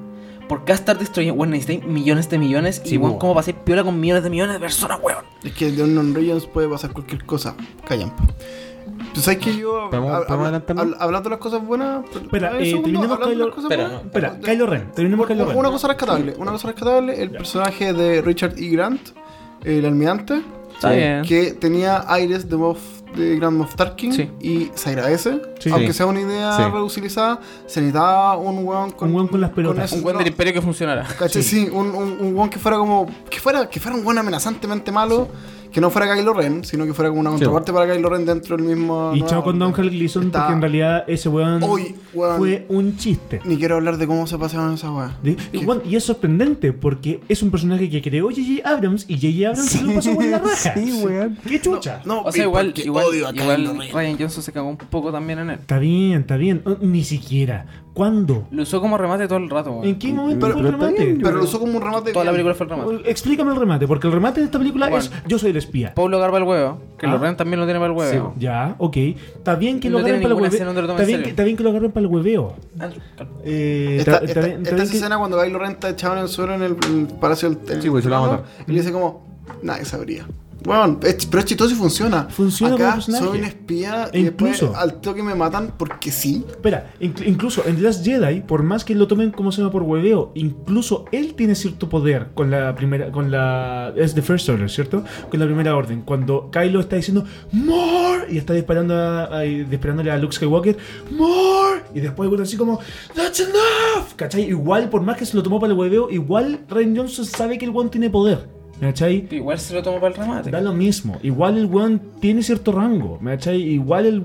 Por cada Star Destroyer, weón, necesitáis millones de millones. Sí, y, weón, po. ¿cómo pasáis piola con millones de millones de personas, weón? Es que de Unknown Regions puede pasar cualquier cosa. Callan. Pues sabes que yo. ¿Podemos- hab- podemos hab- adelantarnos? hab- hablando de las cosas buenas. Espera, dame un eh, segundo, terminemos hablando de Kylo- las cosas Espera, buenas. Espera, Kylo Ren. Terminemos Kylo Ren. Una cosa rescatable, una cosa rescatable, el personaje de Richard E. Grant, el almirante, eh, Está bien. que tenía aires de Moff, de Grand Moff Tarkin Sí. y se agradece, Sí. aunque Sí. sea una idea Sí. reutilizada, se necesitaba un weón con, Un weón con las pelotas. ese- Un weón no, del imperio que funcionara. ¿cachai? Sí, un, un, un weón que fuera como que fuera que fuera un weón amenazantemente malo, que no fuera Kylo Ren, sino que fuera como una contraparte para Kylo Ren dentro del mismo Y nueva chao con orden. Don Hal Gleason, Está- porque en realidad ese weón Hoy, weón. fue un chiste. Ni quiero hablar de cómo se pasaron esa weá. De- y, bueno, y es sorprendente porque es un personaje que creó J.J. Abrams y J.J. Abrams se lo pasó por (laughs) la raja. sí, weón. ¡Qué chucha! No, O sea, igual, porque igual, odio a Kylo igual Ren. Ryan Johnson se cagó un poco también en él. Está bien, está bien. Oh, Ni siquiera. ¿Cuándo? Lo usó como remate todo el rato, ¿En weón. qué momento Pero- fue el pero está remate? oh, bien, Pero lo usó como un remate. Toda la bien. película fue el remate. Explícame el remate, porque el remate de esta película Bueno. es Yo soy el espía. Pablo agarra el huevo, que Ah. lo Ren también lo tiene para el Sí, huevo. po. Ya, ok. Está bien que lo No agarren para el tiene ninguna hueveo. escena donde lo tomen Está en bien, que, serio. está bien que lo agarren para el hueveo. Eh, Esta, está- esta, está bien- está esta bien es que- escena cuando Kylo Ren está echado en el suelo en el, en el palacio del del Sí, güey, se la va a trono, matar. Y le dice como, nadie sabría. Bueno, es- pero es chistoso y funciona. Funciona como Acá personaje. soy un espía E y después incluso- al toque me matan porque sí. Espera, inc- incluso en Last Jedi, por más que lo tomen como se llama por hueveo, incluso él tiene cierto poder con la primera, con la... es The First Order, ¿cierto? Con la primera orden. Cuando Kylo está diciendo ¡More! y está disparando a, a- disparándole a Luke Skywalker ¡More! y después bueno, así como ¡That's enough! ¿Cachai? Igual, por más que se lo tomó para el hueveo, igual Ryan Johnson sabe que el one tiene poder. ¿Cachai? Igual se lo tomó para el remate. Da lo mismo. Igual el weón tiene cierto rango. ¿Me cachai? Igual el.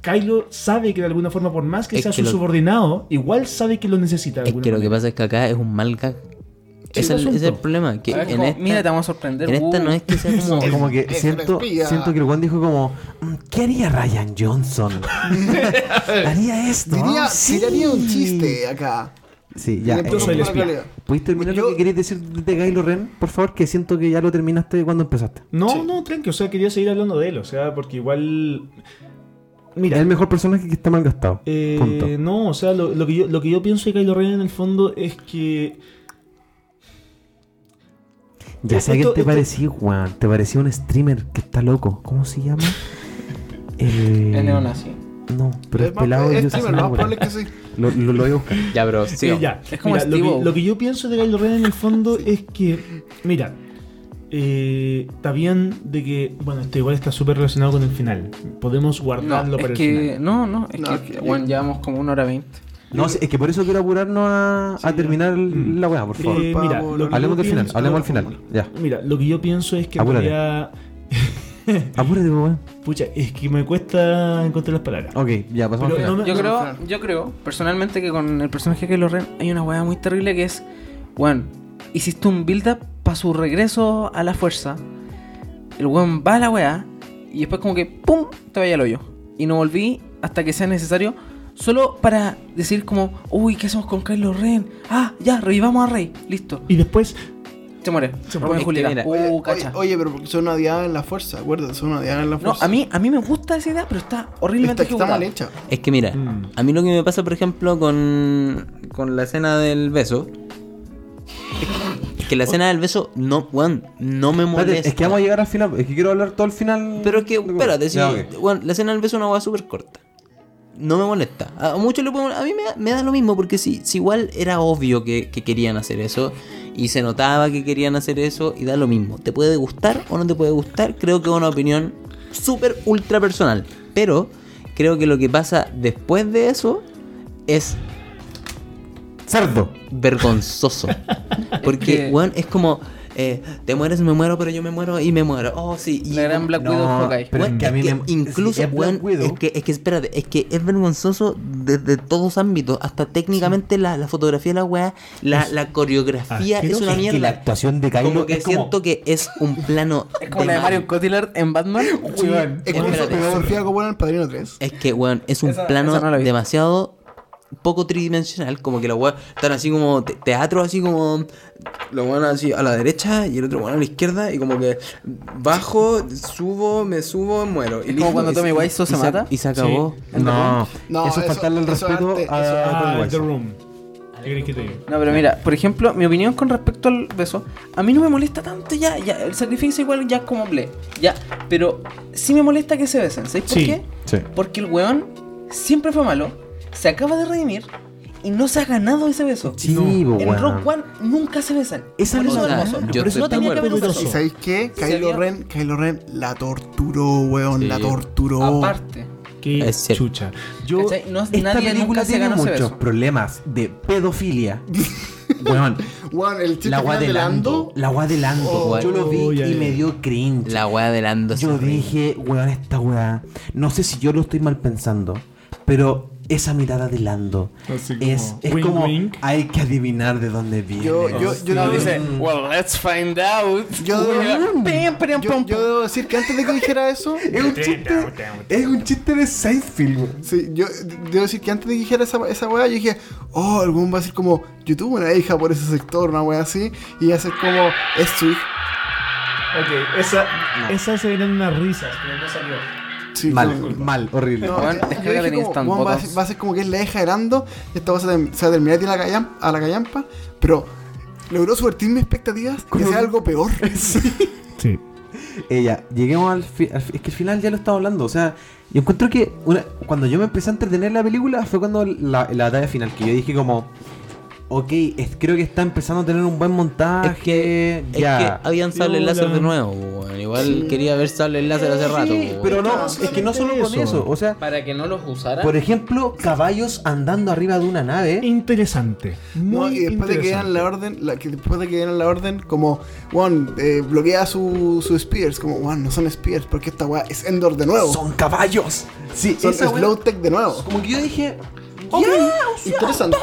Kylo sabe que de alguna forma, por más que Es sea que su lo- subordinado, igual sabe que lo necesita. de Es alguna que lo que manera. pasa es que acá es un mal gag. es, el el, es el asunto. problema. Que A ver, en como, esta, Mira, te vamos a sorprender. en esta uh. no es que (laughs) sea como... Es como que es un siento, espía. siento que el Juan dijo como, "Mm, ¿qué haría Ryan (laughs) Johnson? ¿Haría esto? Diría, Sí. tiraría un chiste acá. Sí, ya. Tiene eh, soy el una espía. calidad. ¿Puedes terminar Yo- lo que querías decir de Kylo Ren? Por favor, que siento que ya lo terminaste cuando empezaste. No, no, tranqui. O sea, quería seguir hablando de él. O sea, porque igual. Es Mira. el mejor personaje que está mal gastado. eh, Punto. no, o sea, lo, lo que yo, lo que yo pienso de Kylo Ren en el fondo es que. Ya sé a esto- quién te esto- parecía, Juan. Te parecía un streamer que está loco. ¿Cómo (laughs) se llama? El... Es neonazi. No, pero Es el más- pelado es yo streamer, lo más probable es que sí. Lo, lo, lo voy a buscar. Ya, bro, sí. oh, Eh, ya. Es como Mira, lo, Steve-O. que, lo que yo pienso de Kylo Ren en el fondo es que. Mira. eh, está bien de que, bueno, esto igual está súper relacionado con el final. Podemos guardarlo No, para es el que, final. no, no, es No, es que, que- bueno, llevamos como una hora veinte. No, sí, es que por eso quiero apurarnos a, a terminar la weá, por favor. Eh, mira, lo que hablemos yo del final, pienso- hablemos del final. Ya. Mira, lo que yo pienso es que en Apúrate. realidad- Apúrate, weón. Pucha, es que me cuesta encontrar las palabras. Ok, ya, pasamos al Pero final. no Yo me- creo, claro. yo creo, personalmente, que con el personaje que lo ren hay una weá muy terrible que es, weón, hiciste un build-up para su regreso a la fuerza. El weón va a la weá y después como que, ¡pum!, te vaya al hoyo. Y no volví hasta que sea necesario, solo para decir como, uy, ¿qué hacemos con Kylo Ren? Ah, ya, revivamos a Rey, listo. Y después, Se muere. Se muere Es que mira, Oye, Oh, Uh, cacha. oye, pero porque son una diada en la fuerza, acuérdate, son una diada en la No, fuerza. a mí, a mí me gusta esa idea, pero está horriblemente está, está ejecutada. mal hecha. Es que mira, Mm. a mí lo que me pasa, por ejemplo, con, con la escena del beso. Que la escena del beso no, weón, no me molesta. Espérate, es que vamos a llegar al final. Es que quiero hablar todo el final. Pero es que, Ya, espérate, sí, ok. weón, la escena del beso es una hueá súper corta. No me molesta. A muchos le pueden- A mí me da, me da lo mismo, porque si, si igual era obvio que, que querían hacer eso, y se notaba que querían hacer eso, y da lo mismo. ¿Te puede gustar o no te puede gustar? Creo que es una opinión súper ultra personal. Pero creo que lo que pasa después de eso es Cerdo. (laughs) vergonzoso. Es Porque, que- weón, es como. eh, te mueres, me muero, pero yo me muero y me muero. Oh, sí. y- La gran Black Widow No, Hawkeye. pero- Weón, es que a mí es que me- incluso, si es Black weón, Widow- es que, es que espérate, es que es vergonzoso desde todos ámbitos, hasta técnicamente la, la fotografía de la weá, la, la coreografía es asqueroso. una Es que la mierda. actuación de Kylo como que es como- siento que es un plano. (laughs) Es como la de Mario Cotillard (laughs) en Batman. Weón, es como espérate. pero Sofía Coppola en el Padrino 3. Es que, weón, es un Esa- plano esa no la vi. demasiado poco tridimensional, como que los weón están así como te- teatro, así como los weón así a la derecha y el otro weón a la izquierda, y como que bajo, subo, me subo, muero. Y Es como cuando y- Tommy y- Wiseau se y mata. Y se acabó. No, No, eso es eso- faltarle el eso respeto antes- a- eso- a Tommy ah, The Wiseau. Room. ¿Qué crees que te diga? No, pero mira, por ejemplo, mi opinión con respecto al beso, a mí no me molesta tanto ya, ya, el sacrificio igual ya es como ble, ya, pero sí me molesta que se besen, ¿sabes por Sí. qué? Sí. Porque el weón siempre fue malo, se acaba de redimir y no se ha ganado ese beso. Sí, En weón. Rock One nunca se besan. Esa Por es eso la- hermoso. yo Por eso estoy no de tenía que acuerdo. haber un Sí, beso. ¿Y sabéis qué? Se Kylo había- Ren, Kylo Ren la torturó, weón, Sí. la torturó. Aparte, Qué Es cierto. chucha. Yo, ¿cachai? No, Esta nadie película nunca se tiene ganó ese muchos beso. problemas de pedofilia. Weón, Weón, el chiste la final agua de de Lando. Lando. La agua de Lando. Oh, Yo lo vi oh, ya, y ya. me dio cringe. La weá del ando se Yo ríe. dije, weón, esta weá. No sé si yo lo estoy mal pensando, pero esa mirada de Lando Así como, es, es wink, como. wink. Hay que adivinar de dónde viene. Yo, yo, yo, debo decir- Mm. well, let's find out. Yo- Weón, pim, pim, yo- pum, yo debo decir que antes de que dijera eso, Es un chiste. Es un chiste de Seinfeld, weón. Sí, yo debo decir que antes de que dijera esa, esa weá, yo dije, oh, algún va a ser como, yo tuve una hija por ese sector, una weá así, y hacer como, es su hija. ok, esa, esas eran unas risas, pero no salió. Sí, Mal, no, mal, horrible. no, Juan, yo descarga dije el como, Instant Juan va, a Buttons. ser, va a ser como que es la hija de Lando, y esta va a, ser- se va a terminar de ir a la, callam- a la callampa, pero logró subvertir mis expectativas que sea algo peor. Sí. Ella, lleguemos al, fi- al fi- Es que el final ya lo estaba hablando. O sea, yo encuentro que una- cuando yo me empecé a entretener la película fue cuando la, la batalla final, que yo dije como. Ok, es- creo que está empezando a tener un buen montaje. Es que, es ya. que habían sable Hola. láser de nuevo, weón. Igual quería ver sable láser hace rato. Sí, weón. pero no, Claro, es que no solo con solamente eso. eso. O sea, Para que no los usara. por ejemplo, caballos andando arriba de una nave. Interesante. Muy No, y después de que interesante. dieran la orden, la, que después de que dieran la orden, como, Juan, eh, bloquea su, su Spears, como, Juan, no son Spears, porque esta weá es Endor de nuevo. Son, Son caballos. Sí, esa wea- Slow Tech de nuevo. Como que yo dije. Ok, Interesante.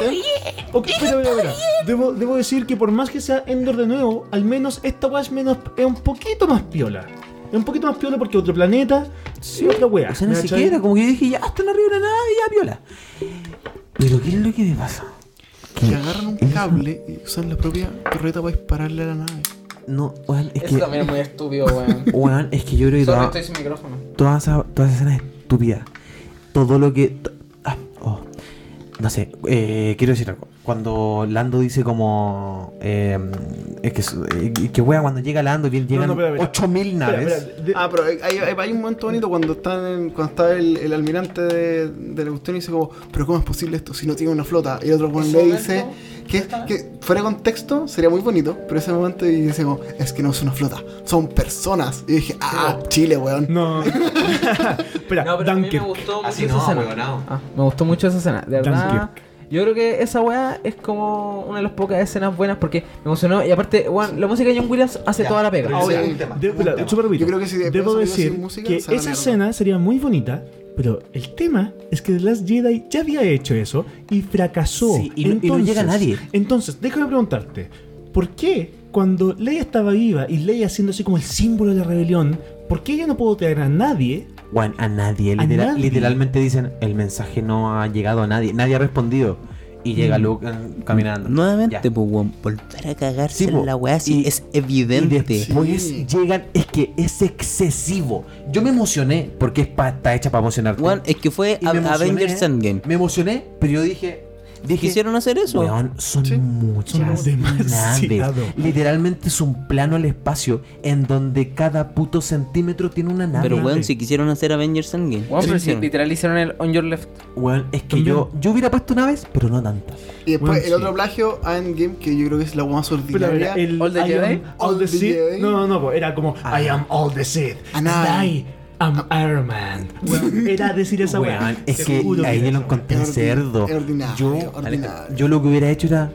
ok, espera, espera, espera. Debo, debo decir que por más que sea Endor de nuevo, al menos esta weá es, menos, es un poquito más piola. Es un poquito más piola porque otro planeta sí. otra weá. O sea, ni ¿cachai? siquiera, como que yo dije, ya están arriba de la nave, ya viola. Pero ¿qué es lo que me pasa? Que agarran un cable y usan la propia torreta para dispararle a la nave. No, weón, es Eso también que. es muy estúpido, weón. Weón, es que yo creo que Solo toda- estoy sin micrófono. todas esas todas esas escenas estúpidas. Todo lo que. t- ah, oh. No sé, eh, quiero decir algo. Cuando Lando dice como. eh, es que, su- eh, que wea, cuando llega Lando, bien, No, llegan no, espera, espera. 8000 Espera, naves. espera, de- Ah, pero hay, hay- hay un momento bonito cuando están en- cuando está el, el almirante de, de la cuestión y dice como, pero ¿cómo es posible esto si no tiene una flota? Y el otro weón le dice, Que, que fuera de contexto sería muy bonito, pero ese momento y dice como, es que no es una flota, son personas. Y dije, ah, Chile, weón. (laughs) No. Espera, Dunkirk. gustó Así no, huevonao. Ah, me gustó mucho esa escena, de verdad. Dunkirk. Yo creo que esa weá es como una de las pocas escenas buenas porque me emocionó. Y aparte, weón, la música de John Williams hace Ya, toda la pega. pero Ahora, ese es un tema, Debo, un la- tema. súper rápido. Yo creo que si después Debo hubiese sido decir sin música, que se esa va a la mierda. escena sería muy bonita, pero el tema es que The Last Jedi ya había hecho eso y fracasó. Sí, y no- y no llega nadie. Entonces, déjame preguntarte, ¿por qué cuando Leia estaba viva y Leia siendo así como el símbolo de la rebelión, ¿por qué ella no pudo traer a nadie? Juan, a nadie. A litera- nadie. Literalmente dicen, el mensaje no ha llegado a nadie. Nadie ha respondido. Y llega Luke eh, caminando. (laughs) Mm. Nuevamente, Ya. pues, weón, volver a cagarse Sí, po. en la weá sí Y- es Y evidente. después Sí. llegan, es que es excesivo. Yo me emocioné porque es pa- está hecha para emocionarte. Weón, es que fue Y a- me emocioné, eh, Avengers Endgame. Me emocioné, pero yo dije. dije ¿Quisieron hacer eso? Weón, son Sí. muchas Son demasiado. naves. Literalmente es un plano al espacio en donde cada puto centímetro tiene una nave. Pero, weón, Nadie. si quisieron hacer Avengers Endgame. Weón, Sí pero si hicieron. literal hicieron el On Your Left. Weón, es que También. yo, yo hubiera puesto naves, pero no tantas. Y después Bueno, el sí. otro plagio a Endgame, que yo creo que es la más Pero ordinaria. era el All the I am Jedi? All the All the Sith. Jedi? No, no, no, po, era como Ah. I am all the Sith. And and I- I am Iron Man. Weón, era decir esa weá. Weón, es Te que juro ahí era yo lo esa weá. encontré Es ordi- cerdo. es ordinario, Yo, es ordinario. yo lo que hubiera hecho era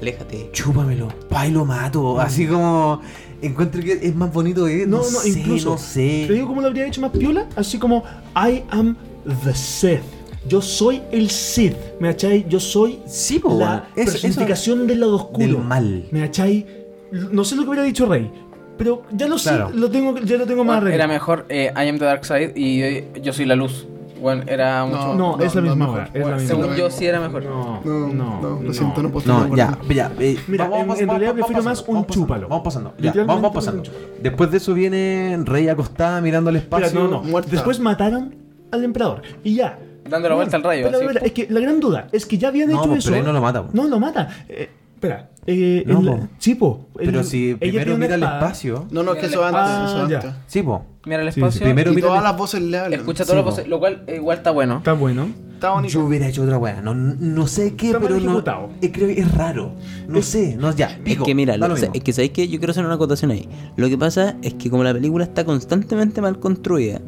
Aléjate. chúpamelo, pa y lo mato. Así como encuentro que es más bonito que No, no, sé, incluso. no sé. Te digo cómo lo habría hecho más piola, así como I am the Sith. Yo soy el Sith, ¿me cachai? Yo soy Sí, po, la weón. Eso- personificación del lado oscuro. Del mal. ¿Me cachai? No sé lo que hubiera dicho Rey, pero ya lo sé, Claro. lo tengo, ya lo tengo más Weón, Rey. Era mejor eh, I am the Dark Side y eh, yo, soy la luz. Weón, era mucho. No, es la no, misma no, weá, mejor. es la Weón, misma según weá. yo sí era mejor. No, No, no, lo siento, no puedo estar No, de ya, acuerdo. ya. eh, Mira, en- en realidad vamos prefiero más pasando, un vamos pasando, chúpalo. Vamos pasando, ya, Literalmente vamos, vamos prefiero pasando. un chúpalo. Después de eso viene Rey acostada mirando al espacio. Espera, no, no. muerta. Después mataron al emperador y ya. Dando la vuelta al rayo, Pero, así. espera, es que la gran duda es que ya habían No, hecho pues, eso. pero ahí no lo mata, po. No lo mata. Eh, espera. eh, No, en la- po. sí, po. El- Pero si ella primero tiene una mira el espada. espacio. No, no, es que eso antes. Ah, eso ya. antes. Sí, po. Mira el Sí, sí. espacio. Primero Y mira todas el- las voces le hablan. Escucha todas Sí, las voces, lo cual eh, igual está bueno. Está bueno. Está bonito. Yo hubiera hecho otra weá. No, no sé qué, Está mal pero no. ejecutado. eh, creo que es raro. No sé, no, ya. Es pico, que mira, da lo- lo mismo. es que sabéis que yo quiero hacer una acotación ahí. Lo que pasa es que como la película está constantemente mal construida,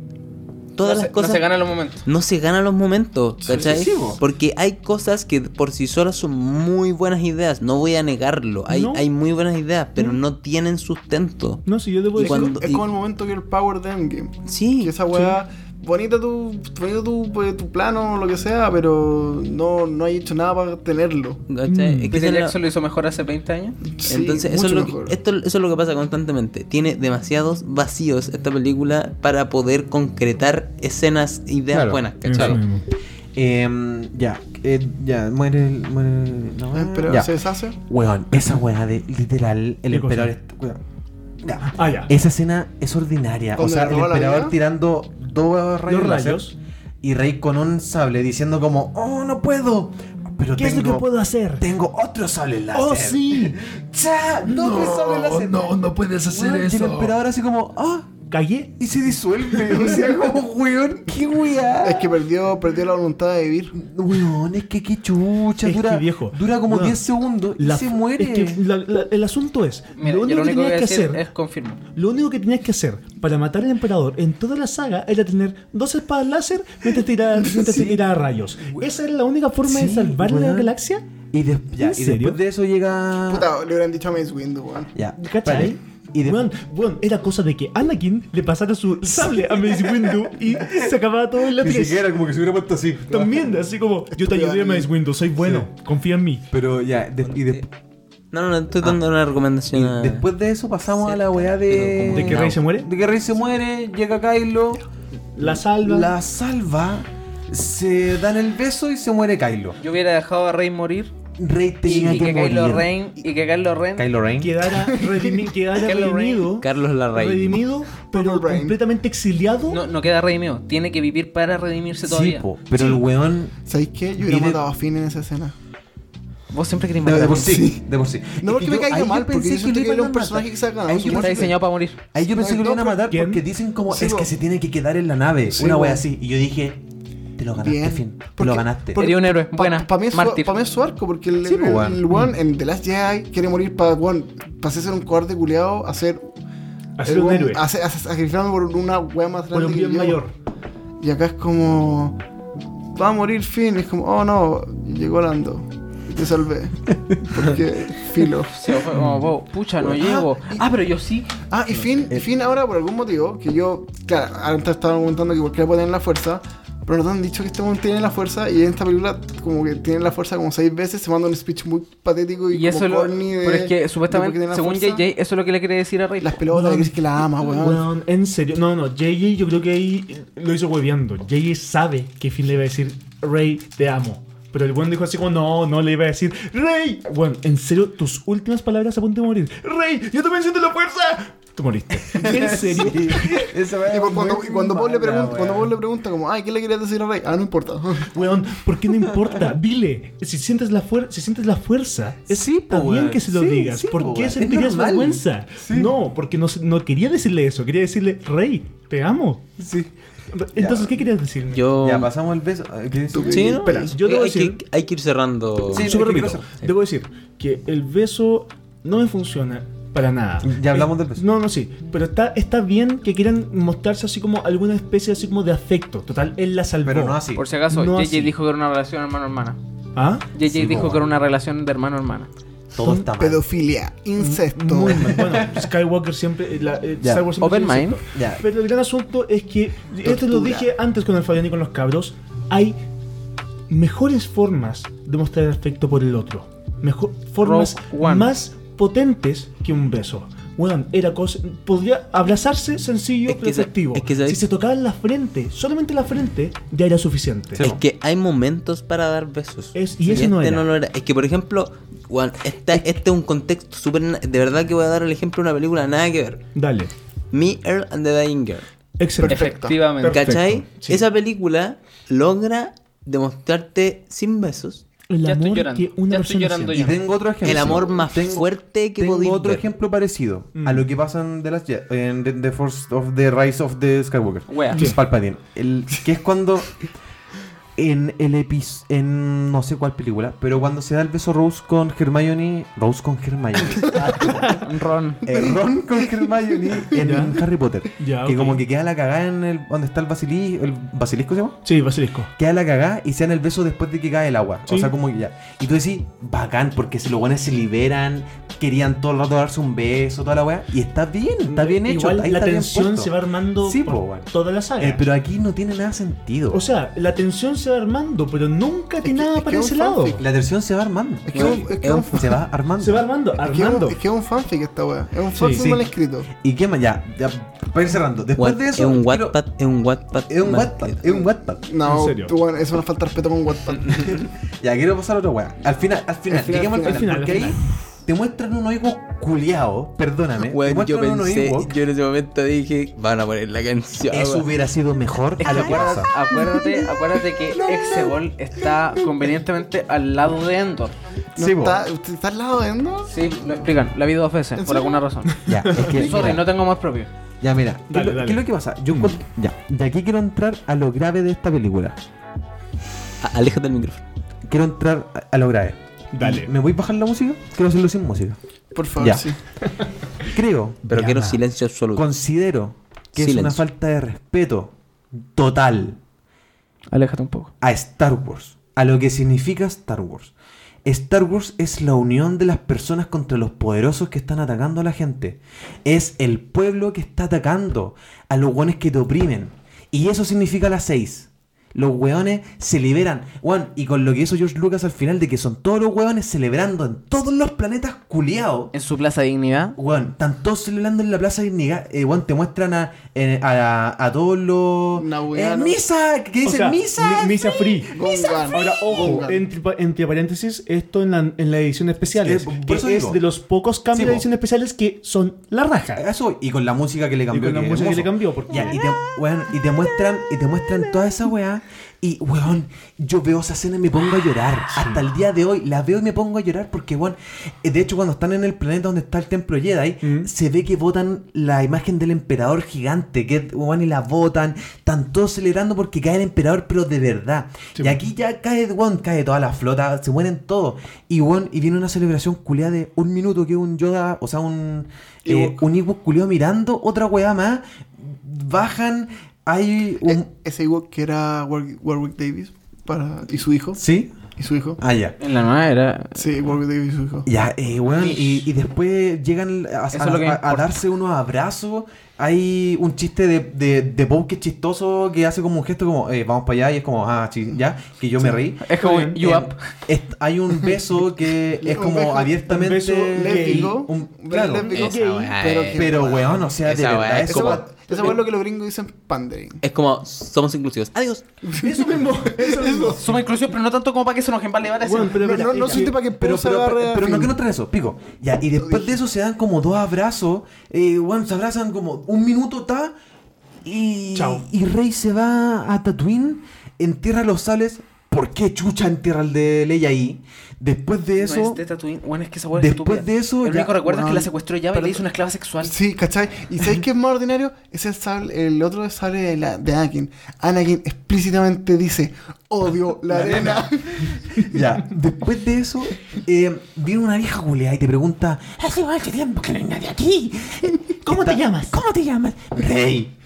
no todas las se, cosas No se ganan los momentos. no se ganan los momentos, ¿cachai? sí, bo. Porque hay cosas que por sí solas son muy buenas ideas, no voy a negarlo. Hay, No. Mm. hay muy buenas ideas, pero no tienen sustento. No, si yo debo Y decir. cuando- Pues, Es como el momento que el power de Endgame. Sí, Que esa weá, bonita tu, bonito tu, pues, tu plano o lo que sea, pero no, no hay hecho nada para tenerlo. Mm. ¿cachai? Es que esa Peter es la- Jackson lo hizo mejor hace 20 años. Sí, Entonces, eso mucho es, lo mejor. que, esto- eso es lo que pasa constantemente. Tiene demasiados vacíos esta película para poder concretar escenas, ideas Claro. buenas, Eso ¿cachai? mismo. Em, ya, eh, ya, muere el. Muere el no, El emperador ya. Eh, se deshace. Weón, esa weá de literal, el ¿Qué cosa? emperador. est- weón. Ya. Ah, ya. Esa escena es ordinaria. O ¿Cuando sea, le el roba la emperador vida? tirando dos rayos, Dos láser rayos. y Rey con un sable diciendo como, oh, no puedo. Pero ¿Qué es tengo, lo que puedo hacer? Tengo otro sable láser. ¡Oh, sí! ¡Cha! ¡No, sable láser! no puedes Weón, Y el emperador así como, ah, ¿Callé? y se disuelve. o sea, como, weón, qué weá. Es que perdió, perdió la voluntad de vivir. Weón, es que qué chucha. Es que, dura, viejo, dura como weón, 10 segundos y La- se muere. es que la- la- el asunto es: Mira, lo yo único que voy a tenías que decir hacer. es confirmo. Lo único que tenías que hacer para matar al emperador en toda la saga era tener dos espadas láser mientras tiraba mientras te tiraba rayos. Esa era la única forma de Sí, salvar la weón. galaxia. Y, des- ya, ¿En y serio? después de eso Ah. llega. Puta, le hubieran dicho a Mace Windu, weón. Ya. ¿Cachai? espérate. Y de- Weón, weón, era cosa de que Anakin le pasara su sable a Mace Windu y se acababa todo en la Ni 3. siquiera, como que se hubiera puesto así. (laughs) También, así como, yo te ayudé Mace Windu, soy bueno, confía en mí. Pero ya, de- y de- No, no, no, estoy dando una recomendación. a- después de eso pasamos a la weá Ah. Pero de. como- ¿De que Rey se muere? De que Rey se muere, llega Kylo, La salva. la salva, se dan el beso y se muere Kylo. Yo hubiera dejado a Rey morir Rey y, tenía y que que morir. Kylo Ren y que Kylo Ren Kylo Ren. Quedara, redimi- quedara Kylo Ren. redimido. Carlos Larraín. Redimido, pero Purple Rain. completamente exiliado. no, no queda redimido, tiene que vivir para redimirse Sí, todavía. po, pero el weón. ¿Sabéis qué? Yo Y hubiera de- matado a Finn en esa escena. Vos siempre querés De, matar de a por Rey. sí, de por sí. pues No porque Es que me yo- caiga ahí yo mal, porque pensé yo siento lo que era iban un a personaje que matar. se ha ganado Ahí su yo Está muerte. pensé- diseñado para morir. Ahí yo pensé No, que lo no, iban a matar ¿quién? porque dicen como Sí, es po. que se tiene que quedar en la nave, Sí, una po. wea así. Y yo dije, Te lo ganaste, Bien. Finn. Te Porque- lo ganaste. (laughs) porque- Sería un héroe. Ah, Buena. Para mí, es su- Mártir. pa' mí es su arco, porque el, Sí, pues, el- weón. el weón en The Last Jedi quiere morir para pasé a ser un cobarde culeado a ser Hacer el un weón- héroe. A, ser- a sacrificarme por una weá más Por grande. un que bien yo. mayor. Y acá es como. Va a morir Finn. Y es como, oh no, llegó Lando. Y te salvé. Porque filo. Sí, fue como, wow, pucha, no Ah, llego. y- Ah, pero yo sí. Ah, y Finn, y Finn ahora por algún motivo, que yo, claro, antes estaba comentando que cualquiera puede tener la fuerza, pero nos han dicho que este mundo tiene la fuerza y en esta película como que tiene la fuerza como seis veces, se manda un speech muy patético y, Y eso como lo. corny de- Pero es de por que qué tiene supuestamente, la según fuerza. JJ, eso es lo que le quiere decir a Rey. las pelotas, que dice que la Ah, ama, weón. Weón, en serio. No, no, JJ yo creo que ahí lo hizo hueveando. JJ sabe que Finn le iba a decir, Rey, te amo. Pero el buen dijo así como, no, no le iba a decir, Rey. Bueno, en serio, tus últimas palabras a punto de morir. Rey, yo también siento la fuerza. (laughs) Tú moriste. En serio. (laughs) Y por- cuando, y cuando Paul le pregunta, cuando Paul le pregunta como, ay, ¿qué le querías decir a Rey? Ah, no importa. (laughs) Weón, ¿por qué no importa? Dile, si sientes la, fuer- si sientes la fuerza, es Sí, po, bien weón. que se lo Sí, digas. sí, po, ¿Por weón. qué Es sentirías normal. vergüenza? No, porque no, se- no quería decirle eso, quería decirle, Rey, te amo. Sí. Entonces, ¿qué querías decirme? Yo. Ya pasamos el beso. Ah, ¿qué dices? Sí, ¿no? Espera, yo debo hay, decir- que, hay que ir cerrando. Sí, Súper es que rápido. quiero hacer- Debo decir que el beso no me funciona para nada. Ya hablamos Eh, del beso. No, no, sí. Pero está, está bien que quieran mostrarse así como alguna especie así como de afecto. Total, él la salvó. Pero no así. Por si acaso, No JJ así. dijo que era una relación hermano-hermana. ¿Ah? JJ dijo que era una relación de hermano-hermana. Todo está mal. Pedofilia, incesto. Muy mal. Bueno, Skywalker siempre. eh, la- eh, Ya. Star Wars siempre Open tiene mind. esto. Ya. Pero el gran asunto es que. Esto lo Tortura. dije antes con el Fabián y con los cabros. Hay mejores formas de mostrar afecto por el otro. Mejor, formas Rogue One. más potentes que un beso. Weón, era cosa. Podría abrazarse sencillo Es pero que sa- efectivo. es que sabes- si se tocaban la frente, solamente la frente, ya era suficiente. Es que hay momentos para dar besos. Es- y ese no este era. lo Es que, por ejemplo, weón, esta- este es un contexto súper. na- De verdad que voy a dar el ejemplo de una película nada que ver. Dale. Me, Earl and the Dying Girl. Excelente. Efectivamente. Perfecto, ¿Cachai? sí. Esa película logra demostrarte sin besos El Ya estoy amor llorando. que una Ya estoy persona llorando siente. Y tengo otro ejemplo. el amor más Tengo- fuerte este que Tengo podéis otro ver. ejemplo parecido Mm. a lo que pasa en The, Last Je- en The- The Force of the Rise of the Skywalker. Wea. Que es Palpatine. El, que es cuando en el epis en no sé cuál película, pero cuando se da el beso Rose con Hermione, Rose con Hermione. (laughs) Ron. Eh, Ron con (laughs) Hermione en Harry Potter. Ya, Que ok. como que queda la cagada en el donde está el basilisco, el basilisco se llama? Sí, Basilisco. queda la cagada y se dan el beso después de que cae el agua. Sí. O sea, como que ya. Y tú decís, bacán, porque si los buenos se liberan, querían todo el rato darse un beso, toda la weá. Y está bien, está bien hecho. Igual ahí la está bien tensión puesto. se va armando Sí, por po, weón. toda la saga. Eh, pero aquí no tiene nada sentido. O sea, la tensión se va armando, pero nunca tiene nada es para que ese un lado. fanfic. la tensión se va armando. Es que es un- es que es un fan- se va armando. (laughs) Se va armando, es que es armando. un- es que es un fanfic esta weá. Es un fanfic sí. mal escrito. Y qué más, ya, ya, para ir cerrando. Después What- de es eso. un quiero- Wattpad, es un Wattpad. Es un mal Wattpad, escrito. es un Wattpad. (laughs) No, En serio. tú, weón, eso es una falta de respeto con WhatsApp. Ya, quiero pasar a otra weá. Al final, al final, Al final, lleguemos al al final. final, porque al ahí te muestran un oigo culiao, perdóname. te (laughs) Weón, yo muestran un pensé, oigo- yo en ese momento dije, van a poner la canción. Eso weón. hubiera sido mejor a lo que Acuérdate, pasa. acuérdate, acuérdate que Exegol está convenientemente al lado de Endor. No Sí, po. está, ¿Usted está al lado de Endor? Sí, lo explican. La vi dos veces, por alguna razón. Ya, es que. (laughs) Sorry, mira, no tengo más propio. Ya, mira, ¿qué, Dale, lo- dale. qué es lo que pasa? Yo encuentro- Ya, de aquí quiero entrar a lo grave de esta película. A- Aléjate del micrófono. Quiero entrar a, a lo grave. Dale. ¿Me voy a bajar la música? Quiero hacerlo sin música. Por favor, Ya. sí. Creo. Pero Ya, quiero nada. silencio absoluto. Considero que es Silencio. una falta de respeto total Aléjate un poco. a Star Wars, a lo que significa Star Wars. Star Wars es la unión de las personas contra los poderosos que están atacando a la gente. Es el pueblo que está atacando a los weones que te oprimen. Y eso significa las seis. Los weones se liberan. Weón, y con lo que hizo George Lucas al final de que son todos los weones celebrando en todos los planetas culiados. En su plaza de dignidad. Weón, están todos celebrando en la Plaza Dignidad. Eh, weón, te muestran a, eh, a, a todos los... Nahueanos. Eh, ¡Misa! ¿Qué O dicen? sea, ¡Misa! mi- misa free. Gongan. Ahora, ojo, Gongan. entre, pa- entre paréntesis, esto en la, en la edición especial Eh, es, por que eso es digo. de los pocos cambios Sí, de po. edición especiales que son la A raja. eso, y con la música que le cambió. Y con la es música que le hermoso. cambió, porque- Ya, y, te, weón, y te muestran, y te muestran toda esa weá. Y, weón, yo veo esa escena y me pongo a llorar. Hasta el día de hoy la veo y me pongo a llorar porque, weón, eh, de hecho, cuando están en el planeta donde está el templo Jedi, se ve que botan la imagen del emperador gigante, que, weón, y la botan. Están todos celebrando porque cae el emperador, pero de verdad. Sí, y po. aquí ya cae, weón, cae toda la flota, se mueren todos. Y, weón, y viene una celebración culiada de un minuto que un Yoda, o sea, un. eh, Ewok. un Ewok culiado mirando otra weá más. Bajan, hay un. Eh. E- ese igual que era Warwick, Warwick Davis para, y su hijo. ¿Sí? Y su hijo. Ah, ya. En la nueva Ah. era. Sí, Warwick Davis y su hijo. Ya, eh, weón, y, y después llegan a, a- Eso es lo que me a- a importa. darse unos abrazos. Hay un chiste de, de, de Poe que es chistoso que hace como un gesto como, eh, vamos para allá, y es como, ah, chi- ya, que yo me reí. Es como You Eh, Up. est- hay un beso (laughs) que es Un como beso- abiertamente. un beso Lésbico. un- Un claro. lésbico Esa gay, weá pero es- que- Pero, weón, o sea, de Esa weá verdad es es Esa como- como. weá- esa weá es lo que los gringos dicen pandering. Es como, somos inclusivos. Adiós. Eso mismo, (laughs) eso mismo. Somos inclusión, pero no tanto como para que se nos embale la Bueno, pero No, mira, no, no es sirve que- para que Pero, Poe se pero, agarre pero, a pero no Finn. quiero traer eso, pico. Ya, y después de eso se dan como dos abrazos. Eh, bueno, se abrazan como un minuto, ta. Y, Chao. y Rey se va a Tatooine, entierra los sales. ¿Por qué chucha entierra el de Leia ahí? Después de eso. No es de Tatooine. Bueno, es que esa hueá es Después estúpida. de eso, El ya- único recuerdo es weón. que la secuestró Java y Pero- le hizo una esclava sexual. Sí, ¿cachai? ¿Y sabes qué es más ordinario? Es el, sable- el otro sable de, la, de Anakin. Anakin explícitamente dice, (laughs) odio la, arena. (laughs) Ya, después de eso, eh, viene una vieja culea y te pregunta: Hace mucho tiempo que no hay nadie aquí. ¿Cómo te llamas? ¿Cómo te llamas? Rey. (laughs)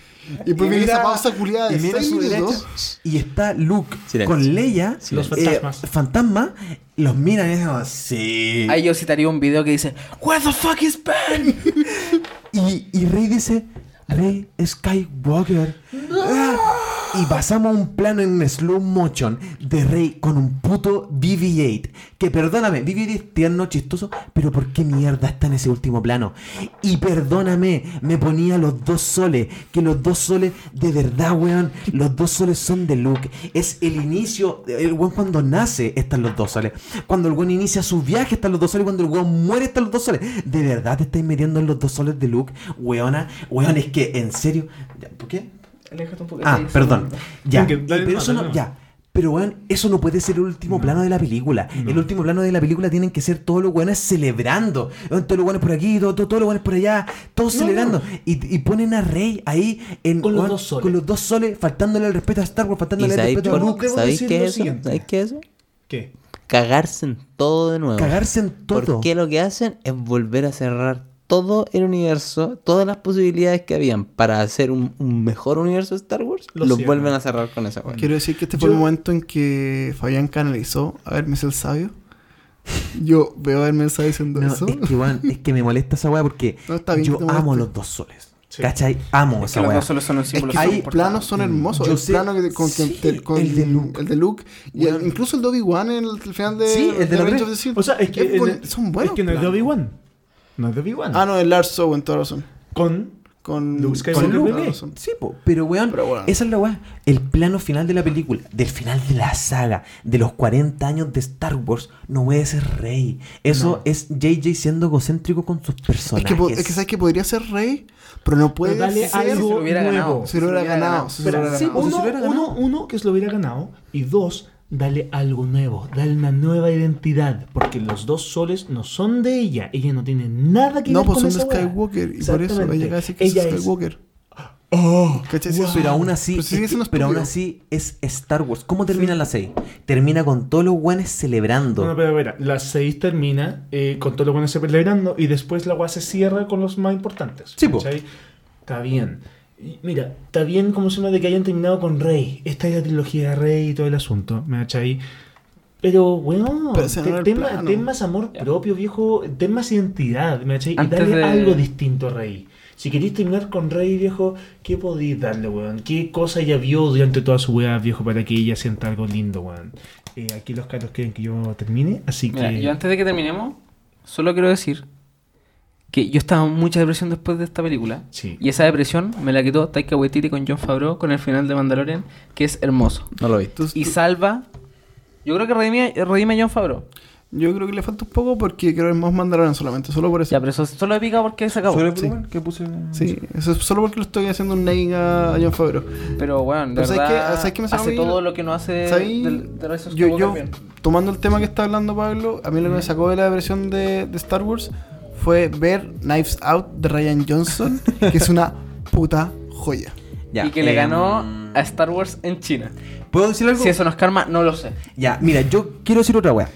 Y pues Y viene esa mira- pausa culiada de y mira 6 su minutos. Y está Luke Silencio. con Leia, Silencio. Los fantasmas. fantasmas, los miran y dicen, "Oh, sí. Ahí yo citaría un video que dice: ¿Where the fuck is Ben? Y, y Rey dice, Rey Skywalker. Ah. Y pasamos a un plano en slow motion de Rey con un puto BB-8. Que perdóname, BB-8 es tierno, chistoso, pero ¿por qué mierda está en ese último plano? Y perdóname, me ponía los dos soles. Que los dos soles, de verdad, weón, los dos soles son de Luke. Es el inicio, el weón cuando nace están los dos soles. Cuando el weón inicia su viaje están los dos soles. Cuando el weón muere están los dos soles. ¿De verdad te estáis metiendo en los dos soles de Luke? Weona, weón, es que en serio. Ya, ¿Por qué? Aléjate un poco. Ah, perdón. Ya. Porque y- dale pero nomás, eso dale no, nomás. ya. Pero weón, eso no puede ser el último plano de la película. El último plano de la película tienen que ser todos los weones celebrando. Weón, Todos los weones por aquí, todo- todo- todos, los weones por allá, todos celebrando. Y, y ponen a Rey ahí en, Con los weón, dos soles. con los dos soles, faltándole el respeto a Star Wars, ¿Y faltándole el sabéis respeto a por- Yo Luke. debo ¿sabéis decir qué lo es eso? siguiente. ¿Sabéis qué es eso? ¿Qué? Cagarse en todo de nuevo. Cagarse en todo. Porque lo que hacen es volver a cerrar todo el universo, todas las posibilidades que habían para hacer un, un mejor universo de Star Wars, Lo los cierran. vuelven a cerrar con esa weá. Quiero decir que este fue el momento en que Fabián canalizó a Hermes el Sabio. Yo veo a Hermes el Sabio diciendo No, eso. es que weón, es que me molesta esa weá porque No, está bien yo que te amo moleste. los dos soles. Sí. ¿Cachai? Amo Es que esa los weá. dos solo son un símbolo. Es que Ahí- los planos son hermosos. Yo el sé- plano que- con, que- sí, del- con- el de Luke. el de Luke y el- incluso el de Obi-Wan en el, el final de. Sí, el de la Re- Revenge of the Sith. O sea, es que. Es buen- en- son buenos. Es que no es de planos. Obi-Wan. No es de Obi-Wan. Ah, no, el Lars Owen, toda razón. Con. Con Luke con Skywalker Luke, bebé. toda razón. Sí, po, pero weón, Pero weón. esa es la weá. El plano final de la película, del final de la saga, de los 40 años de Star Wars, no puede ser rey. Eso es JJ siendo egocéntrico con sus Es personajes. que, po- es que sabes que podría ser rey, pero no puede Pero dale ser. algo lo hubiera nuevo. ganado. Se lo hubiera ganado. se lo Pero, hubiera sí, ganado. uno, uno, uno, que se lo hubiera ganado. Y dos, dale algo nuevo. Dale una nueva identidad. Porque los dos soles no son de ella. Ella no tiene nada que No, ver pues con son de esa weá. Skywalker. Y por eso Exactamente. ella casi que es Ella es- Skywalker. Oh, ¿Cachai? Sí, Wow. eso- Pero aún así, Pero, sigue es- siendo pero aún estúpido. así es Star Wars. ¿Cómo termina la 6? Termina con todos los guanes celebrando. No, no, pero mira, la 6 termina eh, con todo lo bueno celebrando y después la weá se cierra con los más importantes. Sí, po. ¿cachai? Está bien. Y Mira, está bien como suena de que hayan terminado con Rey. Esta es la trilogía de Rey y todo el asunto, ¿me cachai? Pero, bueno, Pero ese no te- era el ten, plano. ten más amor propio, viejo. Ten más identidad, ¿me cachai? Y Antes dale de- algo distinto a Rey. Si queréis terminar con Rey, viejo, ¿qué podéis darle, weón? ¿Qué cosa ella vio durante toda su weá, viejo, para que ella sienta algo lindo, weón? Eh, aquí los carlos quieren que yo termine, así Mira, que. yo antes de que terminemos, solo quiero decir que yo estaba en mucha depresión después de esta película. Sí. Y esa depresión me la quitó Taika Waititi con John Favreau con el final de Mandalorian, que es hermoso. No lo vi. Entonces, Y tú- salva. Yo creo que redime, redime a John Favreau. Yo creo que le falta un poco porque creo que es más Mandalorian solamente, solo por eso. Ya, pero eso solo he picado porque se acabó. ¿Sobre el volumen que puse? Sí, eso es solo porque le estoy haciendo un nagging a, a John Favreau. Pero bueno, de Pero ¿sabes verdad, qué? ¿Sabes qué me sacó a hace mí? todo lo que no hace ¿Sabes? del, de Rise of Yo, yo, Skywalker bien. tomando el tema que está hablando Pablo, a mí lo que me sacó de la versión de, de Star Wars fue ver Knives Out de Ryan Johnson, que es una puta joya. Ya, y que em, le eh, ganó a Star Wars en China. ¿Puedo decir algo? Si eso no es karma, no lo sé. Ya, mira, yo quiero decir otra weá.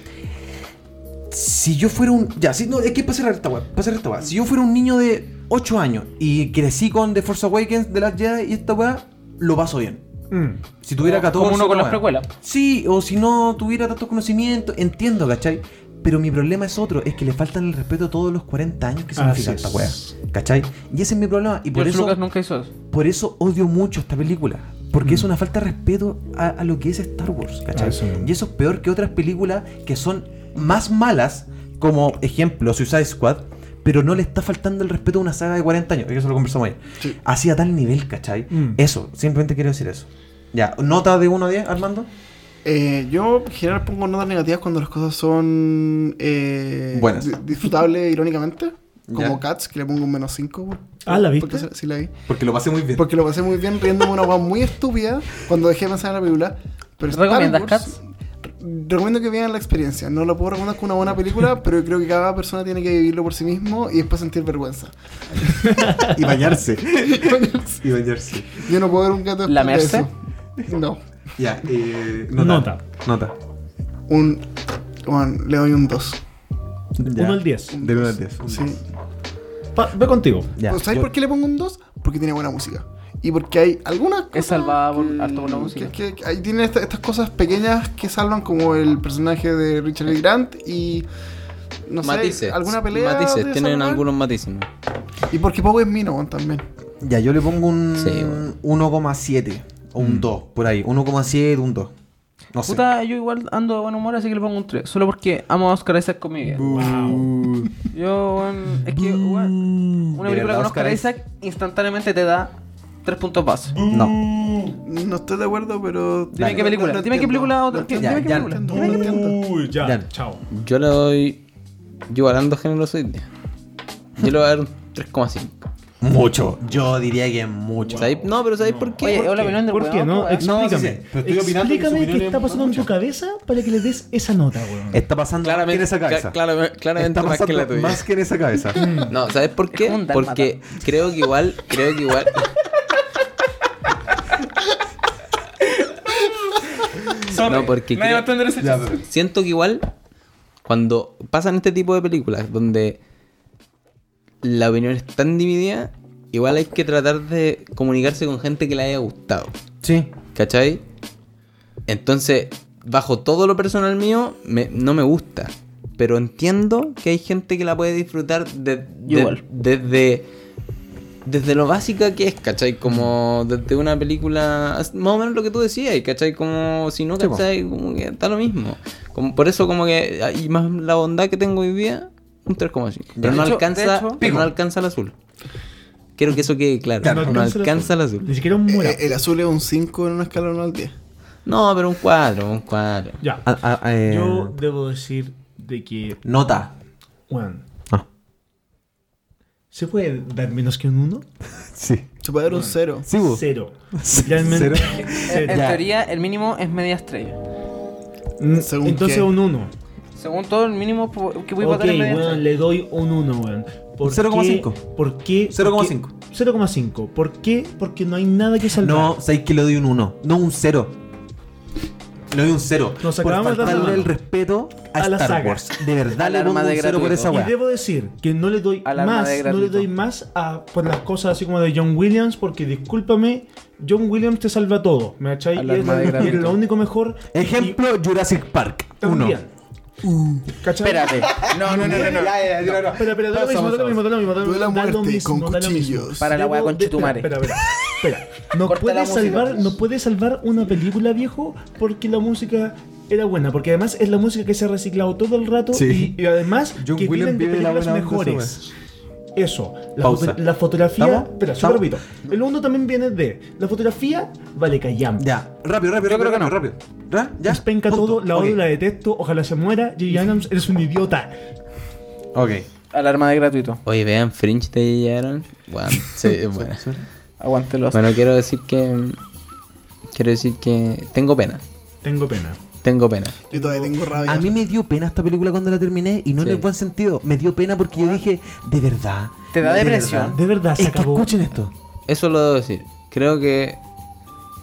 Si yo fuera un. Ya, si no, es que para cerrar esta weá. Para cerrar esta weá. Si yo fuera un niño de 8 años y crecí con The Force Awakens de las Jedi y esta weá, lo paso bien. Mm. Si tuviera Como- 14. como uno con no, weón. las precuelas. Sí, o si no tuviera tantos conocimientos, entiendo, ¿cachai? Pero mi problema es otro, es que le faltan el respeto a todos los 40 años que significa Así esta weá. es. ¿Cachai? Y ese es mi problema. Y por George eso, Lucas nunca hizo eso. por eso odio mucho esta película. Porque es una falta de respeto a, a lo que es Star Wars, ¿cachai? Ah, eso mismo. y eso es peor que otras películas que son más malas, como ejemplo Suicide Squad, pero no le está faltando el respeto a una saga de 40 años. Eso lo conversamos ayer. Así a tal nivel, ¿cachai? Mm. Eso, simplemente quiero decir eso. Ya, nota de 1 a 10, Armando. Eh, yo en general pongo notas negativas cuando las cosas son eh, Buenas. di- disfrutables irónicamente. Como Ya. Cats, que le pongo un menos 5. Ah, ¿la viste? Porque, se- sí, la vi. Porque lo pasé muy bien. Porque lo pasé muy bien riéndome una hueá muy estúpida cuando dejé de pensar en la película. Pero Star ¿Recomiendas Wars- Cats? re- Recomiendo que vean la experiencia. No lo puedo recomendar como una buena película, (laughs) pero creo que cada persona tiene que vivirlo por sí mismo y después sentir vergüenza. Y bañarse. y bañarse. Yo no puedo ver un gato después ¿Lamerse? de eso. No. Ya, eh, Nota. Nota. Un. Bueno, le doy un 2. Ya. 1 al 10. Del 1 al 10. Sí. Pa- ve contigo. Ya, Pues, ¿Sabes yo- por qué le pongo un 2? Porque tiene buena música. Y porque hay algunas cosas. Es salvada por- que- harto por la música. Que, que- que ahí tiene esta- estas cosas pequeñas que salvan, como el personaje de Richard E. Grant y. No sé, matices. alguna pelea. Matices, de tienen salvar. algunos matices. ¿no? Y porque Pogo es Mino weón, también. ya, yo le pongo un Sí, bueno. 1,7 o un 2, por ahí. 1,7, un 2. No sé. Puta, yo igual ando de buen humor, así que le pongo un 3. Solo porque amo a Oscar Isaac con mi vida. Yo, weón, es que, weón, una De película verdad, con Oscar Oscar Isaac instantáneamente te da 3 puntos más. No. No estoy de acuerdo, pero. Dime qué película, dime qué entiendo, película otra- entiendo, ya, dime ya. qué película. dime qué película. Uy, ya, Ya. chao. Yo le doy. Yo hablando generoso hoy día. Yo le voy a dar un 3,5. Mucho. Yo diría que mucho. ¿Sabéis? No, pero ¿sabéis por qué? Oye, es la Porque- opinión del ¿Por qué weón, no? weón. No, sí, Explícame. sí, pero estoy opinando que su Explícame opinión qué es está pasando en tu cabeza para que le des esa nota, weón. Está pasando Claramente, en esa cabeza. cla- claro- claramente Está más que la pasando tuya. Más que en esa cabeza. (laughs) Mm. No, ¿sabes por qué? Es un dálmata. Porque creo que igual, creo que igual. No, porque creo- Ya, pero- siento que igual cuando pasan este tipo de películas donde la opinión es tan dividida, igual hay que tratar de comunicarse con gente que le haya gustado. sí. ¿Cachai? Entonces, bajo todo lo personal mío, me- no me gusta. Pero entiendo que hay gente que la puede disfrutar de- de- Igual. desde, desde lo básica que es, ¿cachai? Como desde una película, as- más o menos lo que tú decías, ¿cachai? Como si no, Sí, po. ¿cachai? Como que está lo mismo. Como, por eso como que, y más la bondad que tengo hoy día, un 3,5. Pero, De no, hecho- de alcanza, hecho- pero no alcanza el azul. Quiero que eso quede claro. no, alcanza el azul. Ni Mm, siquiera un mora. Eh, el azul es un 5 en una escala 1 al 10. No, pero un cuadro, un cuadro. Ya. Ah, ah, ah, eh, Yo debo decir de que, Nota. weón, Ah, ¿se puede dar menos que un 1? sí. Se puede Mm. dar un 0. (laughs) Sí, bu. Cero. Realmente. Cero. Eh, cero. En Ya. teoría, el mínimo es media estrella. Mm, ¿Según Entonces qué? un 1. Según todo, el mínimo po- que voy a Ok, votar es media weón, estrella. le doy un 1, weón. ¿Por 0,5. qué? ¿Por qué? 0,5. porque- 0,5. ¿Por qué? Porque no hay nada que salvar. No, sabéis que le doy un 1. No, un 0. Le doy un 0. Nos por acabamos de dar faltarle la mano. el respeto a, A la Star saga. Wars. De verdad le Alarma pongo de un 0 por gratuito. esa Y weá. debo decir que no le doy Alarma más, de no le gratuito. doy más a por las cosas así como de John Williams, porque discúlpame, John Williams te salva todo, ¿me cachai? Y es Alarma de y es gratuito. lo (laughs) único mejor. Ejemplo, Jurassic Park. Y 1. también, ¿Cachai? Espérate. No, no, no, no. no. Espera, espera, da lo mismo, da lo mismo, da lo mismo, da lo da Duela lo muerte mismo, con da lo mismo. cuchillos. Para la Debo wea con de- Chetumare. Espera, espera, espera. espera. No Corta la puedes música, salvar, pues. no puedes salvar una película, viejo, porque la música era buena, porque además es la música que se ha reciclado todo el rato Sí. y, y además John que Williams vienen de vive la películas buena onda, mejores. eso. La, Pausa. foto- la fotografía. ¿Estamos? Espera, ¿Estamos? súper rapidito. El uno también viene de. La fotografía vale callampa. Ya. Rápido, rápido, Yo rápido, creo que rápido, no. rápido. ¿Ya? ¿Ya? Despenca Punto. todo, la Ok. odio, la detesto, ojalá se muera. J.J. Adams, eres un idiota. Ok. Alarma de gratuito. Oye, vean Fringe de J.J. Abrams. Weón, sí, es buena. Aguántelo. Bueno, quiero decir que. Quiero decir que. Tengo pena. Tengo pena. Tengo pena. Yo todavía tengo rabia. A mí me dio pena esta película cuando la terminé y no Sí. en el buen sentido. Me dio pena porque yo dije, de verdad. Te da de depresión. verdad. De verdad, se Es que acabó. escuchen esto. Eso lo debo decir. Creo que.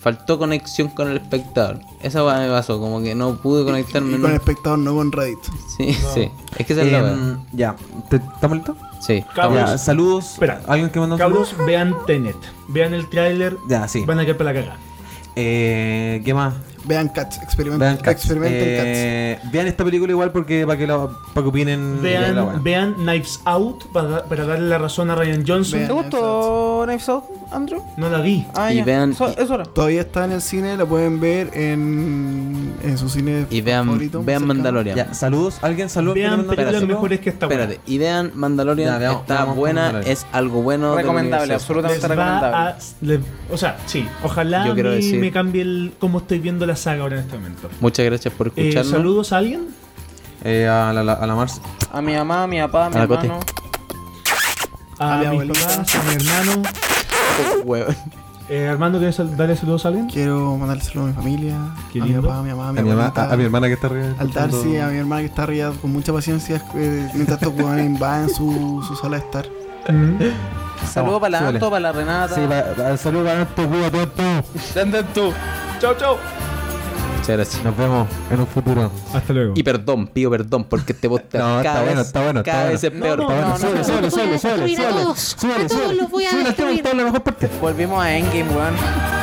Faltó conexión con el espectador. Esa weá me pasó, como que no pude conectarme. Y no- con espectador, no con Reddit. Sí, sí. Es que esa es la Em, weá. ya. ¿Te- ¿Estamos listos? Sí. Cabros. Ya, saludos. Ah, pues, Espera. ¿Alguien que mandó un Cabros, saludo? vean Tenet. Vean el tráiler. Ya, sí. Van a caer para la caga. Eh, ¿Qué más? Vean Cats, experimenten Vean Vean Cats. Experimenten Cats. Eh, Vean esta película igual porque para que, la- para que opinen. de Mm, la weá. Vean, vean Knives Out para, para darle la razón a Ryan Johnson. Vean. ¿Te gustó Knives Out, Andrew? No la vi. Ah, Y ya. vean- So- es hora. Todavía está en el cine, la pueden ver en, en su cine Y vean, favorito, más vean cercano. Mandalorian. Ya, saludos. ¿Alguien saludos? Vean películas espérate, mejores que esta weá. Espérate, y vean Mandalorian, Ya, veamos- está veamos buena, Mandalorian. es algo bueno. del Recomendable, universo. absolutamente Les va recomendable. a- le- o sea, sí, ojalá Yo a mí quiero decir- me cambie el, cómo estoy viendo la saga ahora en este momento. Muchas gracias por Eh, escucharnos. ¿Saludos a alguien? Eh, a la, la- a la Mars. A mi mamá, a mi papá, a mi A la Cote. hermano. A, A mi mis abuelita. papás, a mi hermano. Huevón. Eh, Armando, ¿quieres sal- darle saludos a alguien? Quiero mandarle saludos a mi familia, Qué a mi lindo. papá, a mi mamá, a mi, A mi, mamá- abuelita, a, a mi hermana que está arriba. Al escuchando. Darcy, a mi hermana que está arriba con mucha paciencia eh, mientras estos huevones invaden su, su sala de estar. Mm. Saludos para sí, la vale. Anto, para la Renata. Sí, va- va- saludos para estos huevos, a todos, todos. Andan tú. Chau, chau. Muchas gracias. Nos vemos en un futuro. Hasta luego. Y perdón, pido perdón, porque este (laughs) podcast No, está cada bueno, vez, está bueno, cada está vez es peor. No, no, no. Súbele, súbele, Los voy súbele, súbele, a destruir a súbele. todos. Súbele, A todos súbele. los voy a Súbele, destruir. súbele, la mejor parte. Volvimos a Endgame, weón.